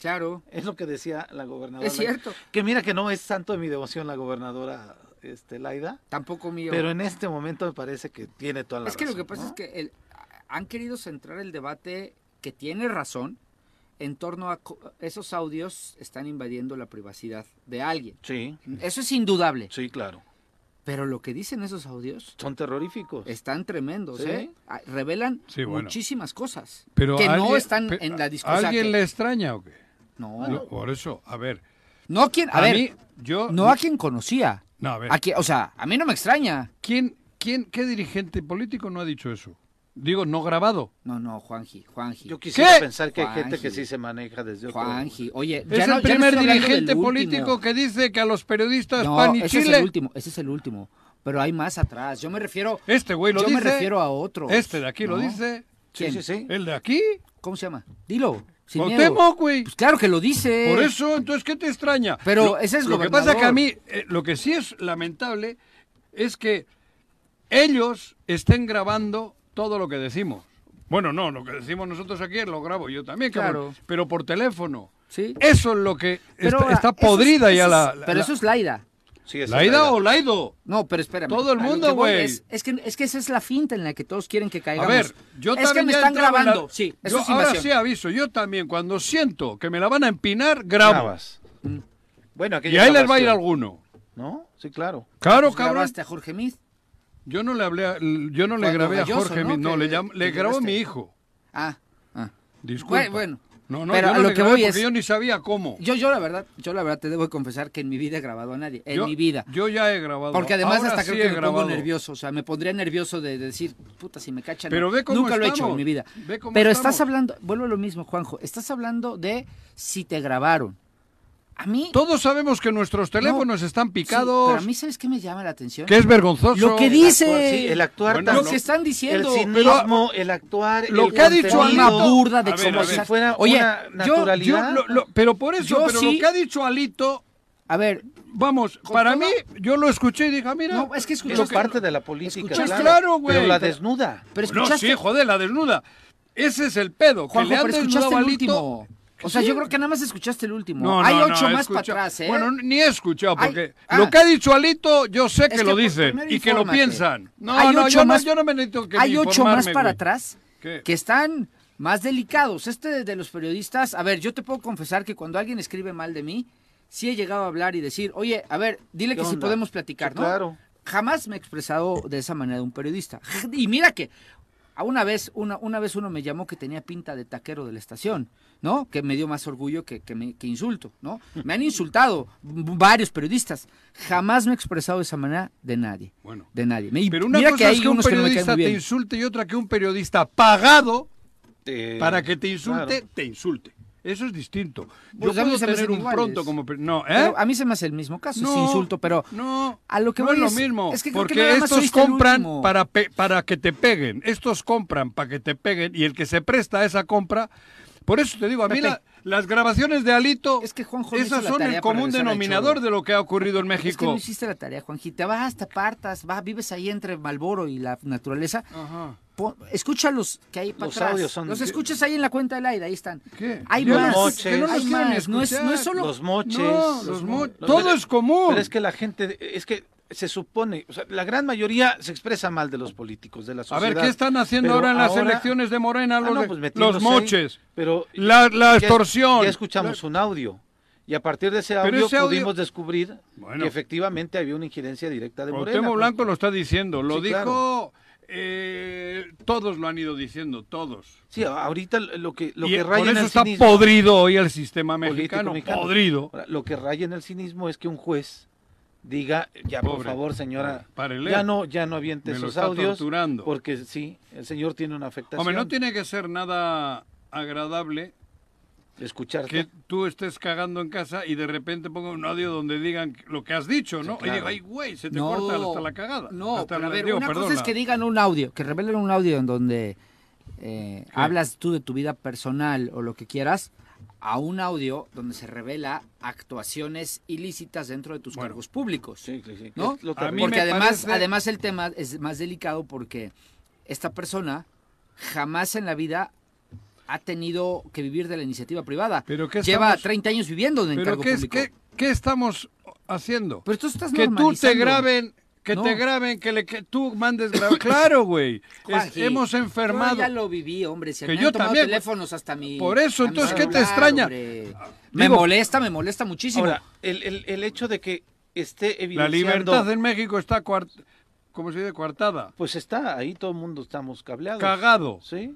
Speaker 4: Claro.
Speaker 1: Es lo que decía la gobernadora.
Speaker 4: Es
Speaker 1: Laida.
Speaker 4: cierto.
Speaker 1: Que mira que no es santo de mi devoción la gobernadora este, Laida,
Speaker 4: Tampoco mío.
Speaker 1: pero en este momento me parece que tiene toda la
Speaker 4: es que lo
Speaker 1: razón,
Speaker 4: que pasa
Speaker 1: ¿no?
Speaker 4: es que el- han querido centrar el debate que tiene razón en torno a co- esos audios están invadiendo la privacidad de alguien.
Speaker 1: Sí,
Speaker 4: Eso es indudable.
Speaker 1: sí, claro.
Speaker 4: Pero lo que dicen esos audios
Speaker 1: Son terroríficos.
Speaker 4: están tremendos,
Speaker 1: Sí.
Speaker 4: ¿eh? Ah, Revelan
Speaker 2: Sí, bueno.
Speaker 4: muchísimas cosas
Speaker 2: Pero
Speaker 4: que no
Speaker 2: alguien-
Speaker 4: están
Speaker 2: pe-
Speaker 4: en la
Speaker 2: ¿A
Speaker 4: discusión.
Speaker 2: alguien le extraña o qué?
Speaker 4: No,
Speaker 2: Yo- por eso, a ver.
Speaker 4: no a quien, a,
Speaker 2: A,
Speaker 4: ver,
Speaker 2: mí, yo.
Speaker 4: no a quien conocía.
Speaker 2: No, a ver.
Speaker 4: A quien- o sea, a mí no me extraña.
Speaker 2: ¿Quién, quién, ¿Qué dirigente político no ha dicho eso? Digo, no grabado.
Speaker 4: No, no, Juanji, Juanji.
Speaker 1: Yo quisiera
Speaker 2: ¿Qué?
Speaker 1: pensar que hay gente que
Speaker 4: Juanji.
Speaker 1: sí se maneja desde otro...
Speaker 4: Juanji, oye, ya
Speaker 2: es
Speaker 4: no-
Speaker 2: el
Speaker 4: ya no
Speaker 2: primer
Speaker 4: estoy hablando del
Speaker 2: dirigente
Speaker 4: último.
Speaker 2: político que dice que a los periodistas
Speaker 4: No,
Speaker 2: pan y
Speaker 4: ese
Speaker 2: Chile.
Speaker 4: es el último, ese es el último. Pero hay más atrás. Yo me refiero.
Speaker 2: Este güey lo
Speaker 4: yo me
Speaker 2: dice.
Speaker 4: refiero a otro.
Speaker 2: Este de aquí lo dice.
Speaker 1: Sí, sí, sí.
Speaker 2: El de aquí.
Speaker 4: ¿Cómo se llama? Dilo. Sin
Speaker 2: Cuauhtémoc,
Speaker 4: miedo.
Speaker 2: güey.
Speaker 4: Pues claro que lo dice.
Speaker 2: Por eso, entonces, ¿qué te extraña?
Speaker 4: Pero
Speaker 2: Lo-
Speaker 4: ese es
Speaker 2: Lo que
Speaker 4: gobernador.
Speaker 2: pasa que a mí, eh, lo que sí es lamentable es que ellos estén grabando todo lo que decimos. Bueno, no, lo que decimos nosotros aquí lo grabo yo también, cabrón,
Speaker 4: Claro.
Speaker 2: pero por teléfono.
Speaker 4: Sí.
Speaker 2: Eso es lo que está,
Speaker 4: ahora,
Speaker 2: está
Speaker 4: eso es-
Speaker 2: podrida
Speaker 4: eso
Speaker 2: ya
Speaker 4: es-
Speaker 2: la,
Speaker 4: Pero eso es Laida.
Speaker 1: Sí, esa es
Speaker 2: ¿Laida
Speaker 1: la
Speaker 2: o
Speaker 1: idea.
Speaker 2: Laido?
Speaker 4: No, pero espérame.
Speaker 2: Todo el
Speaker 4: A lo
Speaker 2: mundo,
Speaker 4: que voy
Speaker 2: güey.
Speaker 4: Es, es que, es que esa es la finta en la que todos quieren que
Speaker 2: A
Speaker 4: caigamos.
Speaker 2: ver, yo
Speaker 4: es que
Speaker 2: también
Speaker 4: me
Speaker 2: ya
Speaker 4: están
Speaker 2: entraba en la-
Speaker 4: grabando. Sí, eso
Speaker 2: Yo
Speaker 4: es
Speaker 2: ahora
Speaker 4: invasión.
Speaker 2: sí aviso, yo también cuando siento que me la van a empinar, grabo.
Speaker 1: Grabas.
Speaker 4: Mm.
Speaker 1: Bueno,
Speaker 2: Y
Speaker 1: aquella
Speaker 2: ahí les va a ir
Speaker 1: grabación,
Speaker 2: alguno.
Speaker 1: ¿No? Sí, claro.
Speaker 2: Claro,
Speaker 4: Pues
Speaker 2: cabrón.
Speaker 4: grabaste a Jorge Miz.
Speaker 2: Yo no le hablé, a- yo no le
Speaker 4: Cuando
Speaker 2: grabé a
Speaker 4: Galloso,
Speaker 2: Jorge,
Speaker 4: ¿no?
Speaker 2: mi- no,
Speaker 4: Que-
Speaker 2: le, llam- le
Speaker 4: que
Speaker 2: grabó
Speaker 4: grabaste.
Speaker 2: mi hijo.
Speaker 4: Ah, ah.
Speaker 2: Disculpa.
Speaker 4: Bueno, bueno.
Speaker 2: No, no,
Speaker 4: Pero
Speaker 2: yo
Speaker 4: a
Speaker 2: no
Speaker 4: lo
Speaker 2: le
Speaker 4: que
Speaker 2: grabé
Speaker 4: voy
Speaker 2: porque
Speaker 4: es-
Speaker 2: yo ni sabía cómo.
Speaker 4: Yo, yo la verdad, yo la verdad te debo de confesar que en mi vida he grabado a nadie. En
Speaker 2: Yo-
Speaker 4: mi vida.
Speaker 2: Yo ya he grabado.
Speaker 4: Porque además
Speaker 2: Ahora
Speaker 4: hasta
Speaker 2: sí
Speaker 4: creo que
Speaker 2: he
Speaker 4: me
Speaker 2: grabado.
Speaker 4: pongo nervioso, o sea, me pondría nervioso de decir, puta, si me cachan.
Speaker 2: Pero ve cómo
Speaker 4: Nunca lo he hecho en
Speaker 2: estamos,
Speaker 4: mi vida.
Speaker 2: ve cómo
Speaker 4: Pero
Speaker 2: estamos.
Speaker 4: estás hablando, vuelvo a lo mismo, Juanjo, estás hablando de si te grabaron. A mí...
Speaker 2: Todos sabemos que nuestros teléfonos
Speaker 4: No,
Speaker 2: están
Speaker 4: sí,
Speaker 2: picados,
Speaker 4: pero a mí, ¿sabes qué me llama la atención?
Speaker 2: que es vergonzoso.
Speaker 4: Lo que
Speaker 1: ¿Eh? El
Speaker 4: dice...
Speaker 1: actuar, sí, el actuar
Speaker 2: Bueno,
Speaker 1: tan-
Speaker 4: lo
Speaker 2: no.
Speaker 4: que están diciendo...
Speaker 1: El cinismo, el actuar,
Speaker 2: Lo
Speaker 1: el
Speaker 2: que ha dicho
Speaker 4: Son una
Speaker 1: contenido,
Speaker 2: Alito-
Speaker 4: burda de
Speaker 2: A ver,
Speaker 4: cómo
Speaker 2: a ver.
Speaker 4: estás-
Speaker 1: Si fuera
Speaker 4: Oye,
Speaker 1: una
Speaker 4: yo-
Speaker 1: naturalidad.
Speaker 2: Yo lo- lo- pero por eso,
Speaker 4: Yo
Speaker 2: pero
Speaker 4: sí-
Speaker 2: lo que ha dicho Alito,
Speaker 4: a ver,
Speaker 2: vamos,
Speaker 4: Con
Speaker 2: para
Speaker 4: todo-
Speaker 2: mí, yo lo escuché y dije, ah, mira.
Speaker 4: No, es que
Speaker 1: Eso
Speaker 4: escuchaste-
Speaker 1: es parte de la política.
Speaker 4: Escuchaste-
Speaker 1: claro,
Speaker 2: Claro, güey.
Speaker 1: Pero la
Speaker 2: Pero-
Speaker 1: desnuda.
Speaker 4: pero
Speaker 2: No,
Speaker 4: escuchaste...
Speaker 2: sí, joder, la desnuda. Ese es el pedo, que
Speaker 4: Juanjo,
Speaker 2: le han
Speaker 4: pero escuchaste
Speaker 2: desnudado a
Speaker 4: el
Speaker 2: Alito.
Speaker 4: último. O sea,
Speaker 2: Sí.
Speaker 4: yo creo que nada más escuchaste el último.
Speaker 2: No,
Speaker 4: Hay
Speaker 2: no, no,
Speaker 4: ocho
Speaker 2: he
Speaker 4: más
Speaker 2: escuchado-
Speaker 4: para atrás, ¿eh?
Speaker 2: Bueno, ni he escuchado,
Speaker 4: Ay,
Speaker 2: porque
Speaker 4: ah.
Speaker 2: lo que ha dicho Alito, yo sé que,
Speaker 4: Es que
Speaker 2: lo
Speaker 4: por-
Speaker 2: dicen
Speaker 4: primero
Speaker 2: y que lo
Speaker 4: infórmate.
Speaker 2: piensan. No,
Speaker 4: Hay
Speaker 2: no,
Speaker 4: ocho
Speaker 2: yo,
Speaker 4: más-
Speaker 2: no, yo no me necesito que
Speaker 4: Hay ocho más
Speaker 2: informarme,
Speaker 4: para
Speaker 2: güey.
Speaker 4: atrás
Speaker 2: ¿Qué?
Speaker 4: que están más delicados. Este de los periodistas, a ver, yo te puedo confesar que cuando alguien escribe mal de mí, sí he llegado a hablar y decir, oye, a ver, dile
Speaker 1: ¿Qué
Speaker 4: que si
Speaker 1: onda?
Speaker 4: podemos platicar,
Speaker 1: Sí,
Speaker 4: ¿no?
Speaker 1: claro.
Speaker 4: Jamás me he expresado de esa manera de un periodista. Y mira que a una vez, una, una vez uno me llamó que tenía pinta de taquero de la estación, ¿no? Que me dio más orgullo que, que, me- que insulto, ¿no? Me han insultado varios periodistas. Jamás me he expresado de esa manera de nadie.
Speaker 2: Bueno.
Speaker 4: De nadie. Me- y
Speaker 2: Pero una
Speaker 4: mira
Speaker 2: cosa
Speaker 4: que hay
Speaker 2: es que un
Speaker 4: unos que no me caen
Speaker 2: periodista
Speaker 4: muy
Speaker 2: te
Speaker 4: bien.
Speaker 2: insulte y otra que un periodista pagado
Speaker 1: Eh,
Speaker 2: para que te insulte,
Speaker 1: claro.
Speaker 2: te insulte. Eso es distinto. Yo
Speaker 4: Pues a mí
Speaker 2: puedo
Speaker 4: se me
Speaker 2: tener
Speaker 4: hacen
Speaker 2: un pronto
Speaker 4: iguales.
Speaker 2: como... per- No, ¿eh?
Speaker 4: Pero a mí se me hace el mismo caso, es insulto, pero
Speaker 2: no,
Speaker 4: a lo que
Speaker 2: no
Speaker 4: voy
Speaker 2: es lo
Speaker 4: es-
Speaker 2: mismo,
Speaker 4: es que creo que
Speaker 2: porque
Speaker 4: nada más
Speaker 2: estos
Speaker 4: oíste el
Speaker 2: compran
Speaker 4: último.
Speaker 2: para pe- para que te peguen, estos compran para que te peguen y el que se presta a esa compra, por eso te digo a mí
Speaker 4: Pepe.
Speaker 2: la- las grabaciones de Alito,
Speaker 4: Es que Juanjo no hizo
Speaker 2: esas
Speaker 4: la
Speaker 2: son
Speaker 4: tarea para
Speaker 2: el común
Speaker 4: regresar al
Speaker 2: denominador
Speaker 4: choro.
Speaker 2: de lo que ha ocurrido en
Speaker 4: es que no
Speaker 2: México.
Speaker 4: hiciste la tarea, Juanjita. Vas, te apartas, vas, vives ahí entre Malboro y la naturaleza.
Speaker 2: Ajá.
Speaker 4: Pon- escúchalos que hay para
Speaker 1: Los
Speaker 4: atrás.
Speaker 1: audios son-
Speaker 4: los escuchas ahí en la cuenta del aire, ahí están.
Speaker 2: ¿Qué?
Speaker 4: Hay
Speaker 1: Los
Speaker 4: más,
Speaker 1: moches.
Speaker 4: que no los
Speaker 1: Hay
Speaker 4: más,
Speaker 2: quieren
Speaker 4: no es, no es
Speaker 2: escuchar.
Speaker 4: solo...
Speaker 1: Los moches.
Speaker 2: No, los mo-
Speaker 1: los-
Speaker 2: todo es común.
Speaker 1: Pero es que la gente, es que se supone, o sea, la gran mayoría se expresa mal de los políticos, de la
Speaker 2: A
Speaker 1: sociedad.
Speaker 2: ver, ¿qué están haciendo
Speaker 1: Pero
Speaker 2: ahora en las
Speaker 1: ahora-
Speaker 2: elecciones de Morena
Speaker 1: Ah,
Speaker 2: los,
Speaker 1: no,
Speaker 2: de-
Speaker 1: pues metiéndose
Speaker 2: los
Speaker 1: ahí,
Speaker 2: moches?
Speaker 1: pero
Speaker 2: La- la
Speaker 1: ya-
Speaker 2: extorsión.
Speaker 1: Ya escuchamos un audio. Y a partir de ese
Speaker 2: Pero
Speaker 1: audio,
Speaker 2: ese audio-
Speaker 1: pudimos descubrir
Speaker 2: Bueno.
Speaker 1: que efectivamente había una injerencia directa de Morena.
Speaker 2: Cuauhtémoc Blanco lo está diciendo, lo
Speaker 1: Sí,
Speaker 2: dijo,
Speaker 1: claro.
Speaker 2: eh, todos lo han ido diciendo, todos.
Speaker 1: Sí, ahorita lo que, lo
Speaker 2: Y
Speaker 1: que
Speaker 2: por
Speaker 1: raya en
Speaker 2: eso
Speaker 1: el
Speaker 2: está
Speaker 1: cinismo-
Speaker 2: podrido hoy el sistema
Speaker 1: político
Speaker 2: mexicano,
Speaker 1: mexicano.
Speaker 2: podrido.
Speaker 1: Ahora, lo que raya en el cinismo es que un juez diga, ya por
Speaker 2: Pobre,
Speaker 1: favor, señora,
Speaker 2: pobre, párele.
Speaker 1: ya no, ya no aviente
Speaker 2: Me lo
Speaker 1: esos
Speaker 2: está
Speaker 1: audios,
Speaker 2: torturando.
Speaker 1: porque sí, el señor tiene una afectación.
Speaker 2: Hombre, no tiene que ser nada agradable
Speaker 1: escucharte.
Speaker 2: que tú estés cagando en casa y de repente ponga un audio donde digan lo que has dicho, ¿no?
Speaker 1: claro.
Speaker 2: Y digo, ay, güey, se te corta hasta la cagada.
Speaker 4: No,
Speaker 2: Hasta
Speaker 4: pero a
Speaker 2: la-
Speaker 4: ver,
Speaker 2: digo,
Speaker 4: una cosa
Speaker 2: perdona.
Speaker 4: es que digan un audio, que revelen un audio en donde eh, hablas tú de tu vida personal o lo que quieras, a un audio donde se revela actuaciones ilícitas dentro de tus
Speaker 2: Bueno.
Speaker 4: cargos públicos.
Speaker 1: Sí, sí, sí,
Speaker 4: ¿no?
Speaker 1: es lo
Speaker 2: A mí
Speaker 1: terrible.
Speaker 4: porque
Speaker 2: me
Speaker 4: además,
Speaker 2: parece-
Speaker 4: además el tema es más delicado porque esta persona jamás en la vida ha tenido que vivir de la iniciativa privada.
Speaker 2: Pero ¿qué
Speaker 4: Lleva
Speaker 2: estamos-
Speaker 4: 30 años viviendo en
Speaker 2: Pero
Speaker 4: encargo
Speaker 2: ¿qué, es-
Speaker 4: público.
Speaker 2: qué- qué estamos haciendo?
Speaker 4: Pero tú estás
Speaker 2: que tú te
Speaker 4: normalizando.
Speaker 2: graben, que
Speaker 4: No.
Speaker 2: te graben, que, le, que tú mandes grabar. claro, güey. Es-
Speaker 4: Juanji,
Speaker 2: hemos enfermado.
Speaker 4: Yo ya lo viví, hombre. Se
Speaker 2: Que
Speaker 4: me
Speaker 2: yo
Speaker 4: han tomado
Speaker 2: también,
Speaker 4: teléfonos hasta mi.
Speaker 2: Por eso,
Speaker 4: a mi
Speaker 2: entonces, ¿qué te
Speaker 4: celular,
Speaker 2: extraña?
Speaker 4: hombre. Me
Speaker 2: digo-
Speaker 4: molesta, me molesta muchísimo.
Speaker 1: Ahora, el, el, el hecho de que esté
Speaker 2: La
Speaker 1: evidenciando...
Speaker 2: libertad en México está cuart ¿cómo se dice? coartada.
Speaker 1: Pues está, ahí todo el mundo estamos cableados.
Speaker 2: Cagado,
Speaker 1: ¿Sí?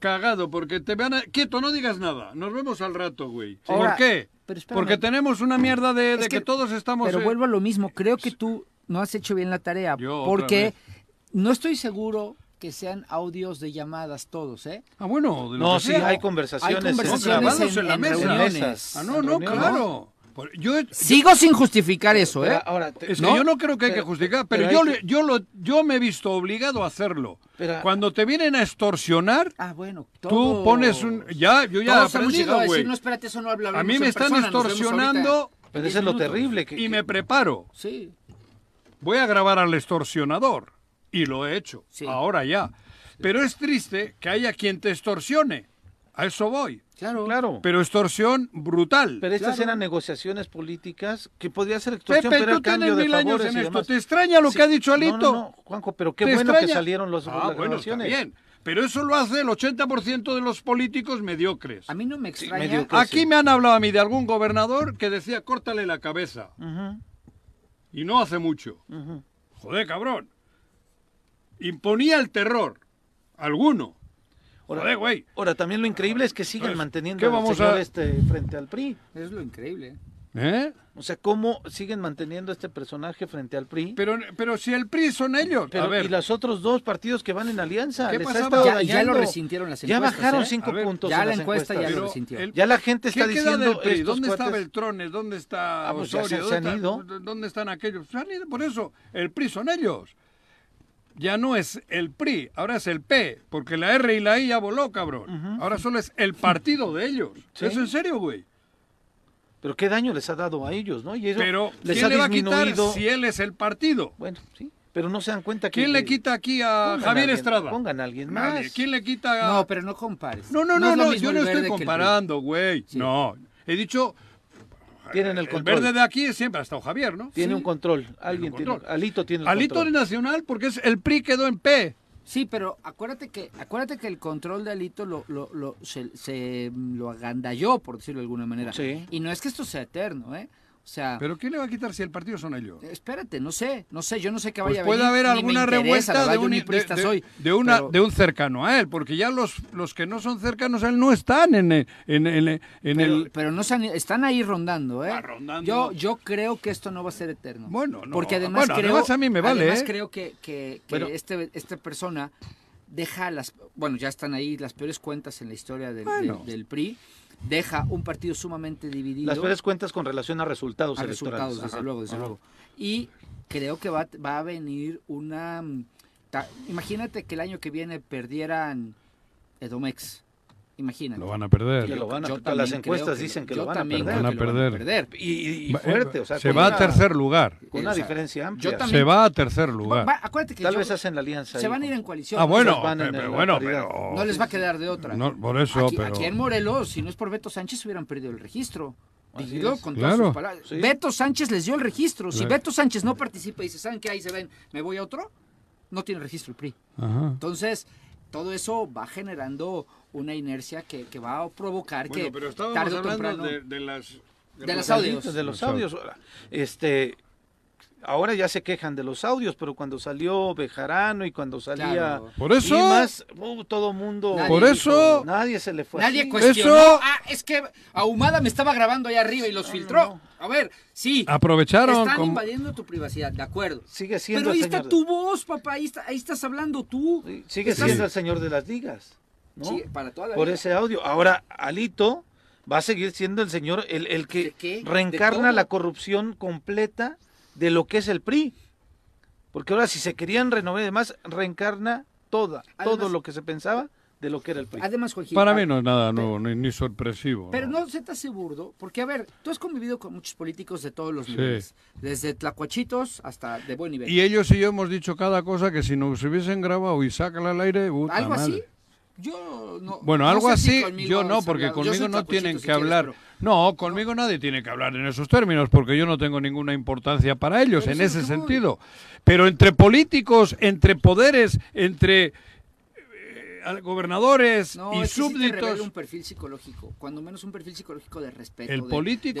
Speaker 2: cagado, porque te van a... Quieto, no digas nada. Nos vemos al rato, güey. ¿Por
Speaker 4: Ahora,
Speaker 2: qué?
Speaker 4: pero espérame.
Speaker 2: Porque tenemos una mierda de, de
Speaker 4: Es
Speaker 2: que, todos estamos...
Speaker 4: Pero
Speaker 2: eh,
Speaker 4: vuelvo a lo mismo. Creo que tú no has hecho bien la tarea.
Speaker 2: Yo otra
Speaker 4: porque
Speaker 2: vez.
Speaker 4: no estoy seguro que sean audios de llamadas todos, ¿eh?
Speaker 2: Ah, bueno, de lo
Speaker 1: No,
Speaker 2: que
Speaker 1: sí,
Speaker 2: sea.
Speaker 1: hay conversaciones.
Speaker 4: Hay conversaciones
Speaker 1: grabadas.
Speaker 2: grabados en la mesa.
Speaker 4: reuniones.
Speaker 2: Ah, no, no,
Speaker 1: reuniones.
Speaker 2: claro. Por- Yo,
Speaker 4: Sigo sin justificar eso, ¿eh?
Speaker 1: Pero ahora te-
Speaker 2: Es que
Speaker 1: ¿no?
Speaker 2: yo no creo que hay
Speaker 1: Pero-
Speaker 2: que justificar, pero,
Speaker 1: hay
Speaker 2: yo,
Speaker 1: que-
Speaker 2: le- yo, lo, yo me he visto obligado a hacerlo.
Speaker 1: Pero-
Speaker 2: Cuando te vienen a extorsionar,
Speaker 4: Ah, bueno.
Speaker 2: tú
Speaker 4: todos-
Speaker 2: pones un... Ya, yo ya he
Speaker 4: todos hemos llegado
Speaker 2: aprendido,
Speaker 4: a decir,
Speaker 2: güey.
Speaker 4: No, espérate, eso no habla.
Speaker 2: A
Speaker 4: hablamos
Speaker 2: mí
Speaker 4: en
Speaker 2: me están
Speaker 4: persona, nos vemos ahorita".
Speaker 2: extorsionando
Speaker 1: Pero eso es lo
Speaker 4: minutos.
Speaker 1: terrible. Que,
Speaker 2: y
Speaker 1: que-
Speaker 2: me preparo.
Speaker 4: Sí.
Speaker 2: Voy a grabar al extorsionador. Y lo he hecho.
Speaker 4: Sí.
Speaker 2: Ahora ya. Pero es triste que haya quien te extorsione. A eso voy.
Speaker 4: Claro.
Speaker 1: Claro.
Speaker 2: Pero extorsión brutal.
Speaker 1: Pero estas
Speaker 4: Claro.
Speaker 1: eran negociaciones políticas que podría ser extorsión,
Speaker 2: Pepe,
Speaker 1: pero
Speaker 2: tú
Speaker 1: a cambio
Speaker 2: tienes
Speaker 1: de
Speaker 2: mil años
Speaker 1: favores
Speaker 2: en
Speaker 1: y
Speaker 2: esto.
Speaker 1: demás.
Speaker 2: ¿Te extraña lo
Speaker 1: Sí.
Speaker 2: que ha dicho
Speaker 1: No,
Speaker 2: Alito?
Speaker 1: No, no, Juanjo, pero qué
Speaker 2: ¿Te
Speaker 1: bueno que
Speaker 2: extraña?
Speaker 1: salieron los,
Speaker 2: Ah,
Speaker 1: las
Speaker 2: bueno,
Speaker 1: grabaciones.
Speaker 2: está bien. Pero eso lo hace el 80% de los políticos mediocres.
Speaker 4: A mí no me
Speaker 1: Sí,
Speaker 4: extraña.
Speaker 1: medio que
Speaker 2: Aquí
Speaker 1: sí.
Speaker 2: me han hablado a mí de algún gobernador que decía córtale la cabeza.
Speaker 1: Ujú,
Speaker 2: Y no hace mucho.
Speaker 1: ujú.
Speaker 2: Joder, cabrón. Imponía el terror. Alguno. Joder, güey.
Speaker 1: Ahora, también lo increíble es que siguen
Speaker 2: Entonces,
Speaker 1: manteniendo
Speaker 2: ¿qué vamos
Speaker 1: al señor
Speaker 2: a-
Speaker 1: este frente al PRI.
Speaker 4: Es lo increíble.
Speaker 2: ¿Eh?
Speaker 1: O sea, cómo siguen manteniendo a este personaje frente al PRI.
Speaker 2: Pero, pero si el PRI son ellos.
Speaker 1: Pero,
Speaker 2: a ver,
Speaker 1: y los otros dos partidos que van en alianza.
Speaker 2: ¿Qué
Speaker 1: les ha
Speaker 2: pasaba?
Speaker 1: estado
Speaker 4: Ya, ya lo
Speaker 1: dañando.
Speaker 4: resintieron las
Speaker 1: Ya
Speaker 4: encuestas.
Speaker 1: bajaron
Speaker 4: ¿eh?
Speaker 1: cinco
Speaker 2: A ver,
Speaker 1: puntos.
Speaker 4: Ya
Speaker 1: en
Speaker 4: la
Speaker 1: las
Speaker 4: encuesta ya
Speaker 1: encuestas.
Speaker 4: lo
Speaker 2: Pero
Speaker 4: resintió.
Speaker 2: el-
Speaker 1: Ya la gente
Speaker 2: ¿qué
Speaker 1: está
Speaker 2: queda del
Speaker 1: diciendo.
Speaker 2: PRI?
Speaker 1: estos
Speaker 2: ¿Dónde está
Speaker 1: cuates-
Speaker 2: Beltrones? ¿Dónde está
Speaker 1: Ah, pues ya
Speaker 2: Osorio?
Speaker 1: se- se
Speaker 2: ¿Dónde
Speaker 1: han
Speaker 2: está-
Speaker 1: ido.
Speaker 2: ¿Dónde están aquellos? Se han ido, por eso el PRI son ellos. Ya no es el PRI, ahora es el P, porque la R y la I ya voló, cabrón. Ahora solo es el partido de ellos.
Speaker 1: Sí.
Speaker 2: ¿Es en serio, güey?
Speaker 1: Pero qué daño les ha dado a ellos, ¿no? Y eso
Speaker 2: Pero
Speaker 1: les
Speaker 2: ¿quién
Speaker 1: ha
Speaker 2: le va a quitar
Speaker 1: disminuido.
Speaker 2: si él es el partido?
Speaker 1: Bueno, sí. Pero no se dan cuenta que...
Speaker 2: ¿Quién le quita aquí a
Speaker 1: Pongan
Speaker 2: Javier
Speaker 1: alguien-
Speaker 2: Estrada?
Speaker 1: Pongan a alguien más.
Speaker 2: Nadie. ¿Quién le quita a.?
Speaker 4: No, pero no compares.
Speaker 2: no, no,
Speaker 4: es
Speaker 2: no,
Speaker 4: lo
Speaker 2: no,
Speaker 4: mismo
Speaker 2: yo
Speaker 4: el
Speaker 2: no
Speaker 4: verde
Speaker 2: estoy
Speaker 4: que el
Speaker 2: comparando, güey.
Speaker 4: Sí.
Speaker 2: No. He dicho,
Speaker 1: Tienen el
Speaker 2: el
Speaker 1: control.
Speaker 2: verde de aquí siempre ha estado Javier, ¿no?
Speaker 1: Tiene
Speaker 4: Sí.
Speaker 1: un control. Alguien
Speaker 2: un
Speaker 1: tiene...
Speaker 2: control.
Speaker 1: Alito tiene el
Speaker 2: Alito
Speaker 1: control.
Speaker 2: de Nacional, porque es el PRI quedó en P.
Speaker 4: Sí, pero acuérdate que acuérdate que el control de Alito lo, lo, lo- se, se mm, lo agandalló, por decirlo de alguna manera.
Speaker 1: Sí.
Speaker 4: Y no es que esto sea eterno, ¿eh? O sea,
Speaker 2: Pero ¿quién le va a quitar si el partido son ellos?
Speaker 4: espérate, no sé, no sé, yo no sé qué
Speaker 2: Pues
Speaker 4: vaya
Speaker 2: puede
Speaker 4: a venir.
Speaker 2: haber
Speaker 4: ni me
Speaker 2: alguna
Speaker 4: interesa, la
Speaker 2: revuelta
Speaker 4: verdad,
Speaker 2: de
Speaker 4: yo
Speaker 2: un,
Speaker 4: ni
Speaker 2: de-
Speaker 4: priista
Speaker 2: de-
Speaker 4: soy,
Speaker 2: de una,
Speaker 4: pero-
Speaker 2: de un cercano a él, porque ya los, los que no son cercanos a él no están en el... En, el- en
Speaker 4: pero,
Speaker 2: el
Speaker 4: pero no se han- están ahí rondando, ¿eh?
Speaker 2: Ah, rondando.
Speaker 4: Yo yo creo que esto no va a ser eterno.
Speaker 2: Bueno, no.
Speaker 4: porque además
Speaker 2: Bueno,
Speaker 4: creo
Speaker 2: además a mí me vale,
Speaker 4: además
Speaker 2: ¿eh?
Speaker 4: creo que, que, que
Speaker 1: Pero-
Speaker 4: este esta persona deja las bueno, ya están ahí las peores cuentas en la historia del,
Speaker 2: Bueno.
Speaker 4: del- del PRI, deja un partido sumamente dividido.
Speaker 1: Las peores cuentas con relación a resultados
Speaker 4: a
Speaker 1: electorales.
Speaker 4: resultados, desde
Speaker 1: Ajá.
Speaker 4: luego, desde
Speaker 1: Ajá.
Speaker 4: luego. Y creo que va, va a venir una... mm, ta- imagínate que el año que viene perdieran Edomex. Imagínate.
Speaker 2: lo van a
Speaker 1: Que
Speaker 2: perder.
Speaker 1: lo van a-
Speaker 4: Yo
Speaker 1: las
Speaker 4: también creo
Speaker 1: encuestas
Speaker 4: que lo-
Speaker 1: dicen que
Speaker 4: yo
Speaker 1: lo van a
Speaker 4: también
Speaker 1: perder.
Speaker 4: creo
Speaker 2: Van a
Speaker 4: que lo van a
Speaker 2: perder.
Speaker 4: perder.
Speaker 1: Y, y fuerte, o sea,
Speaker 2: se
Speaker 1: con
Speaker 2: va
Speaker 1: una-
Speaker 2: a tercer lugar.
Speaker 1: Con una
Speaker 4: O sea,
Speaker 1: diferencia amplia.
Speaker 4: yo también-
Speaker 2: Se va a tercer
Speaker 4: Va-
Speaker 2: lugar.
Speaker 4: va- acuérdate que
Speaker 1: Tal
Speaker 4: yo-
Speaker 1: vez hacen la alianza.
Speaker 4: se van a
Speaker 1: hijo.
Speaker 4: ir en coalición.
Speaker 2: Ah, bueno,
Speaker 1: Ellos van en
Speaker 2: pero-
Speaker 1: la
Speaker 2: bueno,
Speaker 1: paridad.
Speaker 2: pero...
Speaker 4: No les va a quedar de otra.
Speaker 2: No, por eso,
Speaker 4: aquí,
Speaker 2: pero...
Speaker 4: aquí en Morelos, si no es por Beto Sánchez, hubieran perdido el registro.
Speaker 1: Así
Speaker 4: Dilo
Speaker 1: es.
Speaker 4: con todas
Speaker 2: Claro.
Speaker 4: sus palabras.
Speaker 1: Sí.
Speaker 4: Beto Sánchez les dio el registro. Si
Speaker 2: Claro.
Speaker 4: Beto Sánchez no participa y se saben que ahí se ven, me voy a otro, no tiene registro el PRI.
Speaker 2: Ajá.
Speaker 4: Entonces, todo eso va generando una inercia que, que va a provocar que
Speaker 2: Bueno, pero estábamos
Speaker 4: tarde o
Speaker 2: hablando
Speaker 4: temprano.
Speaker 2: de, de las...
Speaker 4: De las
Speaker 1: Los
Speaker 4: audios.
Speaker 1: audios, De los
Speaker 2: Los audios.
Speaker 1: audios. Ahora, Este, ahora ya se quejan de los audios, pero cuando salió Bejarano y cuando salía...
Speaker 4: Claro.
Speaker 2: Por eso...
Speaker 1: Dimas, uh, todo mundo...
Speaker 4: Nadie
Speaker 2: Por eso-
Speaker 1: Nadie se le fue
Speaker 4: Nadie
Speaker 1: así.
Speaker 4: cuestionó.
Speaker 2: Eso-
Speaker 4: Ah, es que Ahumada me estaba grabando allá arriba y los filtró.
Speaker 1: no.
Speaker 4: A ver, sí.
Speaker 2: Aprovecharon
Speaker 4: Están
Speaker 2: como-
Speaker 4: invadiendo tu privacidad, de acuerdo.
Speaker 1: Sigue siendo
Speaker 4: Pero ahí
Speaker 1: el
Speaker 4: está
Speaker 1: señor-
Speaker 4: tu voz, papá. Ahí, está- ahí estás hablando tú.
Speaker 1: Sí, Sigue
Speaker 4: Estás-
Speaker 1: siendo el señor de las ligas. ¿no?
Speaker 4: Sí, para toda la
Speaker 1: Por
Speaker 4: vida.
Speaker 1: ese audio. Ahora, Alito va a seguir siendo el señor, el, el
Speaker 4: ¿De
Speaker 1: que
Speaker 4: qué? ¿De
Speaker 1: reencarna
Speaker 4: todo?
Speaker 1: la corrupción completa de lo que es el PRI. Porque ahora, si se querían renovar y demás, reencarna toda,
Speaker 4: Además-
Speaker 1: todo lo que se pensaba de lo que era el PRI.
Speaker 4: Además, Joaquín.
Speaker 2: Para
Speaker 4: ah,
Speaker 2: mí no es nada nuevo, ni, ni sorpresivo.
Speaker 4: Pero no se te hace burdo, porque a ver, tú has convivido con muchos políticos de todos los
Speaker 2: Sí.
Speaker 4: niveles, desde tlacuachitos hasta de buen nivel.
Speaker 2: Y ellos y yo hemos dicho cada cosa que si nos hubiesen grabado y sácala al aire, puta
Speaker 4: ¿Algo así?
Speaker 2: madre.
Speaker 4: Yo no.
Speaker 2: Bueno,
Speaker 4: no
Speaker 2: algo
Speaker 4: sé si
Speaker 2: así,
Speaker 4: conmigo
Speaker 2: yo no,
Speaker 4: has
Speaker 2: porque
Speaker 4: hablado. Yo
Speaker 2: conmigo
Speaker 4: soy
Speaker 2: no
Speaker 4: tlacuachito,
Speaker 2: tienen
Speaker 4: si
Speaker 2: que
Speaker 4: quieres,
Speaker 2: hablar.
Speaker 4: pero-
Speaker 2: No, conmigo nadie tiene que hablar en esos términos, porque yo no tengo ninguna importancia para ellos
Speaker 4: Pero
Speaker 2: en
Speaker 4: eso es
Speaker 2: ese
Speaker 4: lo que voy.
Speaker 2: sentido. Pero entre políticos, entre poderes, entre eh, al- gobernadores
Speaker 4: No, es
Speaker 2: y
Speaker 4: que sí te
Speaker 2: súbditos.
Speaker 4: revela un perfil psicológico, cuando menos un perfil psicológico de respeto.
Speaker 2: el
Speaker 4: de-
Speaker 2: político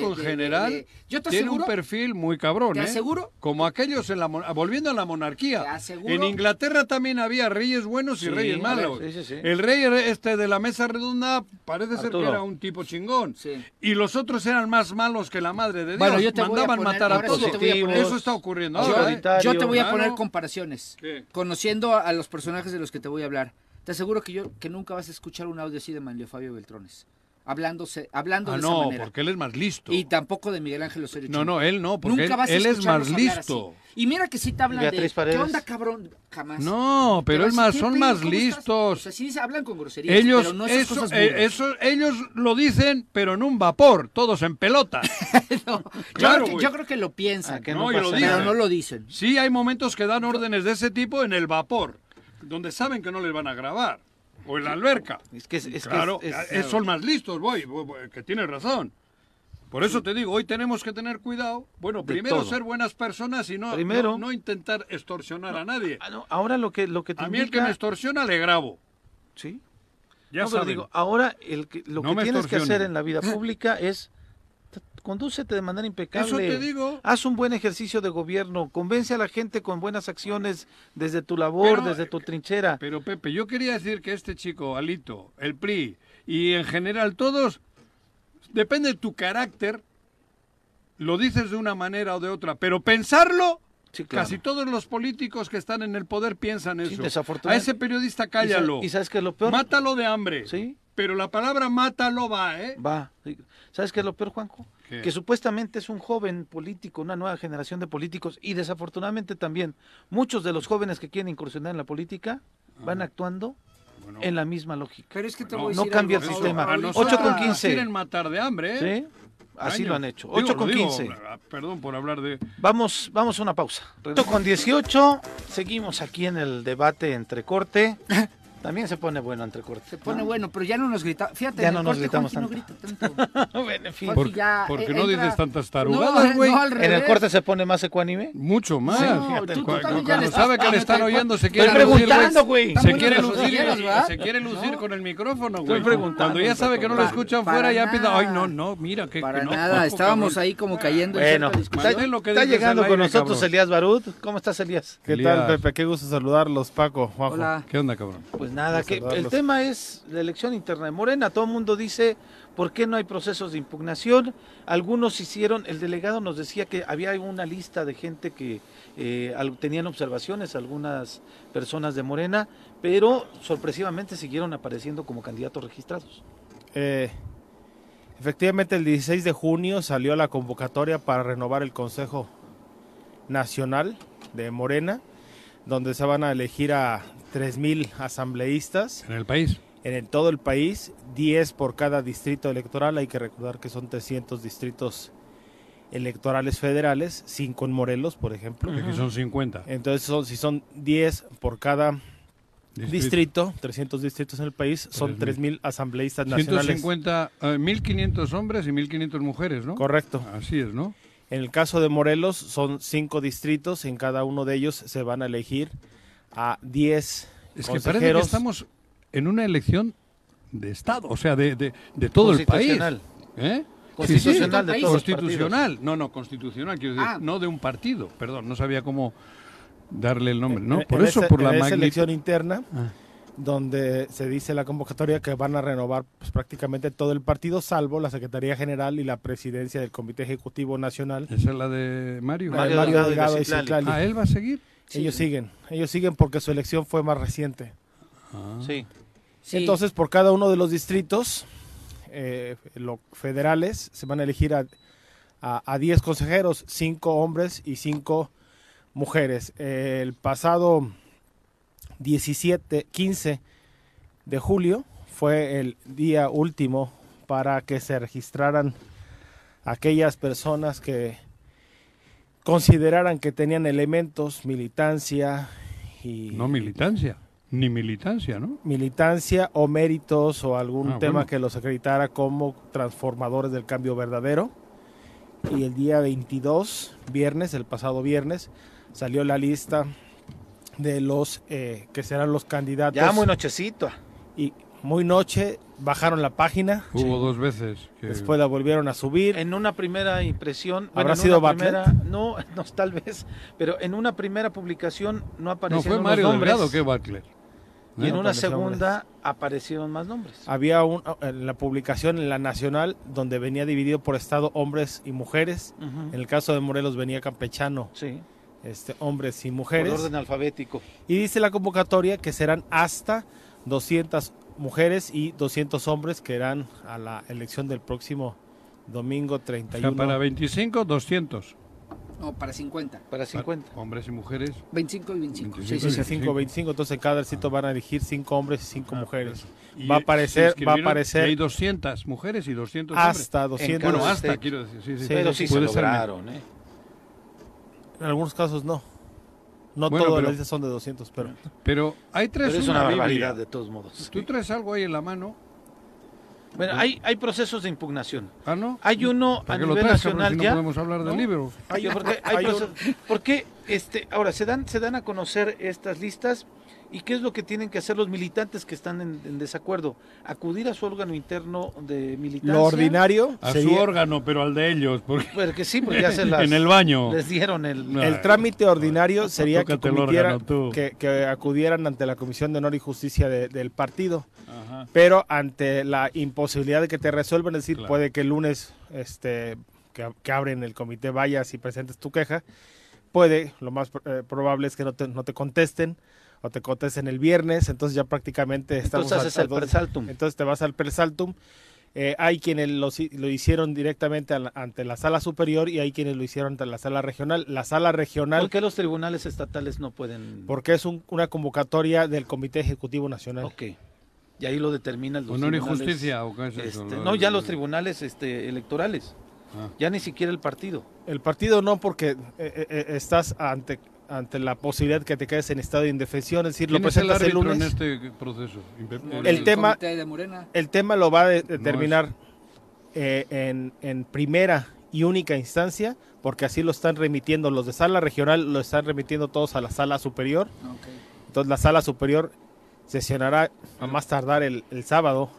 Speaker 4: de-
Speaker 2: en
Speaker 4: de- de-
Speaker 2: general
Speaker 4: de- yo te
Speaker 2: tiene
Speaker 4: aseguro,
Speaker 2: un perfil muy cabrón,
Speaker 4: te
Speaker 2: ¿eh?
Speaker 4: aseguro-
Speaker 2: Como aquellos en la mon- volviendo a la monarquía.
Speaker 4: Te aseguro-
Speaker 2: en Inglaterra también había reyes buenos y
Speaker 1: Sí,
Speaker 2: reyes
Speaker 1: a
Speaker 2: malos.
Speaker 1: ver, sí, sí, sí.
Speaker 2: El rey este de la mesa redonda parece ser que
Speaker 1: Arturo.
Speaker 2: era un tipo chingón.
Speaker 4: Sí.
Speaker 2: Y los otros eran más malos que la madre de Dios.
Speaker 4: Bueno, yo te voy a
Speaker 2: Mandaban
Speaker 4: poner-
Speaker 2: matar a
Speaker 4: ahora sí
Speaker 2: todos.
Speaker 4: te voy a poner-
Speaker 2: Eso está ocurriendo
Speaker 1: Yo-
Speaker 2: ahora. ¿eh?
Speaker 4: yo
Speaker 1: Tario,
Speaker 4: te voy a
Speaker 2: claro.
Speaker 4: poner comparaciones,
Speaker 2: ¿Qué?
Speaker 4: conociendo a, a los personajes de los que te voy a hablar. Te aseguro que yo que nunca vas a escuchar un audio así de Manlio Fabio Beltrones, hablándose, hablando
Speaker 2: Ah,
Speaker 4: de esa
Speaker 2: no,
Speaker 4: manera.
Speaker 2: porque él es más listo.
Speaker 4: Y tampoco de Miguel Ángel Osorio
Speaker 2: No,
Speaker 4: Chong.
Speaker 2: no, él no, porque
Speaker 4: Nunca
Speaker 2: él-
Speaker 4: vas a
Speaker 2: él es
Speaker 4: escucharlos
Speaker 2: más
Speaker 4: hablar así.
Speaker 2: listo.
Speaker 4: Y mira que sí te hablan
Speaker 1: Beatriz
Speaker 4: de,
Speaker 1: Paredes.
Speaker 4: ¿qué onda, cabrón? Jamás.
Speaker 2: No,
Speaker 4: Te
Speaker 2: pero
Speaker 4: vas
Speaker 2: es
Speaker 4: a
Speaker 2: más,
Speaker 4: decir,
Speaker 2: son
Speaker 4: "¿Qué
Speaker 2: más
Speaker 4: pedo? ¿Cómo estás?". O
Speaker 2: listos.
Speaker 4: sea, sí se hablan con groserías,
Speaker 2: Ellos,
Speaker 4: pero no esas
Speaker 2: eso,
Speaker 4: cosas
Speaker 2: eh,
Speaker 4: burdas.
Speaker 2: eso- ellos lo dicen, pero en un vapor, todos en pelota.
Speaker 4: No, yo, creo
Speaker 2: Claro,
Speaker 4: que,
Speaker 2: güey.
Speaker 4: yo creo que lo piensan,
Speaker 1: Ah, que
Speaker 2: no,
Speaker 1: no,
Speaker 2: yo
Speaker 1: pasa
Speaker 2: lo
Speaker 4: pero
Speaker 2: dicen.
Speaker 1: nada.
Speaker 4: no lo dicen.
Speaker 2: Sí, hay momentos que dan órdenes de ese tipo en el vapor, donde saben que no les van a grabar, o en la alberca.
Speaker 1: Es que es- es que es-
Speaker 2: claro,
Speaker 1: es-
Speaker 2: eh, son más listos, voy, voy, voy, que tienes razón. Por eso te digo, hoy tenemos que tener cuidado. Bueno,
Speaker 1: De
Speaker 2: primero
Speaker 1: todo.
Speaker 2: ser buenas personas y no,
Speaker 1: Primero.
Speaker 2: no, no intentar extorsionar a nadie.
Speaker 1: Ah, no, ahora lo que, lo que te
Speaker 2: A mí el que
Speaker 1: indica...
Speaker 2: me extorsiona le grabo.
Speaker 1: Sí.
Speaker 2: Ya
Speaker 1: No, pero
Speaker 2: saben.
Speaker 1: digo, ahora el que, lo
Speaker 2: No
Speaker 1: que
Speaker 2: me
Speaker 1: tienes que hacer
Speaker 2: extorsionen.
Speaker 1: en la vida pública es t- condúcete de manera impecable.
Speaker 2: Eso te digo.
Speaker 1: Haz un buen ejercicio de gobierno, convence a la gente con buenas acciones desde tu labor,
Speaker 2: Pero-
Speaker 1: desde tu trinchera.
Speaker 2: Pero Pepe, yo quería decir que este chico, Alito, el PRI y en general todos, depende de tu carácter, lo dices de una manera o de otra, pero pensarlo,
Speaker 1: Sí, claro.
Speaker 2: casi todos los políticos que están en el poder piensan
Speaker 1: Sí,
Speaker 2: eso.
Speaker 1: desafortunadamente.
Speaker 2: A ese periodista cállalo.
Speaker 1: ¿Y sa- y sabes qué es lo peor?
Speaker 2: Mátalo de hambre.
Speaker 1: Sí.
Speaker 2: Pero la palabra mátalo va, ¿eh?
Speaker 1: Va. ¿Sabes qué es lo peor, Juanjo?
Speaker 2: ¿Qué?
Speaker 1: Que supuestamente es un joven político, una nueva generación de políticos y desafortunadamente también muchos de los jóvenes que quieren incursionar en la política van actuando
Speaker 2: Bueno.
Speaker 1: en la misma lógica.
Speaker 4: Pero es que te
Speaker 2: No,
Speaker 4: voy a
Speaker 1: no
Speaker 4: decir
Speaker 1: cambia
Speaker 4: algo.
Speaker 1: el sistema.
Speaker 2: A
Speaker 4: Ahorita-
Speaker 2: nosotros
Speaker 1: Ocho con
Speaker 2: nos
Speaker 1: quince.
Speaker 2: Quieren matar de hambre, ¿eh?
Speaker 1: ¿Sí? Así
Speaker 2: Años.
Speaker 1: lo han hecho.
Speaker 2: Digo,
Speaker 1: 8
Speaker 2: lo
Speaker 1: con
Speaker 2: digo,
Speaker 1: 15.
Speaker 2: ah, Perdón por hablar de...
Speaker 1: Vamos, vamos a una pausa. 8 con 18. Seguimos aquí en el debate entre corte. También se pone bueno entre corte.
Speaker 4: Se pone bueno, pero ya no nos gritamos. Fíjate,
Speaker 1: Ya
Speaker 4: en
Speaker 1: no
Speaker 4: el
Speaker 1: nos
Speaker 4: corte,
Speaker 1: gritamos
Speaker 4: Juanji no grita tanto.
Speaker 1: bueno, en fin.
Speaker 4: Juanji
Speaker 2: Porque,
Speaker 4: ya,
Speaker 2: porque
Speaker 4: eh,
Speaker 2: no
Speaker 4: entra-
Speaker 2: dices tantas
Speaker 4: No,
Speaker 2: tarugadas, güey.
Speaker 4: no, al
Speaker 1: En el
Speaker 4: revés.
Speaker 1: corte se pone más ecuánime.
Speaker 2: Mucho más.
Speaker 1: No,
Speaker 2: Fíjate,
Speaker 1: tú- tú
Speaker 2: cu- cu-
Speaker 1: también
Speaker 2: cuando
Speaker 1: ya le
Speaker 4: estás
Speaker 2: sabe que le
Speaker 4: dando
Speaker 2: están
Speaker 4: el
Speaker 2: oyendo, se quiere
Speaker 1: Estoy
Speaker 2: lucir,
Speaker 1: preguntando, güey.
Speaker 4: Está
Speaker 2: Se
Speaker 4: muy
Speaker 2: quiere
Speaker 4: bien,
Speaker 2: lucir,
Speaker 4: ¿verdad?
Speaker 2: güey, se quiere lucir con el micrófono, güey.
Speaker 1: preguntando,
Speaker 2: Cuando ya sabe que no lo
Speaker 4: para-
Speaker 2: escuchan
Speaker 4: para
Speaker 2: fuera, ya piensa,
Speaker 4: nada.
Speaker 2: ay, no, no, mira que
Speaker 4: Para
Speaker 2: que no,
Speaker 4: nada, estábamos
Speaker 2: cabrón".
Speaker 4: ahí como cayendo
Speaker 1: Bueno,
Speaker 4: en cierta discusión.
Speaker 1: está,
Speaker 2: Mantén lo que
Speaker 1: está
Speaker 2: dices
Speaker 1: llegando
Speaker 2: al aire,
Speaker 1: con nosotros
Speaker 2: cabrón.
Speaker 1: Elías Barud. ¿Cómo estás, Elías?
Speaker 7: ¿Qué
Speaker 2: Elías.
Speaker 7: tal, Pepe? Qué gusto saludarlos, Paco, Juanjo.
Speaker 4: Hola.
Speaker 2: ¿Qué onda, cabrón?
Speaker 1: Pues nada,
Speaker 7: Vamos a
Speaker 1: que el
Speaker 7: saludarlos.
Speaker 1: tema es la elección interna de Morena. Todo el mundo dice por qué no hay procesos de impugnación. Algunos hicieron, el delegado nos decía que había una lista de gente que eh, al- tenían observaciones, algunas personas de Morena, pero sorpresivamente siguieron apareciendo como candidatos registrados.
Speaker 7: Eh, efectivamente, el 16 de junio salió la convocatoria para renovar el Consejo Nacional de Morena, donde se van a elegir a 3.000 asambleístas
Speaker 2: En el país.
Speaker 7: en el- todo el país, 10 por cada distrito electoral. Hay que recordar que son 300 distritos electorales federales, 5 en Morelos, por ejemplo.
Speaker 2: Porque aquí son 50.
Speaker 7: Entonces, son, si son 10 por cada distrito, 300 distritos en el país, son 3.000 asambleístas nacionales.
Speaker 2: 150, eh, 1.500 hombres y 1.500 mujeres, ¿no?
Speaker 7: Correcto.
Speaker 2: Así es, ¿no?
Speaker 7: En el caso de Morelos son cinco distritos, en cada uno de ellos se van a elegir a 10
Speaker 2: Es que parece que
Speaker 7: consejeros.
Speaker 2: estamos en una elección de Estado, o sea, de, de, de todo el país.
Speaker 1: Constitucional.
Speaker 2: ¿Eh?
Speaker 1: Constitucional
Speaker 2: Sí, sí,
Speaker 1: de todos los
Speaker 2: Constitucional. No, no, constitucional, quiero decir,
Speaker 4: Ah.
Speaker 2: no de un partido. Perdón, no sabía cómo darle el nombre,
Speaker 1: Eh,
Speaker 2: ¿no?
Speaker 7: En-
Speaker 2: Por
Speaker 7: en
Speaker 2: eso,
Speaker 7: esa-
Speaker 2: por la
Speaker 7: en esa
Speaker 2: magnitud.
Speaker 7: elección interna,
Speaker 2: Ah.
Speaker 7: donde se dice la convocatoria que van a renovar pues, prácticamente todo el partido, salvo la Secretaría General y la presidencia del Comité Ejecutivo Nacional.
Speaker 2: Esa es la de Mario.
Speaker 1: Mario
Speaker 7: Mario
Speaker 1: Delgado y
Speaker 7: Delgado y
Speaker 1: Citlali.
Speaker 7: Citlali.
Speaker 2: Ah, él va a seguir.
Speaker 7: Ellos siguen, ellos siguen porque su elección fue más reciente. Ah.
Speaker 1: Sí.
Speaker 4: Sí.
Speaker 7: Entonces, por cada uno de los distritos eh, lo- federales se van a elegir a, a, a 10 consejeros, 5 hombres y 5 mujeres. Eh, el pasado 17, 15 de julio fue el día último para que se registraran aquellas personas que consideraran que tenían elementos, militancia y
Speaker 2: No militancia, ni militancia, ¿no?
Speaker 7: militancia o méritos o algún
Speaker 2: Ah,
Speaker 7: tema
Speaker 2: bueno.
Speaker 7: que los acreditara como transformadores del cambio verdadero. Y el día 22, viernes, el pasado viernes, salió la lista de los eh, que serán los candidatos.
Speaker 1: Ya muy nochecito.
Speaker 7: Y muy noche bajaron la página,
Speaker 2: Hubo dos veces. que-
Speaker 7: después la volvieron a subir.
Speaker 1: En una primera impresión. bueno,
Speaker 7: ¿Habrá
Speaker 1: en
Speaker 7: sido
Speaker 1: una
Speaker 7: Bartlett?
Speaker 1: primera- No, no, tal vez. Pero en una primera publicación no
Speaker 2: no,
Speaker 1: aparecieron
Speaker 2: fue
Speaker 1: los
Speaker 2: Mario
Speaker 1: nombres.
Speaker 2: Delgado que Butler.
Speaker 1: Y en
Speaker 7: No
Speaker 1: una
Speaker 7: aparecieron
Speaker 1: segunda aparecieron más nombres.
Speaker 7: Había un, ah, en la publicación en la nacional donde venía dividido por estado hombres y mujeres.
Speaker 1: Ujú.
Speaker 7: En el caso de Morelos venía campechano,
Speaker 1: Sí,
Speaker 7: este, hombres y
Speaker 1: por
Speaker 7: mujeres.
Speaker 1: orden alfabético.
Speaker 7: Y dice la convocatoria que serán hasta 200 mujeres y 200 hombres que irán a la elección del próximo domingo
Speaker 2: O sea,
Speaker 7: 31.
Speaker 2: para 25, 200.
Speaker 4: No, para 50.
Speaker 1: Para 50.
Speaker 2: Hombres y mujeres.
Speaker 4: 25 y 25. Sí, sí, sí.
Speaker 7: 25, 25, entonces en cada distrito van a elegir 5 hombres y 5 mujeres.
Speaker 2: Ah. Y,
Speaker 7: Va a
Speaker 2: eh,
Speaker 7: aparecer,
Speaker 2: se
Speaker 7: va a
Speaker 2: inscribieron, y hay
Speaker 7: aparecer
Speaker 2: 200 mujeres y 200 hombres.
Speaker 7: hasta
Speaker 1: En
Speaker 7: 200.
Speaker 1: cada
Speaker 2: Bueno, hasta,
Speaker 1: distrito.
Speaker 2: quiero decir. Sí, sí.
Speaker 7: Sí,
Speaker 1: Pero este, sí se
Speaker 2: Puede ser
Speaker 1: lograron, ¿eh?
Speaker 7: En algunos casos no. No
Speaker 2: Bueno,
Speaker 7: todas
Speaker 2: pero-
Speaker 7: las listas son de 200, pero
Speaker 2: Pero hay tres
Speaker 1: Pero es una barbaridad de todos modos.
Speaker 2: Tú traes algo ahí en la mano.
Speaker 1: Bueno, hay, hay procesos de impugnación.
Speaker 2: Ah, no.
Speaker 1: Hay uno a
Speaker 2: ¿Para qué
Speaker 1: nivel
Speaker 2: lo traes? cabrón,
Speaker 1: nacional
Speaker 2: si no
Speaker 1: ya.
Speaker 2: podemos hablar del
Speaker 1: ¿No?
Speaker 2: libro.
Speaker 1: Yo creo que hay procesos- porque este, ahora se dan, se dan a conocer estas listas y qué es lo que tienen que hacer los militantes que están en, en desacuerdo, acudir a su órgano interno de militancia.
Speaker 7: lo ordinario
Speaker 2: A su
Speaker 7: sería-
Speaker 2: órgano, pero al de ellos. Porque
Speaker 1: Porque sí, porque ya se las-
Speaker 2: en el baño.
Speaker 1: les dieron el
Speaker 2: No.
Speaker 7: El trámite ordinario sería que,
Speaker 2: Tócate el órgano,
Speaker 7: comitieran-
Speaker 2: tú.
Speaker 7: que, que acudieran ante la Comisión de Honor y Justicia de- del partido, pero ante la imposibilidad de que te resuelvan, es decir,
Speaker 2: Claro.
Speaker 7: puede que el lunes este, que, que abren el comité vayas y presentes tu queja, puede, lo más pro- eh, probable es que no te, no te contesten o te contesten el viernes, entonces ya prácticamente estamos...
Speaker 1: Entonces haces
Speaker 7: a- a
Speaker 1: el
Speaker 7: dos-
Speaker 1: persaltum.
Speaker 7: entonces te vas al persaltum. Eh, hay quienes lo, si- lo hicieron directamente a la- ante la sala superior y hay quienes lo hicieron ante la sala regional. La sala regional
Speaker 1: ¿Por qué los tribunales estatales no pueden?
Speaker 7: porque es un- una convocatoria del Comité Ejecutivo Nacional.
Speaker 1: Ok. Y ahí lo determinan los
Speaker 2: Honor y
Speaker 1: tribunales,
Speaker 2: justicia. ¿o qué es eso?
Speaker 1: este,
Speaker 2: Lo- Ah.
Speaker 1: no, ya los tribunales este, electorales. Ya ni siquiera el partido.
Speaker 7: El partido no, porque eh, eh, eh, estás ante, ante la posibilidad que te quedes en estado de indefensión, es decir, lo
Speaker 2: ¿Quién es el
Speaker 7: presentas el,
Speaker 2: árbitro en
Speaker 7: lunes.
Speaker 2: este proceso? Impe-
Speaker 7: El tema-
Speaker 4: comité de Morena.
Speaker 7: El tema lo va a de- determinar eh, en, en primera y única instancia, porque así lo están remitiendo los de sala regional, lo están remitiendo todos a la sala superior. Entonces la sala superior sesionará a más tardar el, el sábado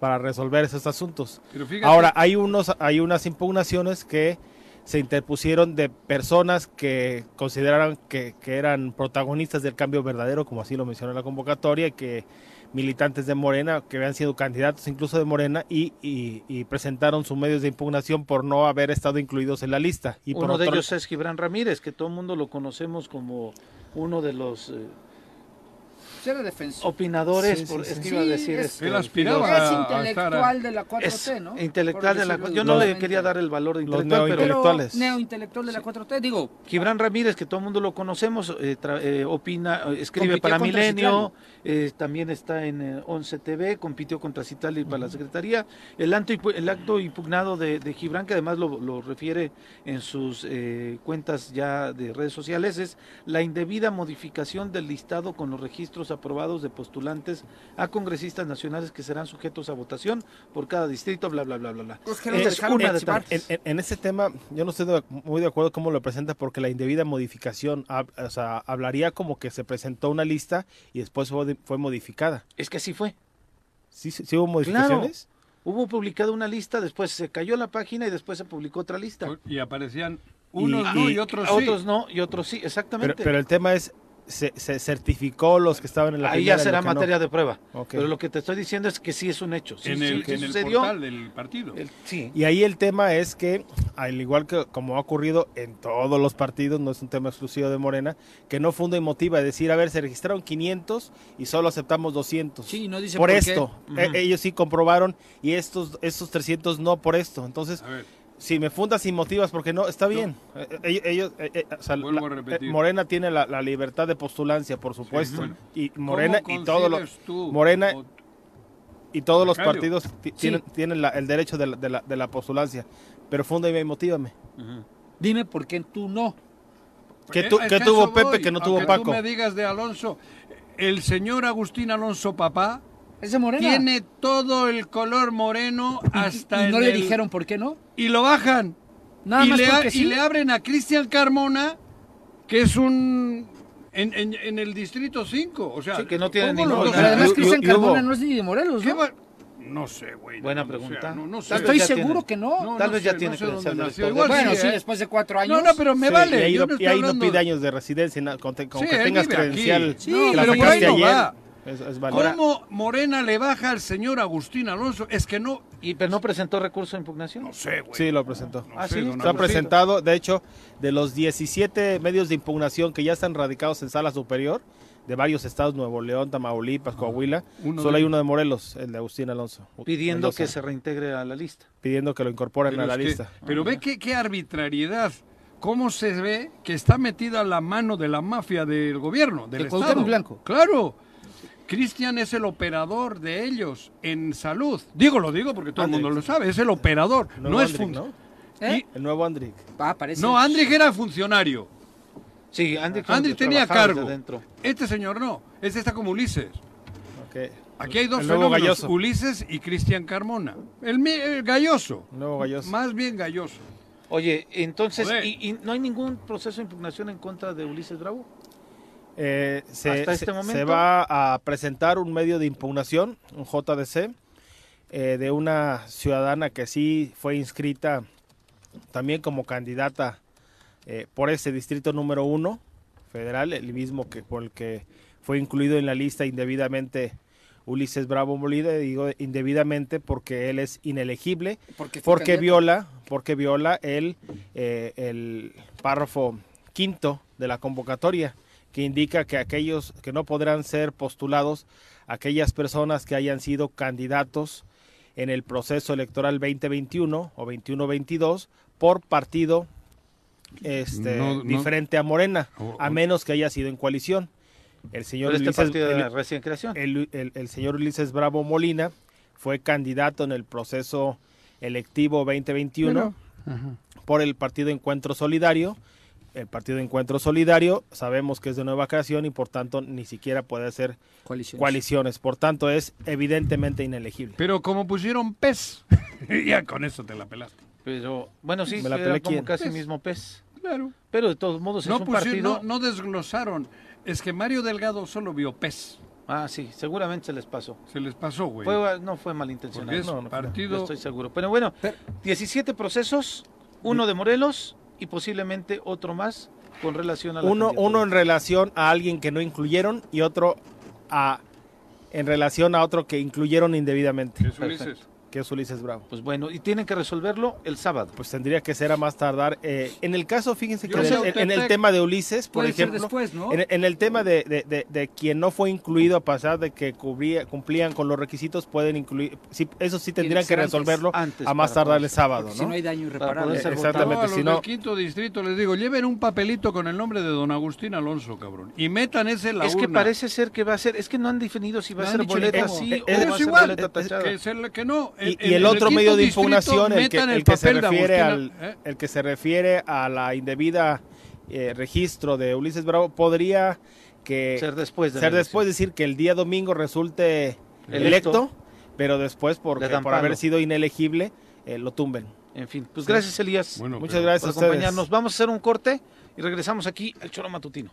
Speaker 7: para resolver esos asuntos.
Speaker 2: Pero fíjate-
Speaker 7: Ahora, hay, unos, hay unas impugnaciones que se interpusieron de personas que consideraron que, que eran protagonistas del cambio verdadero, como así lo mencionó la convocatoria, y que militantes de Morena, que habían sido candidatos incluso de Morena, y, y- y presentaron sus medios de impugnación por no haber estado incluidos en la lista. Y por
Speaker 1: uno de
Speaker 7: otro-
Speaker 1: ellos es Gibran Ramírez, que todo el mundo lo conocemos como uno de los eh,
Speaker 4: Usted era defensor.
Speaker 1: opinadores,
Speaker 7: Sí, sí,
Speaker 1: por,
Speaker 7: sí.
Speaker 1: es que iba a
Speaker 4: Sí,
Speaker 1: decir...
Speaker 4: es-
Speaker 1: este,
Speaker 2: Él aspiraba
Speaker 1: filósofo.
Speaker 4: es
Speaker 2: a- a estar a-
Speaker 4: intelectual de la 4T,
Speaker 1: Es
Speaker 4: ¿no?
Speaker 1: intelectual
Speaker 4: Por
Speaker 1: de la...
Speaker 4: decirlo
Speaker 1: Yo no le
Speaker 4: suavemente.
Speaker 1: quería dar el valor de
Speaker 7: Los
Speaker 1: intelectual, pero
Speaker 4: Pero
Speaker 7: intelectuales.
Speaker 4: Neointelectual de la 4T, digo,
Speaker 1: Gibran Ramírez, que todo el mundo lo conocemos, eh, tra- eh, opina, eh, escribe
Speaker 4: Compitió
Speaker 1: para
Speaker 4: contra
Speaker 1: Milenio, eh, también está en eh, 11 TV, compitió contra Cital y para la Secretaría. El acto, impu- el acto impugnado de, de Gibran, que además lo, lo refiere en sus eh, cuentas ya de redes sociales, es la indebida modificación del listado con los registros aprobados de postulantes a congresistas nacionales que serán sujetos a votación por cada distrito, bla, bla, bla, bla, bla.
Speaker 4: es que
Speaker 7: Eh,
Speaker 4: no
Speaker 1: es
Speaker 4: dejaron
Speaker 1: una de
Speaker 4: exhibir.
Speaker 7: En, en- en ese tema, yo no estoy de- muy de acuerdo cómo lo presenta, porque la indebida modificación, hab- o sea, hablaría como que se presentó una lista y después fue, de- fue modificada.
Speaker 1: Es que así fue.
Speaker 7: ¿Sí, sí- sí hubo modificaciones?
Speaker 1: Hubo publicado una lista, después se cayó la página y después se publicó otra lista.
Speaker 2: Y aparecían unos
Speaker 7: Y-
Speaker 2: no
Speaker 7: y-
Speaker 2: y otros
Speaker 1: A
Speaker 2: sí.
Speaker 1: otros no y otros sí,
Speaker 7: Pero,
Speaker 1: exactamente.
Speaker 7: pero el tema es, se, se certificó los que estaban en la
Speaker 1: Ahí ya
Speaker 7: primera y
Speaker 1: será
Speaker 7: los que no.
Speaker 1: materia de prueba.
Speaker 7: Ok.
Speaker 1: Pero lo que te estoy diciendo es que sí es un hecho. Sí,
Speaker 2: en
Speaker 1: sí,
Speaker 2: el,
Speaker 1: sí
Speaker 2: en el
Speaker 1: sucedió.
Speaker 2: portal del partido.
Speaker 1: El- sí.
Speaker 7: Y ahí el tema es que, al igual que como ha ocurrido en todos los partidos, no es un tema exclusivo de Morena, que no funda y motiva, es decir, a ver, se registraron 500 y solo aceptamos 200.
Speaker 4: Sí, no dice
Speaker 7: por,
Speaker 4: por qué.
Speaker 7: esto.
Speaker 1: Ujú.
Speaker 7: E- ellos sí comprobaron y estos, estos 300 no por esto. Entonces,
Speaker 2: A ver,
Speaker 7: si me fundas y motivas porque no, está bien. Eh, eh, ellos, eh, eh, o sea,
Speaker 2: Vuelvo
Speaker 7: la-
Speaker 2: a repetir.
Speaker 7: eh, Morena tiene la, la libertad de postulancia, por supuesto.
Speaker 2: bueno.
Speaker 7: Y Morena
Speaker 2: ¿cómo
Speaker 7: y todos los...
Speaker 2: concibes tú
Speaker 7: Morena-
Speaker 2: o-
Speaker 7: Y todos los
Speaker 2: Becario.
Speaker 7: partidos ti- tienen, tienen la- el derecho de la, de la- de la postulancia. Pero fúndame y motívame.
Speaker 4: Dime por qué tú no.
Speaker 7: ¿Qué
Speaker 2: Eh,
Speaker 7: tu-
Speaker 2: es
Speaker 7: qué
Speaker 2: a
Speaker 7: tuvo
Speaker 2: eso
Speaker 7: Pepe que no tuvo
Speaker 2: aunque tú
Speaker 7: Paco?
Speaker 2: me digas de Alonso, el señor Agustín Alonso papá
Speaker 4: Ese Morena.
Speaker 2: tiene todo el color moreno hasta
Speaker 4: y no
Speaker 2: en
Speaker 4: le
Speaker 2: el-
Speaker 4: dijeron por qué no.
Speaker 2: y lo bajan
Speaker 4: Nada
Speaker 2: y,
Speaker 4: más
Speaker 2: le, a-
Speaker 4: porque
Speaker 2: y
Speaker 4: sí.
Speaker 2: le abren a Cristian Carmona que es un en, en- en el distrito 5 o sea
Speaker 1: Sí, que no tiene
Speaker 2: pongo
Speaker 1: ningún-
Speaker 2: los
Speaker 4: Pero
Speaker 2: dos-
Speaker 1: sea,
Speaker 4: además
Speaker 1: y-
Speaker 4: Cristian
Speaker 1: y- y hubo-
Speaker 4: Carmona no es ni de Morelos,
Speaker 2: ¿Qué
Speaker 4: ¿no?
Speaker 2: va- no sé güey
Speaker 1: Buena
Speaker 2: no, o sea,
Speaker 1: pregunta.
Speaker 2: no, no sé.
Speaker 1: Tal
Speaker 4: Estoy
Speaker 1: ya
Speaker 4: seguro
Speaker 1: tiene.
Speaker 4: que no.
Speaker 2: No,
Speaker 1: Tal
Speaker 2: no
Speaker 1: vez
Speaker 2: sé,
Speaker 1: ya
Speaker 2: no
Speaker 1: tiene
Speaker 2: sé dónde
Speaker 1: credencial del
Speaker 2: nació.
Speaker 1: Estado.
Speaker 2: Igual
Speaker 4: bueno,
Speaker 2: sí,
Speaker 4: sí,
Speaker 2: ¿eh?
Speaker 4: después de cuatro años.
Speaker 2: no no pero me
Speaker 7: Sí,
Speaker 2: vale
Speaker 7: y ahí,
Speaker 2: yo
Speaker 7: no,
Speaker 2: no
Speaker 7: y
Speaker 2: estoy
Speaker 7: ahí no
Speaker 2: hablando-
Speaker 7: pide años de residencia, na- con, te- con
Speaker 2: Sí,
Speaker 7: que
Speaker 2: él
Speaker 7: tengas
Speaker 2: vive aquí.
Speaker 7: credencial.
Speaker 2: Sí,
Speaker 7: que la
Speaker 2: pero por
Speaker 7: sacaste
Speaker 2: ahí no
Speaker 7: ayer,
Speaker 2: va.
Speaker 7: Es, es válido.
Speaker 2: ¿Cómo Morena le baja al señor Agustín Alonso? Es que no,
Speaker 1: Y pero no presentó recurso de impugnación.
Speaker 2: no sé, güey.
Speaker 7: Sí, lo presentó.
Speaker 2: No
Speaker 1: Ah, sí,
Speaker 2: sé, don
Speaker 7: Está
Speaker 2: Agustín.
Speaker 7: presentado, de hecho, de los 17 medios de impugnación que ya están radicados en sala superior, de varios estados, Nuevo León, Tamaulipas, Coahuila,
Speaker 2: Uno
Speaker 7: solo
Speaker 2: de-
Speaker 7: hay uno de Morelos, el de Agustín Alonso.
Speaker 1: Pidiendo
Speaker 7: Mendoza,
Speaker 1: que se reintegre a la lista.
Speaker 7: Pidiendo que lo incorporen
Speaker 2: Pero
Speaker 7: a la
Speaker 2: es que-
Speaker 7: lista. Ah,
Speaker 2: pero ve que- qué arbitrariedad. ¿Cómo se ve que está metida la mano de la mafia del gobierno, del
Speaker 4: De
Speaker 2: Estado?
Speaker 4: Cuauhtémoc Blanco.
Speaker 2: Claro. Cristian es el operador de ellos en salud. Digo, lo digo porque todo el
Speaker 7: Andrick.
Speaker 2: mundo lo sabe. Es el operador. No,
Speaker 7: Nuevo
Speaker 2: es
Speaker 7: Andrick,
Speaker 2: fun-
Speaker 7: ¿no?
Speaker 4: ¿Eh?
Speaker 2: Y-
Speaker 7: El nuevo Andrick.
Speaker 4: Ah, parece.
Speaker 2: No, Andrick era funcionario.
Speaker 1: Sí, Andy,
Speaker 2: Andrick tenía
Speaker 1: trabajaba
Speaker 2: cargo.
Speaker 1: desde dentro.
Speaker 2: Este señor no. Este está como Ulises.
Speaker 7: Ok.
Speaker 2: Aquí hay dos
Speaker 7: El nuevo
Speaker 2: fenómenos,
Speaker 7: Galloso.
Speaker 2: Ulises y Cristian Carmona. El, mi- el galloso.
Speaker 7: Nuevo Galloso.
Speaker 2: Más bien galloso.
Speaker 1: Oye, entonces,
Speaker 2: Joder.
Speaker 1: y, y no hay ningún proceso de impugnación en contra de Ulises Bravo?
Speaker 7: Eh, se,
Speaker 1: Hasta este
Speaker 7: se-
Speaker 1: momento.
Speaker 7: se va a presentar un medio de impugnación, un JDC, eh, de una ciudadana que sí fue inscrita también como candidata eh, por ese distrito número uno federal, el mismo que por el que fue incluido en la lista indebidamente Ulises Bravo Molina, digo indebidamente porque él es inelegible
Speaker 4: Porque, fue
Speaker 7: porque
Speaker 4: candidato.
Speaker 7: viola, porque viola el, eh, el párrafo quinto de la convocatoria, que indica que aquellos que no podrán ser postulados, aquellas personas que hayan sido candidatos en el proceso electoral 2021 o 21-22 por partido este,
Speaker 2: No, Oh, no.
Speaker 7: diferente a Morena,
Speaker 2: O-
Speaker 7: a
Speaker 2: o-
Speaker 7: menos que haya sido en coalición. El señor
Speaker 1: Pero este
Speaker 7: Ulises-
Speaker 1: partido de
Speaker 7: el-
Speaker 1: la recién creación.
Speaker 7: el, el- el señor Ulises Bravo Molina fue candidato en el proceso electivo 2021 por el partido Encuentro Solidario. El partido Encuentro Solidario sabemos que es de nueva creación y por tanto ni siquiera puede hacer
Speaker 4: Coaliciones.
Speaker 7: coaliciones. Por tanto es evidentemente inelegible.
Speaker 2: Pero como pusieron pez, ya con eso te la pelaste.
Speaker 1: Pero bueno, sí,
Speaker 7: Me la
Speaker 1: era
Speaker 7: pelé,
Speaker 1: como
Speaker 7: ¿quién?
Speaker 1: casi
Speaker 2: Pez.
Speaker 1: mismo pez.
Speaker 2: Claro.
Speaker 1: Pero de todos modos
Speaker 2: no,
Speaker 1: pues, es un
Speaker 2: pusieron-
Speaker 1: partido.
Speaker 2: no, no desglosaron. Es que Mario Delgado solo vio pez.
Speaker 1: Ah, sí, seguramente se les pasó.
Speaker 2: Se les pasó, güey.
Speaker 1: Fue- no fue
Speaker 2: Porque
Speaker 1: malintencionado.
Speaker 2: es
Speaker 1: no, no,
Speaker 2: partido...
Speaker 1: yo estoy seguro. Pero bueno, 17 procesos, uno de Morelos y posiblemente otro más con relación a la
Speaker 7: Uno,
Speaker 1: candidatura.
Speaker 7: uno en relación a alguien que no incluyeron y otro a, en relación a otro que incluyeron indebidamente,
Speaker 2: ¿Qué es Ulises?
Speaker 1: Perfecto.
Speaker 7: que es Ulises Bravo.
Speaker 1: Pues bueno, y tienen que resolverlo el sábado.
Speaker 7: Pues tendría que ser a más tardar. eh, en el caso, fíjense que
Speaker 2: Yo
Speaker 7: en
Speaker 2: sé,
Speaker 7: el, en el
Speaker 2: Tepec.
Speaker 7: tema de Ulises, por
Speaker 4: Puede ser
Speaker 7: ejemplo,
Speaker 4: después, ¿no?
Speaker 7: en, en el tema de, de- de- de quien no fue incluido a pesar de que cubría- cumplían con los requisitos, pueden incluir, sí, eso sí
Speaker 4: Tiene
Speaker 7: tendrían
Speaker 4: que
Speaker 7: que
Speaker 4: ser antes,
Speaker 7: resolverlo
Speaker 1: antes
Speaker 7: a más
Speaker 1: para
Speaker 7: tardar
Speaker 1: poder
Speaker 7: el
Speaker 1: ser,
Speaker 7: sábado,
Speaker 4: Porque
Speaker 7: ¿no?
Speaker 4: si no hay daño irreparable.
Speaker 1: poder ser
Speaker 4: Eh,
Speaker 7: votado.
Speaker 2: Yo a
Speaker 7: Exactamente,
Speaker 2: los
Speaker 7: si
Speaker 2: del
Speaker 7: no-
Speaker 2: quinto distrito les digo, lleven un papelito con el nombre de don Agustín Alonso, cabrón. Y metan ese en la
Speaker 1: es que
Speaker 2: urna.
Speaker 1: parece ser que va a ser, es que no han definido si va
Speaker 4: No
Speaker 1: a
Speaker 4: han
Speaker 1: ser
Speaker 4: dicho ni
Speaker 1: boleta
Speaker 4: cómo.
Speaker 1: así
Speaker 7: Eh,
Speaker 1: o
Speaker 7: es
Speaker 1: va a ser
Speaker 2: igual,
Speaker 1: boleta
Speaker 7: es- es-
Speaker 1: tachada.
Speaker 2: que, se le- que no.
Speaker 7: Y, y el otro
Speaker 2: del
Speaker 7: medio
Speaker 2: quinto
Speaker 7: de
Speaker 2: distrito
Speaker 7: impugnación, el que,
Speaker 2: metan
Speaker 7: el que se
Speaker 2: papel de
Speaker 7: refiere al,
Speaker 2: Agustín Al- ¿eh?
Speaker 7: el que se refiere a la indebida eh, registro de Ulises Bravo, podría que
Speaker 1: Ser después de la
Speaker 7: ser
Speaker 1: elección.
Speaker 7: después decir que el día domingo resulte
Speaker 1: Electo.
Speaker 7: electo, pero después por,
Speaker 1: Le dan
Speaker 7: por haber
Speaker 1: palo.
Speaker 7: sido inelegible eh, lo tumben.
Speaker 1: En fin, pues gracias Elías
Speaker 2: Bueno,
Speaker 7: Muchas
Speaker 2: pero-
Speaker 1: por
Speaker 7: gracias a ustedes.
Speaker 1: acompañarnos. Vamos a hacer un corte y regresamos aquí al Choro Matutino.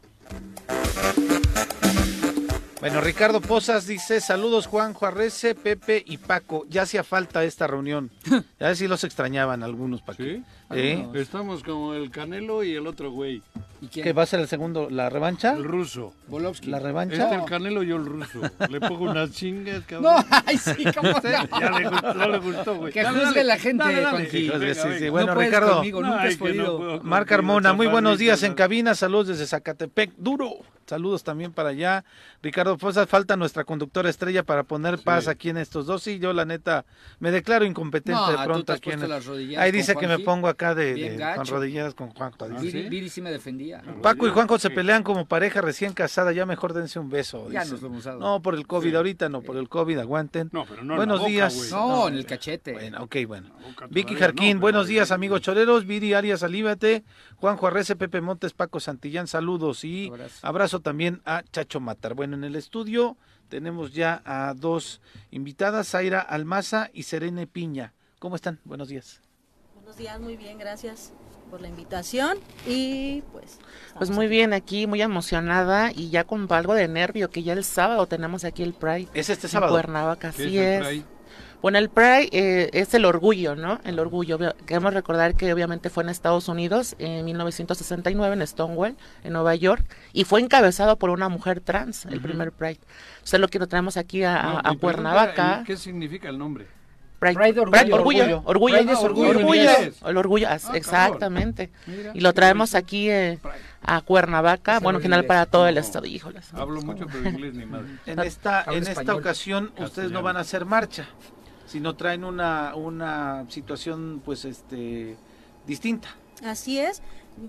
Speaker 1: Bueno, Ricardo Posas dice, saludos Juan, Juarrece, Pepe y Paco. Ya hacía falta esta reunión. A ver si los extrañaban algunos, Paco.
Speaker 2: ¿Sí?
Speaker 1: ¿Eh?
Speaker 2: Estamos como el Canelo y el otro güey,
Speaker 4: ¿Y quién?
Speaker 1: ¿Qué va a ser el segundo? ¿La revancha?
Speaker 2: el ruso.
Speaker 4: Volovsky.
Speaker 1: ¿La revancha?
Speaker 2: Este el Canelo y yo el ruso. Le pongo unas chingas, cabrón.
Speaker 4: No, ay, sí, cómo no.
Speaker 2: Ya le gustó, no le gustó, güey.
Speaker 4: Que
Speaker 2: Dale,
Speaker 4: juzgue
Speaker 2: dale,
Speaker 4: la gente,
Speaker 2: dale, dale.
Speaker 4: Juanji.
Speaker 2: Venga,
Speaker 1: Sí, sí,
Speaker 2: venga.
Speaker 1: sí, Bueno,
Speaker 4: puedes
Speaker 1: Ricardo.
Speaker 4: conmigo,
Speaker 2: No,
Speaker 4: nunca
Speaker 2: ay,
Speaker 4: has
Speaker 2: que no
Speaker 4: podido.
Speaker 2: puedo contigo,
Speaker 1: Marca Armona, muy buenos
Speaker 2: chaparrito,
Speaker 1: días en
Speaker 2: dale.
Speaker 1: cabina, saludos desde Zacatepec, duro. Saludos también para allá. Ricardo Posas, falta nuestra conductora estrella para poner paz aquí en estos dos. Y yo, la neta, me declaro incompetente
Speaker 4: No,
Speaker 1: de
Speaker 4: tú te
Speaker 1: pronto
Speaker 4: has
Speaker 1: aquí en-
Speaker 4: puesto las rodilleras
Speaker 1: Ahí
Speaker 4: con
Speaker 1: dice que me
Speaker 4: Juanji.
Speaker 1: pongo acá de,
Speaker 4: Bien
Speaker 1: de-
Speaker 4: gacho.
Speaker 1: con rodilleras con Juanjo. dice.
Speaker 4: Viri, Viri sí me defendía.
Speaker 1: Paco y Juanjo se pelean como pareja recién casada, ya mejor dense un beso.
Speaker 4: Ya
Speaker 1: dice.
Speaker 4: nos lo hemos dado.
Speaker 1: No, por el COVID, ahorita no, por el COVID, aguanten.
Speaker 2: No, pero no en
Speaker 1: buenos
Speaker 2: la boca,
Speaker 1: días.
Speaker 2: güey.
Speaker 4: No, en el cachete.
Speaker 1: Bueno, ok, bueno.
Speaker 2: boca
Speaker 1: Vicky
Speaker 2: todavía
Speaker 1: Jarquín,
Speaker 2: no,
Speaker 1: buenos
Speaker 2: pero-
Speaker 1: días, amigos choreros. Viri Arias Alíbate, Juan Juarrece, Pepe Montes, Paco Santillán, saludos y
Speaker 4: Abrazo.
Speaker 1: abrazo. también a Chacho Matar. Bueno, en el estudio tenemos ya a dos invitadas, Zaira Almaza y Serene Piña. ¿Cómo están? Buenos días.
Speaker 8: Buenos días, muy bien, gracias por la invitación y pues...
Speaker 9: Pues muy bien, aquí muy emocionada y ya con algo de nervio, que ya el sábado tenemos aquí el Pride.
Speaker 1: Es este
Speaker 9: en
Speaker 1: sábado.
Speaker 9: Cuernavaca,
Speaker 2: ¿Qué
Speaker 9: así
Speaker 2: el
Speaker 9: es.
Speaker 2: Pride?
Speaker 9: Bueno, el Pride eh, es el orgullo, ¿no? El orgullo. Obvio- Queremos recordar que obviamente fue en Estados Unidos en 1969, en Stonewall, en Nueva York, y fue encabezado por una mujer trans, el primer Pride. Entonces lo que lo traemos aquí a, a-
Speaker 2: No, mi
Speaker 9: a
Speaker 2: pregunta era,
Speaker 9: Cuernavaca.
Speaker 2: ¿y ¿Qué significa el nombre?
Speaker 9: Pride,
Speaker 4: Pride orgullo,
Speaker 1: orgullo.
Speaker 9: orgullo, orgullo,
Speaker 4: Pride
Speaker 9: es
Speaker 4: es
Speaker 9: orgullo,
Speaker 4: orgullo,
Speaker 9: orgullo,
Speaker 2: orgullo. Ah,
Speaker 9: el orgullo, as-
Speaker 2: cabrón.
Speaker 9: exactamente.
Speaker 2: Mira,
Speaker 9: Y lo
Speaker 2: qué
Speaker 9: traemos
Speaker 2: bonito.
Speaker 9: aquí eh,
Speaker 2: Pride.
Speaker 9: a Cuernavaca,
Speaker 4: Ese
Speaker 9: bueno, en general
Speaker 4: inglés.
Speaker 9: para todo el
Speaker 2: No.
Speaker 9: estado. Híjoles.
Speaker 2: Hablo mucho, pero inglés ni madre.
Speaker 1: En esta,
Speaker 4: Habla
Speaker 1: en esta
Speaker 4: español.
Speaker 1: ocasión
Speaker 2: Ah,
Speaker 1: ustedes
Speaker 2: Castellano.
Speaker 1: no van a hacer marcha, sino traen una, una situación pues este distinta.
Speaker 8: Así es,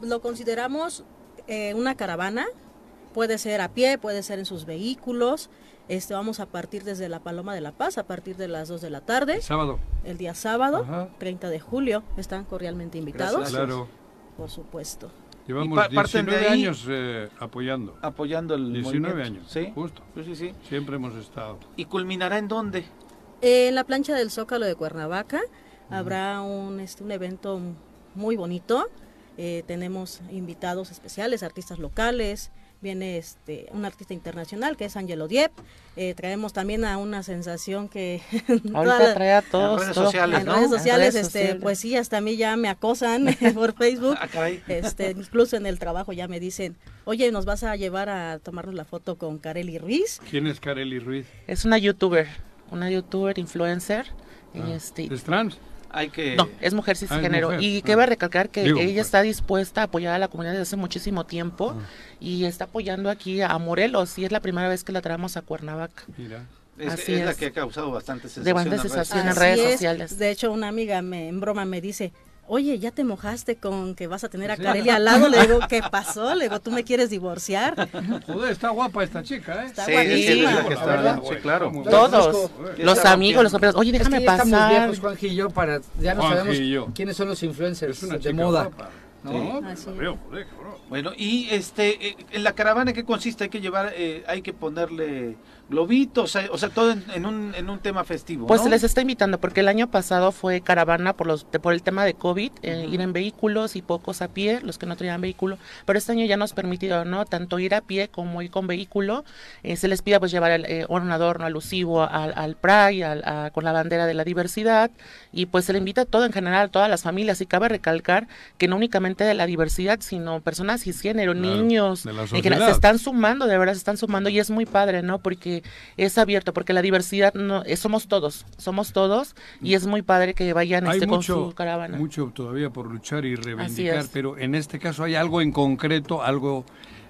Speaker 8: lo consideramos eh, una caravana, puede ser a pie, puede ser en sus vehículos. Este, vamos a partir desde la Paloma de la Paz a partir de las 2 de la tarde,
Speaker 2: El sábado.
Speaker 8: el día sábado,
Speaker 2: Ajá.
Speaker 8: 30 de julio. Están cordialmente invitados,
Speaker 1: Gracias.
Speaker 2: Claro.
Speaker 8: por supuesto.
Speaker 2: Llevamos
Speaker 1: Y pa- parten de
Speaker 2: 19
Speaker 1: ahí-
Speaker 2: años eh, apoyando.
Speaker 1: apoyando el
Speaker 2: 19
Speaker 1: movimiento.
Speaker 2: años.
Speaker 1: ¿Sí?
Speaker 2: Justo.
Speaker 1: Pues Sí, sí, sí.
Speaker 2: Siempre hemos estado.
Speaker 1: ¿Y culminará en dónde?
Speaker 8: En la plancha del Zócalo de Cuernavaca habrá un, este, un evento muy bonito. Eh, tenemos invitados especiales, artistas locales. Viene este, un artista internacional que es Angelo Diep. Eh, traemos también a una sensación que... toda
Speaker 9: Ahorita
Speaker 8: la-
Speaker 9: trae a todos.
Speaker 1: redes
Speaker 9: todo.
Speaker 1: sociales,
Speaker 8: en
Speaker 1: ¿no?
Speaker 8: redes sociales,
Speaker 9: redes
Speaker 8: este,
Speaker 9: sociales.
Speaker 8: pues sí, hasta a mí ya me acosan por Facebook.
Speaker 1: Ah, caray.
Speaker 8: Este, incluso en el trabajo ya me dicen, oye, ¿nos vas a llevar a tomarnos la foto con Kareli Ruiz?
Speaker 2: ¿Quién es Kareli Ruiz?
Speaker 9: Es una youtuber, una youtuber influencer. y este,
Speaker 2: Ah. ¿Es trans?
Speaker 1: Hay que.
Speaker 9: no, es mujer cisgénero.
Speaker 2: mujer.
Speaker 9: Y
Speaker 2: Ah.
Speaker 9: que va a recalcar que
Speaker 2: Digo, pues.
Speaker 9: ella
Speaker 2: mujer.
Speaker 9: está dispuesta a apoyar a la comunidad desde hace muchísimo
Speaker 2: Ah.
Speaker 9: tiempo y está apoyando aquí a Morelos. Y es la primera vez que la traemos a Cuernavaca.
Speaker 2: Mira.
Speaker 1: es,
Speaker 9: Así
Speaker 1: es la
Speaker 9: es.
Speaker 1: que ha causado bastante sensación.
Speaker 9: De bastante
Speaker 1: en redes
Speaker 9: sensación en
Speaker 1: sociales.
Speaker 9: redes sociales.
Speaker 8: De hecho, una amiga me, en broma me dice, oye, ya te mojaste con que vas a tener a Carelli al lado. Le digo, ¿qué pasó? Le digo, ¿tú me quieres divorciar?
Speaker 2: Joder, está guapa esta chica, ¿eh?
Speaker 8: Está guapísima.
Speaker 1: es que está
Speaker 2: La
Speaker 1: bien,
Speaker 2: verdad,
Speaker 1: sí,
Speaker 2: güey,
Speaker 1: claro.
Speaker 2: está muy guapa.
Speaker 9: Todos,
Speaker 1: Ya
Speaker 9: los
Speaker 1: está
Speaker 9: amigos, los compañeros, oye,
Speaker 4: Es que
Speaker 9: déjame
Speaker 4: ya estamos
Speaker 9: pasar.
Speaker 4: viejos, Juanji y yo, para, ya no
Speaker 2: Juanji
Speaker 4: sabemos
Speaker 2: y yo.
Speaker 4: quiénes son los influencers
Speaker 2: Es una
Speaker 4: de
Speaker 2: chica
Speaker 4: moda.
Speaker 2: guapa.
Speaker 4: ¿no?
Speaker 2: No,
Speaker 8: Así
Speaker 2: la
Speaker 8: es.
Speaker 2: veo, joder, cabrón.
Speaker 1: Bueno, y este, eh, en la caravana ¿en qué consiste, hay que llevar, eh, hay que ponerle globitos, hay- o sea, todo en, en un, en un tema festivo.
Speaker 9: Pues
Speaker 1: ¿no?
Speaker 9: se les está invitando porque el año pasado fue caravana por los por el tema de COVID, eh, ir en vehículos y pocos a pie, los que no tenían vehículo, pero este año ya nos permitido, ¿no? Tanto ir a pie como ir con vehículo. Eh, se les pida pues llevar el, eh, un adorno alusivo al, al Pride, al- a- con la bandera de la diversidad y pues se le invita a todo en general, a todas las familias y cabe recalcar que no únicamente de la diversidad, sino personas cisgénero,
Speaker 2: Claro,
Speaker 9: niños,
Speaker 2: de la
Speaker 9: en general, se
Speaker 2: sociedad.
Speaker 9: están sumando, de verdad se están sumando y es muy padre, ¿no? Porque es abierto, porque la diversidad no eh, somos todos, somos todos y es muy padre que vayan
Speaker 2: Hay
Speaker 9: este, con
Speaker 2: mucho,
Speaker 9: su caravana.
Speaker 2: mucho todavía por luchar y reivindicar,
Speaker 9: es.
Speaker 2: pero en este caso hay algo en concreto, algo,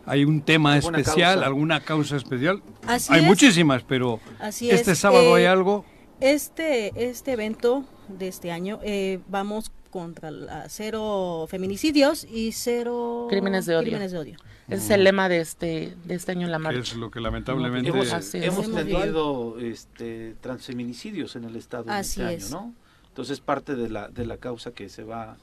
Speaker 2: hay un tema
Speaker 1: Alguna
Speaker 2: especial,
Speaker 1: causa.
Speaker 2: alguna causa especial.
Speaker 8: Así
Speaker 2: hay
Speaker 8: es.
Speaker 2: muchísimas, pero
Speaker 8: Así
Speaker 2: este
Speaker 8: es,
Speaker 2: sábado
Speaker 8: eh,
Speaker 2: hay algo.
Speaker 8: Este, este evento de este año eh, vamos contra la- cero feminicidios y cero
Speaker 9: Crímenes de odio.
Speaker 8: crímenes de odio.
Speaker 9: Ese es el lema de este de este año en la
Speaker 2: que
Speaker 9: marcha.
Speaker 2: es lo que lamentablemente
Speaker 1: Hemos,
Speaker 9: Así es.
Speaker 1: hemos
Speaker 8: Hemos
Speaker 1: tenido este, transfeminicidios en el estado en
Speaker 8: Así
Speaker 1: este
Speaker 8: es.
Speaker 1: año, ¿no? Entonces parte de la, de la causa que se va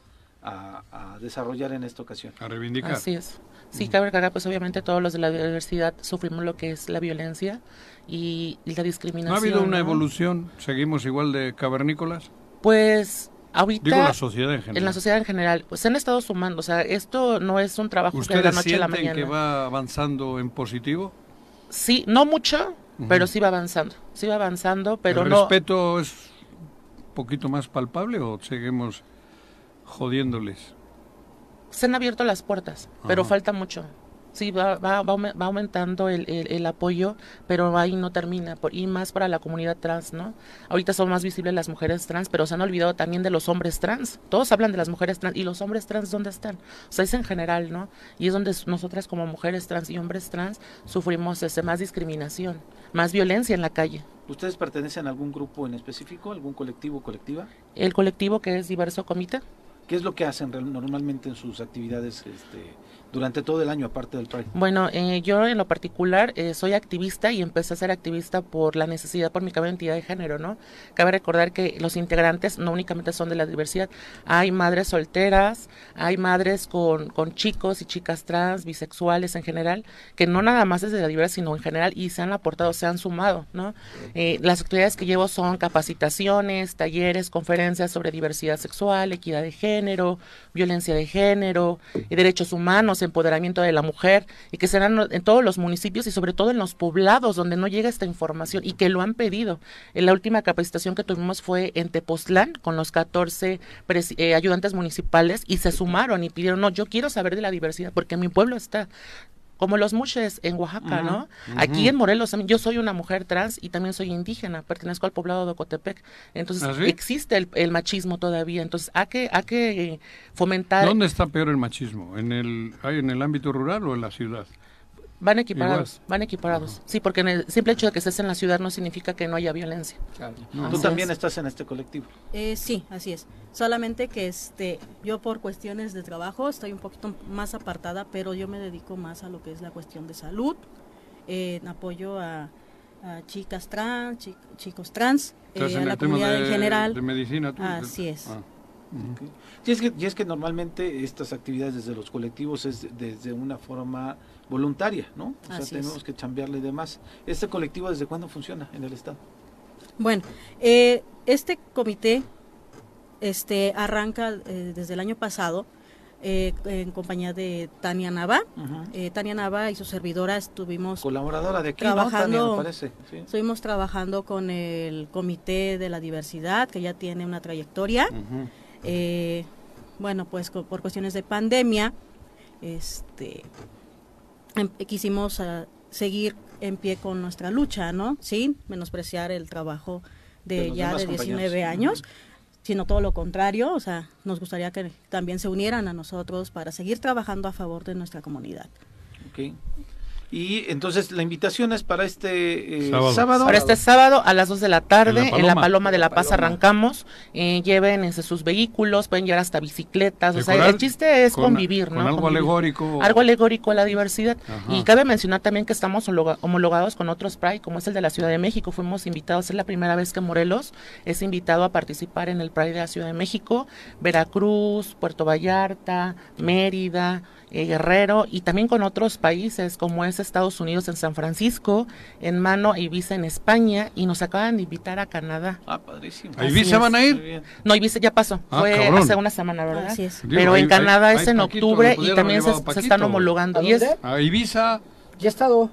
Speaker 1: a, a desarrollar en esta ocasión.
Speaker 2: a reivindicar.
Speaker 9: Así es. Sí, cabe recalcar, pues obviamente todos los de la diversidad sufrimos lo que es la violencia y, y la discriminación.
Speaker 2: ¿No ha habido
Speaker 9: ¿no?
Speaker 2: una evolución? ¿Seguimos igual de cavernícolas?
Speaker 9: Pues ahorita...
Speaker 2: Digo la sociedad en general.
Speaker 9: en la sociedad en general, pues se han estado sumando, o sea, esto no es un trabajo que de la
Speaker 2: ¿Ustedes
Speaker 9: noche a la
Speaker 2: sienten
Speaker 9: mañana.
Speaker 2: que va avanzando en positivo?
Speaker 9: Sí, no mucho,
Speaker 2: Ujú.
Speaker 9: pero sí va avanzando, sí va avanzando, pero
Speaker 2: ¿El
Speaker 9: no...
Speaker 2: respeto es un poquito más palpable o seguimos jodiéndoles?
Speaker 9: se han abierto las puertas, pero
Speaker 2: Ajá.
Speaker 9: falta mucho. Sí, va, va, va, aume- va aumentando el, el- el apoyo, pero ahí no termina, por- y más para la comunidad trans, ¿no? Ahorita son más visibles las mujeres trans, pero se han olvidado también de los hombres trans. Todos hablan de las mujeres trans, ¿y los hombres trans dónde están? O sea, es en general, ¿no? Y es donde s- nosotras como mujeres trans y hombres trans sufrimos este, más discriminación, más violencia en la calle.
Speaker 1: ¿Ustedes pertenecen a algún grupo en específico, algún colectivo o colectiva?
Speaker 9: El colectivo que es Diverso Comité,
Speaker 1: ¿Qué es lo que hacen real- normalmente en sus actividades este, durante todo el año, aparte del Pride?
Speaker 9: Bueno, eh, yo en lo particular eh, soy activista y empecé a ser activista por la necesidad, por mi cabe identidad de género, ¿no? Cabe recordar que los integrantes no únicamente son de la diversidad, hay madres solteras, hay madres con, con chicos y chicas trans, bisexuales en general, que no nada más es de la diversidad, sino en general, y se han aportado, se han sumado, ¿no? Eh, las actividades que llevo son capacitaciones, talleres, conferencias sobre diversidad sexual, equidad de género, violencia de género, y derechos humanos, empoderamiento de la mujer, y que serán en todos los municipios y sobre todo en los poblados donde no llega esta información y que lo han pedido. En la última capacitación que tuvimos fue en Tepoztlán con los 14 presi- eh, ayudantes municipales y se sumaron y pidieron, no, yo quiero saber de la diversidad porque mi pueblo está como los muches en Oaxaca, ¿no? Aquí en Morelos, también, yo soy una mujer trans y también soy indígena, pertenezco al poblado de Ocotepec. Entonces,
Speaker 2: ¿Ah, sí?
Speaker 9: existe el, el machismo todavía. Entonces, hay que, hay que fomentar
Speaker 2: ¿Dónde está peor el machismo? ¿En el, hay en el ámbito rural o en la ciudad?
Speaker 9: Van equiparados, van equiparados. Sí, porque en el simple hecho de que estés en la ciudad no significa que no haya violencia.
Speaker 1: Tú
Speaker 9: Así
Speaker 1: también
Speaker 9: es.
Speaker 1: estás en este colectivo.
Speaker 8: Eh, sí, así es. Solamente que este, yo por cuestiones de trabajo estoy un poquito más apartada, pero yo me dedico más a lo que es la cuestión de salud, eh, en apoyo a, a chicas trans, chi- chicos trans, eh,
Speaker 2: Estás
Speaker 8: a
Speaker 2: en
Speaker 8: la
Speaker 2: el tema
Speaker 8: comunidad
Speaker 2: de,
Speaker 8: en general.
Speaker 2: de medicina. tú.
Speaker 8: Así es.
Speaker 2: Ah.
Speaker 1: Y es, que, y es que normalmente estas actividades desde los colectivos es desde una forma voluntaria, ¿no? O sea,
Speaker 8: Así es.
Speaker 1: tenemos que chambearle y demás. ¿Este colectivo desde cuándo funciona en el Estado?
Speaker 8: Bueno, eh, este comité este, arranca eh, desde el año pasado eh, en compañía de Tania Nava. Eh, Tania Nava y su servidora
Speaker 9: Pues,
Speaker 8: estuvimos
Speaker 1: Colaboradora de aquí, ¿no?
Speaker 8: Trabajando-
Speaker 1: Tania, me parece. sí.
Speaker 8: Estuvimos trabajando con el Comité de la Diversidad, que ya tiene una trayectoria.
Speaker 1: Mm,
Speaker 2: Ujú.
Speaker 8: Eh, bueno, pues co- por cuestiones de pandemia, este, em- quisimos ah, seguir en pie con nuestra lucha, ¿no? Sin menospreciar el trabajo
Speaker 1: De
Speaker 8: de,
Speaker 1: los
Speaker 8: ya
Speaker 1: demás
Speaker 8: de 19
Speaker 1: compañeros.
Speaker 8: años, sino todo lo contrario, o sea, nos gustaría que también se unieran a nosotros para seguir trabajando a favor de nuestra comunidad.
Speaker 1: Ok. Y entonces la invitación es para este eh, sábado.
Speaker 2: Sábado.
Speaker 9: Para este sábado a las 2 de la tarde en la Paloma,
Speaker 2: Paloma.
Speaker 9: de la Paz
Speaker 1: Paloma.
Speaker 9: arrancamos. Eh, lleven este, sus vehículos, pueden llevar hasta bicicletas. O sea,
Speaker 2: Decorar
Speaker 9: el chiste es
Speaker 2: con-
Speaker 9: convivir,
Speaker 2: con
Speaker 9: ¿no?
Speaker 2: algo
Speaker 9: Convivir.
Speaker 2: alegórico.
Speaker 9: Algo alegórico a la diversidad.
Speaker 2: Ajá.
Speaker 9: Y cabe mencionar también que estamos homologa- homologados con otros Pride, como es el de la Ciudad de México. Fuimos invitados, es la primera vez que Morelos es invitado a participar en el Pride de la Ciudad de México, Veracruz, Puerto Vallarta, Mérida, eh, Guerrero y también con otros países, como es Estados Unidos en San Francisco, en Mano e Ibiza en España, y nos acaban de invitar a Canadá.
Speaker 1: Ah, padrísimo.
Speaker 2: ¿A
Speaker 9: Así
Speaker 2: Ibiza
Speaker 9: es.
Speaker 2: van a
Speaker 1: Muy
Speaker 2: ir?
Speaker 1: bien.
Speaker 9: No, Ibiza ya pasó,
Speaker 2: Ah,
Speaker 9: fue
Speaker 2: cabrón.
Speaker 9: hace una semana, ¿verdad?
Speaker 8: Así es.
Speaker 2: Digo,
Speaker 9: Pero
Speaker 2: ahí-
Speaker 9: en Canadá
Speaker 2: ahí-
Speaker 9: es
Speaker 2: ahí
Speaker 9: en
Speaker 2: Paquito,
Speaker 9: octubre
Speaker 2: le
Speaker 9: y
Speaker 2: pudieron
Speaker 9: también se,
Speaker 2: llevar a
Speaker 9: se
Speaker 2: Paquito.
Speaker 9: están homologando.
Speaker 4: ¿A
Speaker 9: Y es,
Speaker 4: dónde?
Speaker 2: A Ibiza,
Speaker 4: Ya he estado.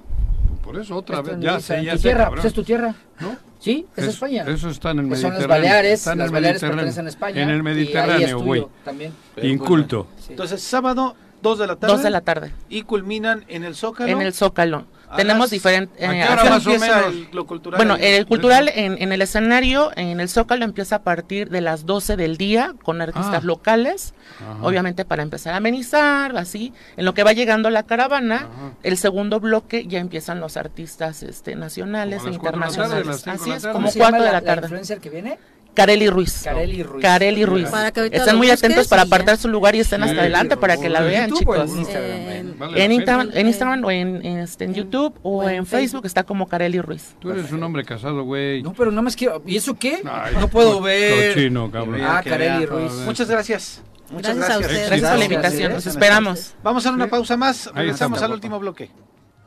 Speaker 2: por eso otra
Speaker 4: Está
Speaker 2: vez.
Speaker 4: en
Speaker 2: Ya
Speaker 4: Ibiza,
Speaker 2: sé,
Speaker 4: en
Speaker 2: ya
Speaker 4: tu
Speaker 2: sé,
Speaker 4: tierra,
Speaker 2: cabrón.
Speaker 4: pues es tu tierra.
Speaker 2: ¿No?
Speaker 4: Sí, es
Speaker 2: Es-
Speaker 4: España.
Speaker 2: Eso está en el
Speaker 4: Que
Speaker 2: Mediterráneo.
Speaker 4: son las Baleares,
Speaker 2: está en
Speaker 4: las
Speaker 2: el
Speaker 4: Baleares
Speaker 2: Mediterráneo.
Speaker 4: pertenecen a España. y
Speaker 2: En el
Speaker 4: ahí es
Speaker 2: Mediterráneo,
Speaker 4: tuyo
Speaker 2: güey.
Speaker 4: también.
Speaker 2: Inculto.
Speaker 4: Sí.
Speaker 1: Entonces, sábado, 2 de la tarde.
Speaker 9: Dos de la tarde,
Speaker 1: Y culminan en el Zócalo.
Speaker 9: en el Zócalo.
Speaker 1: A las-
Speaker 9: Tenemos eh, diferentes...
Speaker 2: ¿A qué
Speaker 1: ¿A
Speaker 2: hora
Speaker 1: qué hora
Speaker 2: más o
Speaker 1: empieza
Speaker 2: menos?
Speaker 1: el- lo cultural
Speaker 9: Bueno,
Speaker 1: ahí?
Speaker 9: el cultural en, en el escenario, en el Zócalo, empieza a partir de las 12 del día con artistas
Speaker 2: Ah.
Speaker 9: locales,
Speaker 2: Ajá.
Speaker 9: obviamente para empezar a amenizar, así. En lo que va llegando la caravana,
Speaker 2: Ajá.
Speaker 9: el segundo bloque ya empiezan los artistas este, nacionales
Speaker 2: Como
Speaker 9: e
Speaker 2: a las cuatro de la tarde,
Speaker 9: internacionales.
Speaker 2: las cinco
Speaker 9: así
Speaker 2: de la
Speaker 9: es,
Speaker 2: tarde.
Speaker 9: como
Speaker 4: se llama
Speaker 9: 4 de
Speaker 4: la-
Speaker 9: la
Speaker 4: La
Speaker 9: tarde.
Speaker 4: influencer que viene,
Speaker 9: Carely Ruiz.
Speaker 4: Carely Ruiz.
Speaker 9: Carely Ruiz.
Speaker 8: Para que ahorita
Speaker 9: Están
Speaker 8: lo
Speaker 9: muy
Speaker 8: busques
Speaker 9: atentos para
Speaker 8: y ya.
Speaker 9: apartar su lugar y estén
Speaker 2: Sí,
Speaker 9: hasta adelante
Speaker 2: por
Speaker 9: para que la
Speaker 2: favor.
Speaker 9: vean,
Speaker 4: ¿En YouTube o
Speaker 9: chicos.
Speaker 4: en Instagram?
Speaker 8: Eh,
Speaker 4: güey?
Speaker 2: Vale la
Speaker 9: En,
Speaker 2: pena.
Speaker 9: Instagram, en
Speaker 8: Eh,
Speaker 9: Instagram o en, en, este, en
Speaker 8: en-
Speaker 9: YouTube o en, Facebook está como Carely Ruiz.
Speaker 2: Tú eres un hombre casado, güey.
Speaker 4: No, pero nada más quiero. ¿Y eso qué?
Speaker 2: Ay,
Speaker 4: no puedo ver.
Speaker 2: Cochino, cabrón.
Speaker 4: Ah,
Speaker 1: que
Speaker 4: Carely
Speaker 1: vea.
Speaker 4: Ruiz.
Speaker 1: Muchas gracias. Muchas
Speaker 8: Gracias
Speaker 1: gracias.
Speaker 8: a ustedes.
Speaker 9: Gracias por la
Speaker 4: Gracias,
Speaker 9: invitación,
Speaker 4: ¿eh?
Speaker 9: los esperamos.
Speaker 1: Vamos a dar una pausa más. Regresamos
Speaker 2: está.
Speaker 1: al último bloque.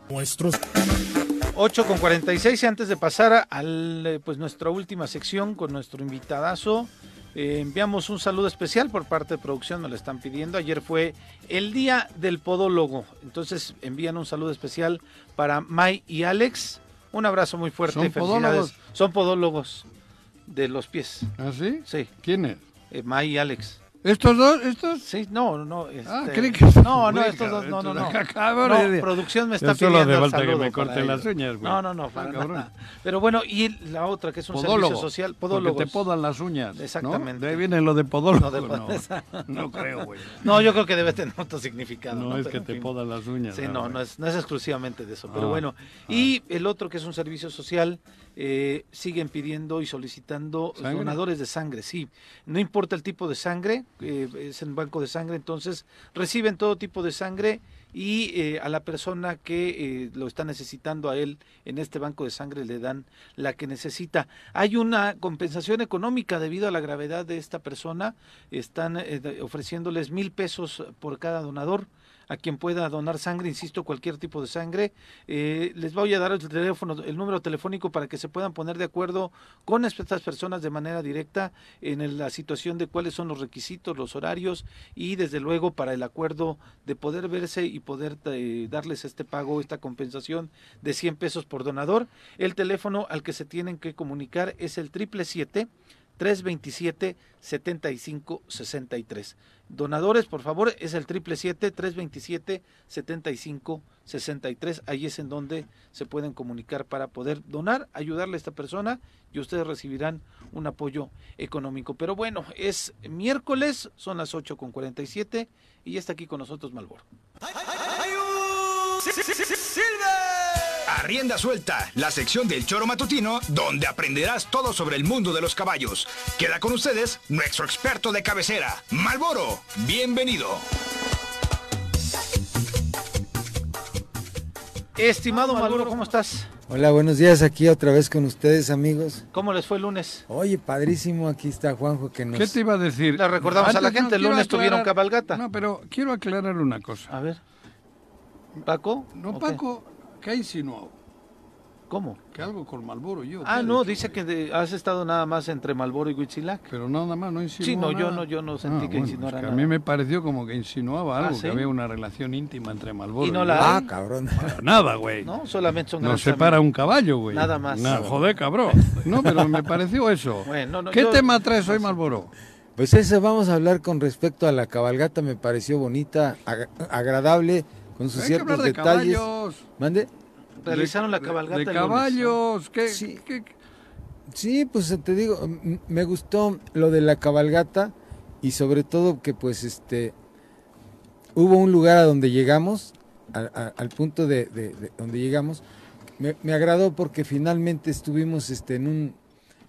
Speaker 3: Nuestros
Speaker 1: 8 con 46 y antes de pasar a- al eh, pues nuestra última sección con nuestro invitadazo eh, enviamos un saludo especial por parte de producción me lo están pidiendo ayer fue el día del podólogo entonces envían un saludo especial para May y Alex un abrazo muy fuerte
Speaker 2: ¿Son
Speaker 1: felicidades.
Speaker 2: podólogos?
Speaker 1: son podólogos de los pies
Speaker 2: ¿Ah, sí?
Speaker 1: sí
Speaker 2: ¿Quién es?
Speaker 1: eh, May y Alex
Speaker 2: ¿Estos dos? ¿Estos?
Speaker 1: sí no no
Speaker 2: Ah,
Speaker 1: este-
Speaker 2: creí que...
Speaker 1: no no estos dos no no no no, producción me está
Speaker 2: Yo solo
Speaker 1: pidiendo
Speaker 2: hace
Speaker 1: el
Speaker 2: falta que
Speaker 1: saludo
Speaker 2: me
Speaker 1: para
Speaker 2: corten
Speaker 1: ellos.
Speaker 2: las uñas, güey.
Speaker 1: No, no, no, para
Speaker 2: Ah, cabrón.
Speaker 1: nada. Pero bueno, y la otra que es un
Speaker 2: Podólogo.
Speaker 1: servicio social,
Speaker 2: Porque
Speaker 1: podólogos.
Speaker 2: te podan las uñas. ¿no?
Speaker 1: Exactamente.
Speaker 2: De ahí viene lo de podólogo.
Speaker 1: No, de pod-
Speaker 2: No, no creo, güey.
Speaker 1: No, yo creo que debe tener otro significado.
Speaker 2: No es
Speaker 1: Pero
Speaker 2: que
Speaker 1: en
Speaker 2: te
Speaker 1: fin.
Speaker 2: podan las uñas.
Speaker 1: Sí,
Speaker 2: ah,
Speaker 1: no,
Speaker 2: güey.
Speaker 1: no es, no es exclusivamente de eso, pero
Speaker 2: Ah,
Speaker 1: bueno. Y el otro que es un servicio social, eh, siguen pidiendo y solicitando
Speaker 2: ¿Sangre?
Speaker 1: donadores de sangre, sí. No importa el tipo de sangre, eh, es en banco de sangre, entonces reciben todo tipo de sangre y eh, a la persona que eh, lo está necesitando a él en este banco de sangre le dan la que necesita. Hay una compensación económica debido a la gravedad de esta persona. Están eh, de- ofreciéndoles mil pesos por cada donador a quien pueda donar sangre, insisto, cualquier tipo de sangre. Eh, les voy a dar el teléfono, el número telefónico para que se puedan poner de acuerdo con estas personas de manera directa en el- la situación de cuáles son los requisitos, los horarios y desde luego para el acuerdo de poder verse y poder eh, darles este pago, esta compensación de 100 pesos por donador. El teléfono al que se tienen que comunicar es el triple siete 327 7563. Donadores, por favor, es el 777-327-7563. Ahí es en donde se pueden comunicar para poder donar, ayudarle a esta persona y ustedes recibirán un apoyo económico. Pero bueno, es miércoles, son las 8.47 y ya está aquí con nosotros Malboro.
Speaker 10: A Rienda Suelta, la sección del Choro Matutino, donde aprenderás todo sobre el mundo de los caballos. Queda con ustedes nuestro experto de cabecera, Malboro. Bienvenido.
Speaker 1: Estimado Malboro, ¿cómo estás?
Speaker 11: Hola, buenos días. Aquí otra vez con ustedes, amigos.
Speaker 1: ¿Cómo les fue el lunes?
Speaker 11: Oye, padrísimo. Aquí está Juanjo que nos.
Speaker 2: ¿Qué te iba a decir?
Speaker 1: Le recordamos a la gente, el
Speaker 2: quiero
Speaker 1: lunes tuvieron cabalgata.
Speaker 2: No, pero quiero aclarar una cosa.
Speaker 1: A ver. ¿Paco? ¿O
Speaker 2: No,
Speaker 1: qué?
Speaker 2: Paco, ¿qué ha insinuado?
Speaker 1: ¿Cómo?
Speaker 2: Que algo con Malboro yo. ¿qué
Speaker 1: Ah,
Speaker 2: he
Speaker 1: no,
Speaker 2: dicho,
Speaker 1: dice
Speaker 2: güey?
Speaker 1: que de- has estado nada más entre Malboro y Huitzilac.
Speaker 2: Pero nada más, no insinuó
Speaker 1: Sí, no,
Speaker 2: nada. Ah, pues
Speaker 1: yo no- yo no sentí que insinuara
Speaker 2: que A
Speaker 1: nada. Ah,
Speaker 2: mí me pareció como que insinuaba algo,
Speaker 1: ¿sí?
Speaker 2: que había una relación íntima entre Malboro
Speaker 1: Y no la-
Speaker 11: Ah, cabrón.
Speaker 2: Nada, güey.
Speaker 1: No, solamente son
Speaker 2: Nos
Speaker 1: grandes
Speaker 2: separa
Speaker 1: amigos.
Speaker 2: un caballo, güey.
Speaker 1: Nada más.
Speaker 2: Nah, joder, cabrón. No, pero me pareció eso.
Speaker 1: Bueno, no,
Speaker 2: ¿Qué
Speaker 1: yo-
Speaker 2: tema traes hoy, Malboro?
Speaker 11: Pues eso vamos a hablar con respecto a la cabalgata. Me pareció bonita, ag- agradable, con
Speaker 2: Hay
Speaker 11: sus
Speaker 2: que
Speaker 11: ciertos
Speaker 2: hablar de
Speaker 11: detalles.
Speaker 2: caballos.
Speaker 11: ¿Mande?
Speaker 1: Realizaron la
Speaker 2: De-
Speaker 1: cabalgata
Speaker 2: De,
Speaker 1: el lunes, ¿no?
Speaker 2: caballos. ¿Qué,
Speaker 11: Sí.
Speaker 2: qué-
Speaker 11: Sí, pues te digo, m- me gustó lo de la cabalgata y sobre todo que pues este hubo un lugar a donde llegamos a- a- al punto de, de- de donde llegamos, me, me agradó porque finalmente estuvimos este, en, un,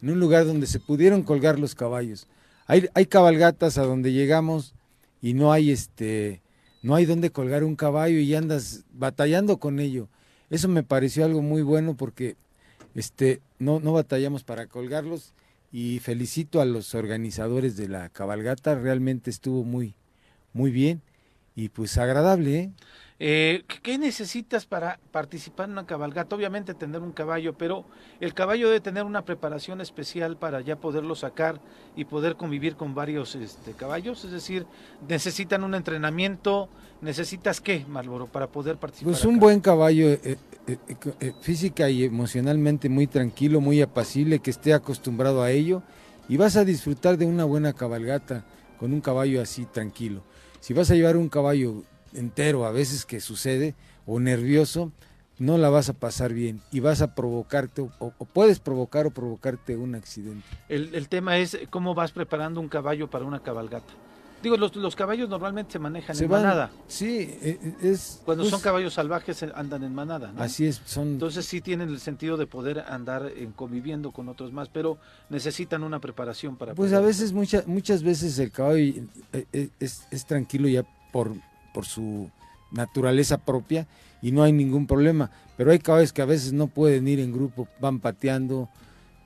Speaker 11: en un lugar donde se pudieron colgar los caballos. Hay, hay cabalgatas a donde llegamos y no hay este no hay donde colgar un caballo y andas batallando con ello. Eso me pareció algo muy bueno porque este no, no batallamos para colgarlos y felicito a los organizadores de la cabalgata, realmente estuvo muy muy bien y pues agradable, ¿eh?
Speaker 1: Eh, ¿qué- ¿Qué necesitas para participar en una cabalgata? Obviamente tener un caballo, pero el caballo debe tener una preparación especial para ya poderlo sacar y poder convivir con varios este, caballos. Es decir, necesitan un entrenamiento. ¿Necesitas qué, Marlboro, para poder participar?
Speaker 11: Pues un buen caballo, eh, eh, eh, eh, física y emocionalmente muy tranquilo, muy apacible, que esté acostumbrado a ello y vas a disfrutar de una buena cabalgata con un caballo así tranquilo. Si vas a llevar un caballo entero, a veces que sucede, o nervioso, no la vas a pasar bien y vas a provocarte, o, o puedes provocar o provocarte un accidente.
Speaker 1: El, el tema es eh, cómo vas preparando un caballo para una cabalgata. Digo, los, los caballos normalmente se manejan en
Speaker 11: van-
Speaker 1: manada.
Speaker 11: Sí, eh, eh, es...
Speaker 1: Cuando
Speaker 11: pues,
Speaker 1: son caballos salvajes eh, andan en manada. ¿no?
Speaker 11: Así es, son
Speaker 1: Entonces sí tienen el sentido de poder andar en conviviendo con otros más, pero necesitan una preparación para
Speaker 11: Pues a
Speaker 1: poder-
Speaker 11: veces, muchas muchas veces el caballo eh, eh, es, es tranquilo ya por, por su naturaleza propia y no hay ningún problema. Pero hay caballos que a veces no pueden ir en grupo, van pateando.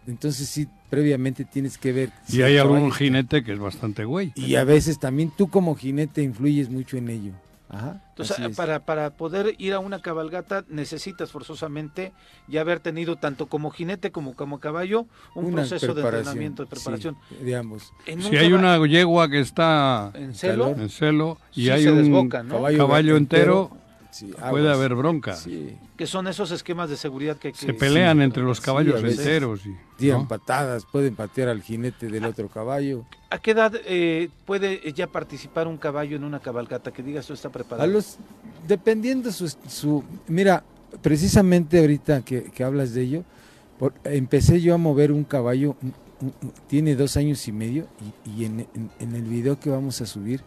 Speaker 11: Entonces sí, previamente tienes que ver. si
Speaker 2: Y hay
Speaker 11: el
Speaker 2: algún
Speaker 11: caballo-
Speaker 2: jinete que es bastante güey.
Speaker 11: Y a veces también tú como jinete influyes mucho en ello. Ajá,
Speaker 1: Entonces,
Speaker 11: así es.
Speaker 1: para, para poder ir a una cabalgata necesitas forzosamente ya haber tenido tanto como jinete como como caballo un
Speaker 11: Una
Speaker 1: proceso de
Speaker 11: preparación,
Speaker 1: entrenamiento, de preparación.
Speaker 11: sí, de ambos.
Speaker 1: En un
Speaker 2: Si hay
Speaker 1: caba-
Speaker 2: una yegua que está
Speaker 1: ¿En celo?
Speaker 2: en celo y
Speaker 1: Sí,
Speaker 2: hay
Speaker 1: se
Speaker 2: un
Speaker 1: desboca, ¿no?
Speaker 2: caballo,
Speaker 11: Caballo
Speaker 2: entero,
Speaker 11: Sí,
Speaker 2: puede
Speaker 11: aguas.
Speaker 2: haber bronca.
Speaker 11: Sí.
Speaker 1: Que son esos esquemas de seguridad que... que-
Speaker 2: Se pelean entre los
Speaker 1: Sí,
Speaker 2: caballos
Speaker 1: a veces.
Speaker 2: enteros. y-
Speaker 11: Tiran
Speaker 2: ¿no?
Speaker 11: patadas, pueden patear al jinete del otro caballo.
Speaker 1: ¿A qué edad eh, puede ya participar un caballo en una cabalgata? Que digas, tú está preparado.
Speaker 11: A los, dependiendo su, su- Mira, precisamente ahorita que, que hablas de ello, por- empecé yo a mover un caballo, un- un- un- tiene dos años y medio, y, y en, en- en el video que vamos a subir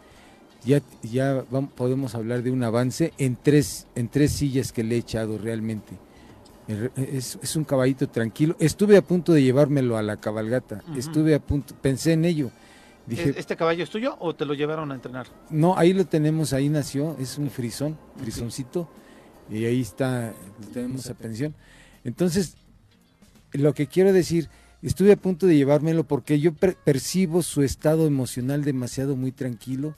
Speaker 11: ya, ya vam- podemos hablar de un avance en tres, en tres sillas que le he echado realmente. El re- Es, es un caballito tranquilo. Estuve a punto de llevármelo a la cabalgata.
Speaker 1: Ujú.
Speaker 11: Estuve a punto, pensé en ello. Dije,
Speaker 1: ¿E- ¿Este caballo es tuyo o te lo llevaron a entrenar?
Speaker 11: no, ahí lo tenemos, ahí nació, es un frisón, frisoncito, y ahí está, lo tenemos a pensión. Entonces, lo que quiero decir, estuve a punto de llevármelo porque yo per- percibo su estado emocional demasiado muy tranquilo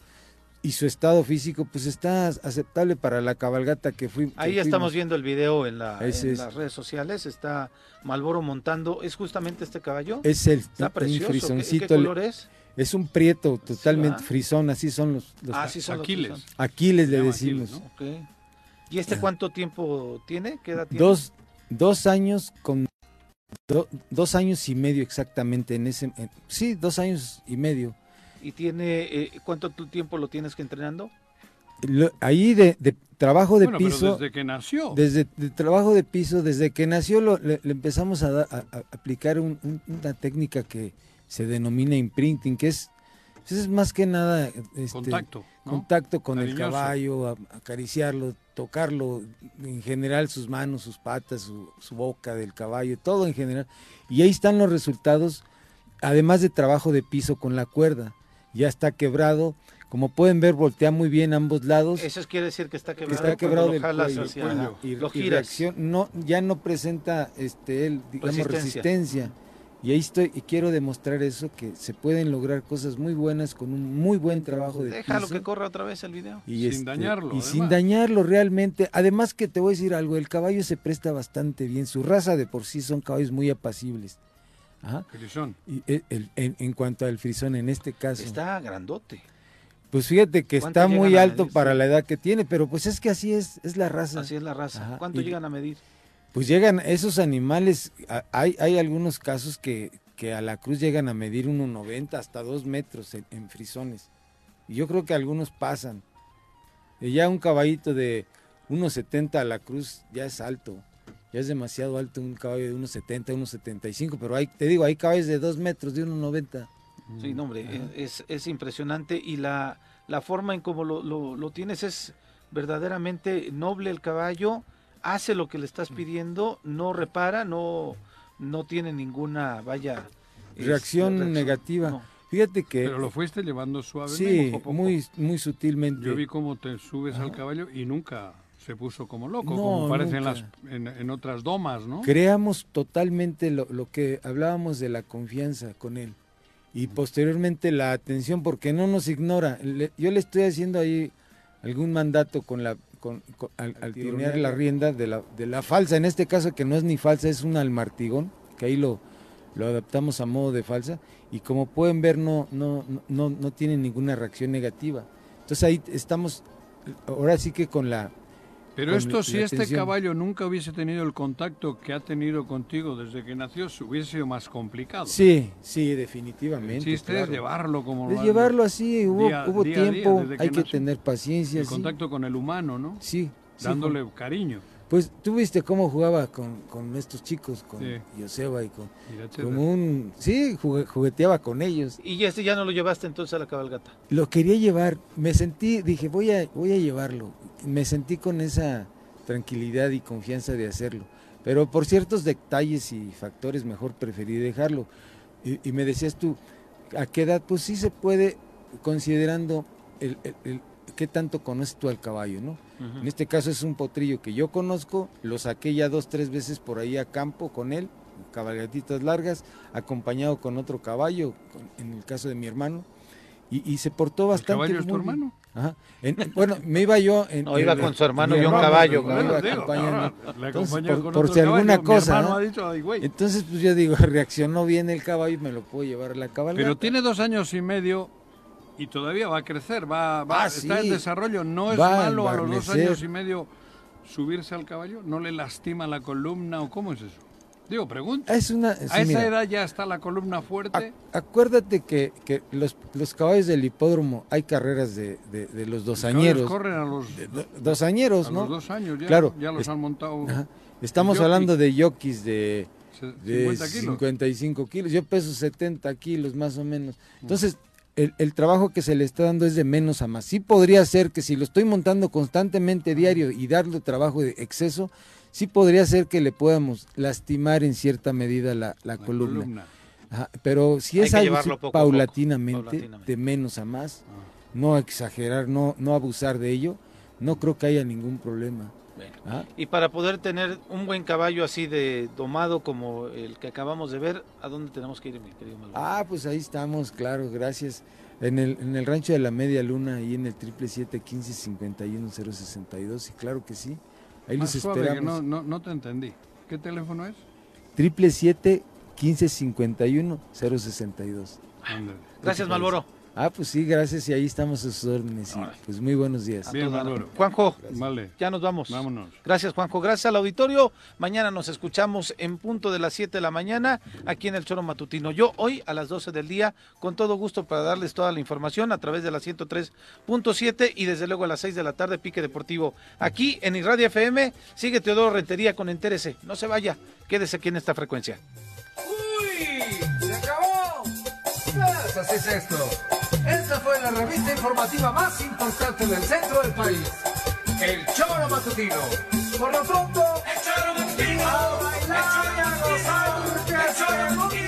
Speaker 11: y su estado físico, pues está aceptable para la cabalgata que fui. que
Speaker 1: Ahí ya
Speaker 11: fuimos.
Speaker 1: estamos viendo el video en, la-
Speaker 11: Ese
Speaker 1: en
Speaker 11: es.
Speaker 1: las redes sociales. Está Malboro montando. ¿Es justamente este caballo?
Speaker 11: Es el
Speaker 1: Está
Speaker 11: un
Speaker 1: precioso. ¿Qué- ¿Qué,
Speaker 11: frisoncito,
Speaker 1: color es?
Speaker 11: es un prieto totalmente
Speaker 1: ¿verdad?
Speaker 11: frisón, así son los, los
Speaker 1: Ah, sí, son los que
Speaker 2: Aquiles.
Speaker 1: usan.
Speaker 11: Aquiles
Speaker 2: Se
Speaker 11: le
Speaker 2: llama
Speaker 11: decimos.
Speaker 2: Aquiles,
Speaker 1: Ok. ¿Y este cuánto tiempo tiene? ¿Qué edad tiene?
Speaker 11: Ah. Dos, dos años con do- dos años y medio exactamente en ese en- sí dos años y medio
Speaker 1: ¿Y tiene eh, cuánto tu- tiempo lo tienes que entrenando?
Speaker 11: Lo- ahí de, de trabajo de
Speaker 2: Bueno, pero
Speaker 11: piso
Speaker 2: desde que nació.
Speaker 11: desde de trabajo de piso desde que nació lo- le, le empezamos a, da- a- a aplicar un- un- una técnica que se denomina imprinting que es pues es más que nada este,
Speaker 2: contacto. ¿no?
Speaker 11: contacto con
Speaker 2: Cariñoso.
Speaker 11: el caballo, a- acariciarlo, tocarlo, en general sus manos, sus patas, su, su boca del caballo, todo en general. Y ahí están los resultados, además de trabajo de piso con la cuerda. Ya está quebrado, como pueden ver, voltea muy bien a ambos lados.
Speaker 1: Eso quiere decir que está quebrado.
Speaker 11: Está
Speaker 1: cuando
Speaker 11: quebrado
Speaker 1: lo
Speaker 11: del
Speaker 1: jalas
Speaker 11: cuello,
Speaker 1: hacia-
Speaker 11: ajá, y,
Speaker 1: lo
Speaker 11: y
Speaker 1: giras.
Speaker 11: reacción- no, ya no presenta este él, digamos,
Speaker 1: Resistencia.
Speaker 11: resistencia. Y ahí estoy, y quiero demostrar eso, que se pueden lograr cosas muy buenas con un muy buen trabajo de
Speaker 1: Déjalo
Speaker 11: piso.
Speaker 1: que corra otra vez el video.
Speaker 11: Y este,
Speaker 2: Sin dañarlo,
Speaker 11: Y
Speaker 2: además.
Speaker 11: sin dañarlo realmente. Además que te voy a decir algo, el caballo se presta bastante bien. Su raza de por sí son caballos muy apacibles. Ajá.
Speaker 2: Frisón.
Speaker 11: Y el- el- en, en cuanto al frisón, en este caso.
Speaker 1: Está grandote.
Speaker 11: pues fíjate que
Speaker 1: ¿Cuánto
Speaker 11: está
Speaker 1: llegan
Speaker 11: muy
Speaker 1: a
Speaker 11: alto
Speaker 1: medir?
Speaker 11: para
Speaker 1: Sí.
Speaker 11: la edad que tiene, pero pues es que así es, es la raza.
Speaker 1: Así es la raza.
Speaker 11: Ajá,
Speaker 1: ¿Cuánto
Speaker 11: y-
Speaker 1: llegan a medir?
Speaker 11: Pues llegan esos animales, a- hay, hay algunos casos que, que a la cruz llegan a medir 1,90 hasta 2 metros en, en frisones. Y yo creo que algunos pasan. Y ya un caballito de 1,70 a la cruz ya es alto. Ya es demasiado alto un caballo de 1,70, 1,75. Pero hay, te digo, hay caballos de 2 metros, de 1,90.
Speaker 1: Sí, no, hombre, es, es impresionante y la, la forma en cómo lo, lo- lo tienes es verdaderamente noble el caballo, hace lo que le
Speaker 11: Mm.
Speaker 1: estás pidiendo, no repara, no, no tiene ninguna, vaya... este,
Speaker 11: Reacción negativa. Fíjate que
Speaker 2: Pero lo fuiste llevando suave.
Speaker 11: sí,
Speaker 2: poco a poco.
Speaker 11: muy, muy sutilmente.
Speaker 2: Yo vi cómo te subes al caballo y nunca se puso como loco,
Speaker 11: No,
Speaker 2: como parece en,
Speaker 11: nunca.
Speaker 2: las, en, en otras domas, ¿no?
Speaker 11: Creamos totalmente lo, lo que hablábamos de la confianza con él y posteriormente la atención porque no nos ignora. Le- yo le estoy haciendo ahí algún mandato con la con- con- al, al tironear la rienda de la, de la falsa, en este caso que no es ni falsa, es un almartigón, que ahí lo, lo adaptamos a modo de falsa y como pueden ver no, no, no, no tiene ninguna reacción negativa. Entonces ahí estamos, ahora sí que con la...
Speaker 2: Pero
Speaker 11: con
Speaker 2: esto, si
Speaker 11: la
Speaker 2: este
Speaker 11: atención.
Speaker 2: caballo nunca hubiese tenido el contacto que ha tenido contigo desde que nació, se hubiese sido más complicado.
Speaker 11: Sí, sí, definitivamente.
Speaker 2: El chiste es
Speaker 11: claro.
Speaker 2: llevarlo como
Speaker 11: Es
Speaker 2: lo-
Speaker 11: llevarlo así, hubo,
Speaker 2: día-
Speaker 11: hubo
Speaker 2: día a día,
Speaker 11: tiempo,
Speaker 2: desde que
Speaker 11: hay que
Speaker 2: nació.
Speaker 11: tener paciencia.
Speaker 2: el
Speaker 11: sí.
Speaker 2: contacto con el humano, ¿no?
Speaker 11: Sí, sí,
Speaker 2: Dándole cariño.
Speaker 11: Pues tú viste cómo jugaba con, con estos chicos, con
Speaker 2: Sí.
Speaker 11: Joseba y con...
Speaker 2: Mira, etcétera.
Speaker 11: Como un... Sí, jugue- jugueteaba con ellos.
Speaker 1: Y ya este ya no lo llevaste entonces a la cabalgata.
Speaker 11: Lo quería llevar, me sentí, dije, voy a, voy a llevarlo. Me sentí con esa tranquilidad y confianza de hacerlo. Pero por ciertos detalles y factores mejor preferí dejarlo. Y, y me decías tú, ¿a qué edad? Pues sí se puede, considerando el, el- el- qué tanto conoces tú al caballo, ¿no? En este caso es un potrillo que yo conozco, lo saqué ya dos, tres veces por ahí a campo con él, cabalgatitas largas, acompañado con otro caballo, con- en el caso de mi hermano, y, y se portó bastante.
Speaker 2: caballo es tu
Speaker 11: muy bien.
Speaker 2: hermano?
Speaker 11: Ajá. En- bueno, me iba yo. En,
Speaker 1: No, iba
Speaker 11: en-
Speaker 1: con su hermano
Speaker 11: mi
Speaker 1: y un caballo,
Speaker 11: me
Speaker 1: claro.
Speaker 11: iba
Speaker 2: Bueno, digo,
Speaker 11: acompañando.
Speaker 2: ahora le
Speaker 11: Entonces,
Speaker 2: acompañó
Speaker 11: por,
Speaker 2: con
Speaker 11: por
Speaker 2: otro
Speaker 11: si alguna
Speaker 2: caballo, mi
Speaker 11: cosa.
Speaker 2: hermano
Speaker 11: ¿no?
Speaker 2: ha dicho, "Ay, güey".
Speaker 11: Entonces, pues yo digo, reaccionó bien el caballo y me lo puedo llevar a la cabalgata.
Speaker 2: Pero tiene dos años y medio y todavía va a crecer, va, va-
Speaker 11: Ah,
Speaker 2: está
Speaker 11: sí.
Speaker 2: en desarrollo. No es
Speaker 11: Va a
Speaker 2: malo a los dos
Speaker 11: embarnecer.
Speaker 2: años y medio subirse al caballo, no le lastima la columna o cómo es eso. Digo, pregunta.
Speaker 11: Ah, Es una.
Speaker 2: a
Speaker 11: Eh, sí,
Speaker 2: esa
Speaker 11: mira. Ah,
Speaker 2: edad ya está la columna fuerte.
Speaker 11: Acuérdate que, que los, los caballos del hipódromo hay carreras de, de- de los
Speaker 2: Los
Speaker 11: dosañeros.
Speaker 2: Corren a los,
Speaker 11: do- dosañeros,
Speaker 2: a
Speaker 11: ¿no?
Speaker 2: los dos años ya,
Speaker 11: Claro,
Speaker 2: ya los
Speaker 11: es-
Speaker 2: han montado
Speaker 11: Ajá. Estamos
Speaker 2: Jockey.
Speaker 11: hablando de jockeys de,
Speaker 2: se-
Speaker 11: de
Speaker 2: 50 kilos.
Speaker 11: 55 kilos. Yo peso 70 kilos más o menos. Entonces, el, el trabajo que se le está dando es de menos a más. Sí podría ser que si lo estoy montando constantemente diario y darle trabajo de exceso, sí podría ser que le podamos lastimar en cierta medida la, la
Speaker 2: La
Speaker 11: columna.
Speaker 2: columna.
Speaker 11: Ajá, Pero si
Speaker 1: Hay
Speaker 11: es
Speaker 1: que
Speaker 11: algo
Speaker 1: llevarlo
Speaker 11: así
Speaker 1: poco a poco,
Speaker 11: paulatinamente,
Speaker 1: paulatinamente. Ah.
Speaker 11: de menos a más, no exagerar, no, no abusar de ello, no creo que haya ningún problema.
Speaker 1: Bueno.
Speaker 11: Ajá.
Speaker 1: Ah. Y para poder tener un buen caballo así de domado como el que acabamos de ver, ¿a dónde tenemos que ir, mi querido Malvado?
Speaker 11: Ah, pues ahí estamos, claro, gracias. En el, en el rancho de la media luna, ahí en el triple siete quince cincuenta y uno cero sesenta y dos, y claro que sí, ahí
Speaker 2: Más
Speaker 11: los
Speaker 2: suave, que no,
Speaker 11: esperamos.
Speaker 2: no, no te entendí. ¿Qué teléfono es?
Speaker 11: Triple siete quince cincuenta y uno cero sesenta y dos.
Speaker 2: Ándale.
Speaker 1: Gracias, Malboro.
Speaker 11: Ah, pues sí, gracias, y ahí estamos a sus órdenes, y pues muy buenos días.
Speaker 2: Bien,
Speaker 1: Toda la-
Speaker 2: Malboro.
Speaker 1: Juanjo,
Speaker 2: Vale,
Speaker 1: ya nos vamos.
Speaker 2: vámonos.
Speaker 1: Gracias, Juanjo. Gracias al auditorio. Mañana nos escuchamos en punto de las 7 de la mañana aquí en el Choro Matutino. Yo hoy a las 12 del día, con todo gusto para darles toda la información a través de la 103.7 y desde luego a las 6 de la tarde, Pique Deportivo. Aquí en Irradia FM sigue Teodoro Rentería con Entérese. No se vaya, quédese aquí en esta frecuencia.
Speaker 10: ¡Uy! ¡Se acabó! Pues así es esto. Esta fue la revista informativa más importante del centro del país. El Choro Matutino. Por lo pronto, el Choro Matutino. A bailar y a gozar, porque el Choro Matutino.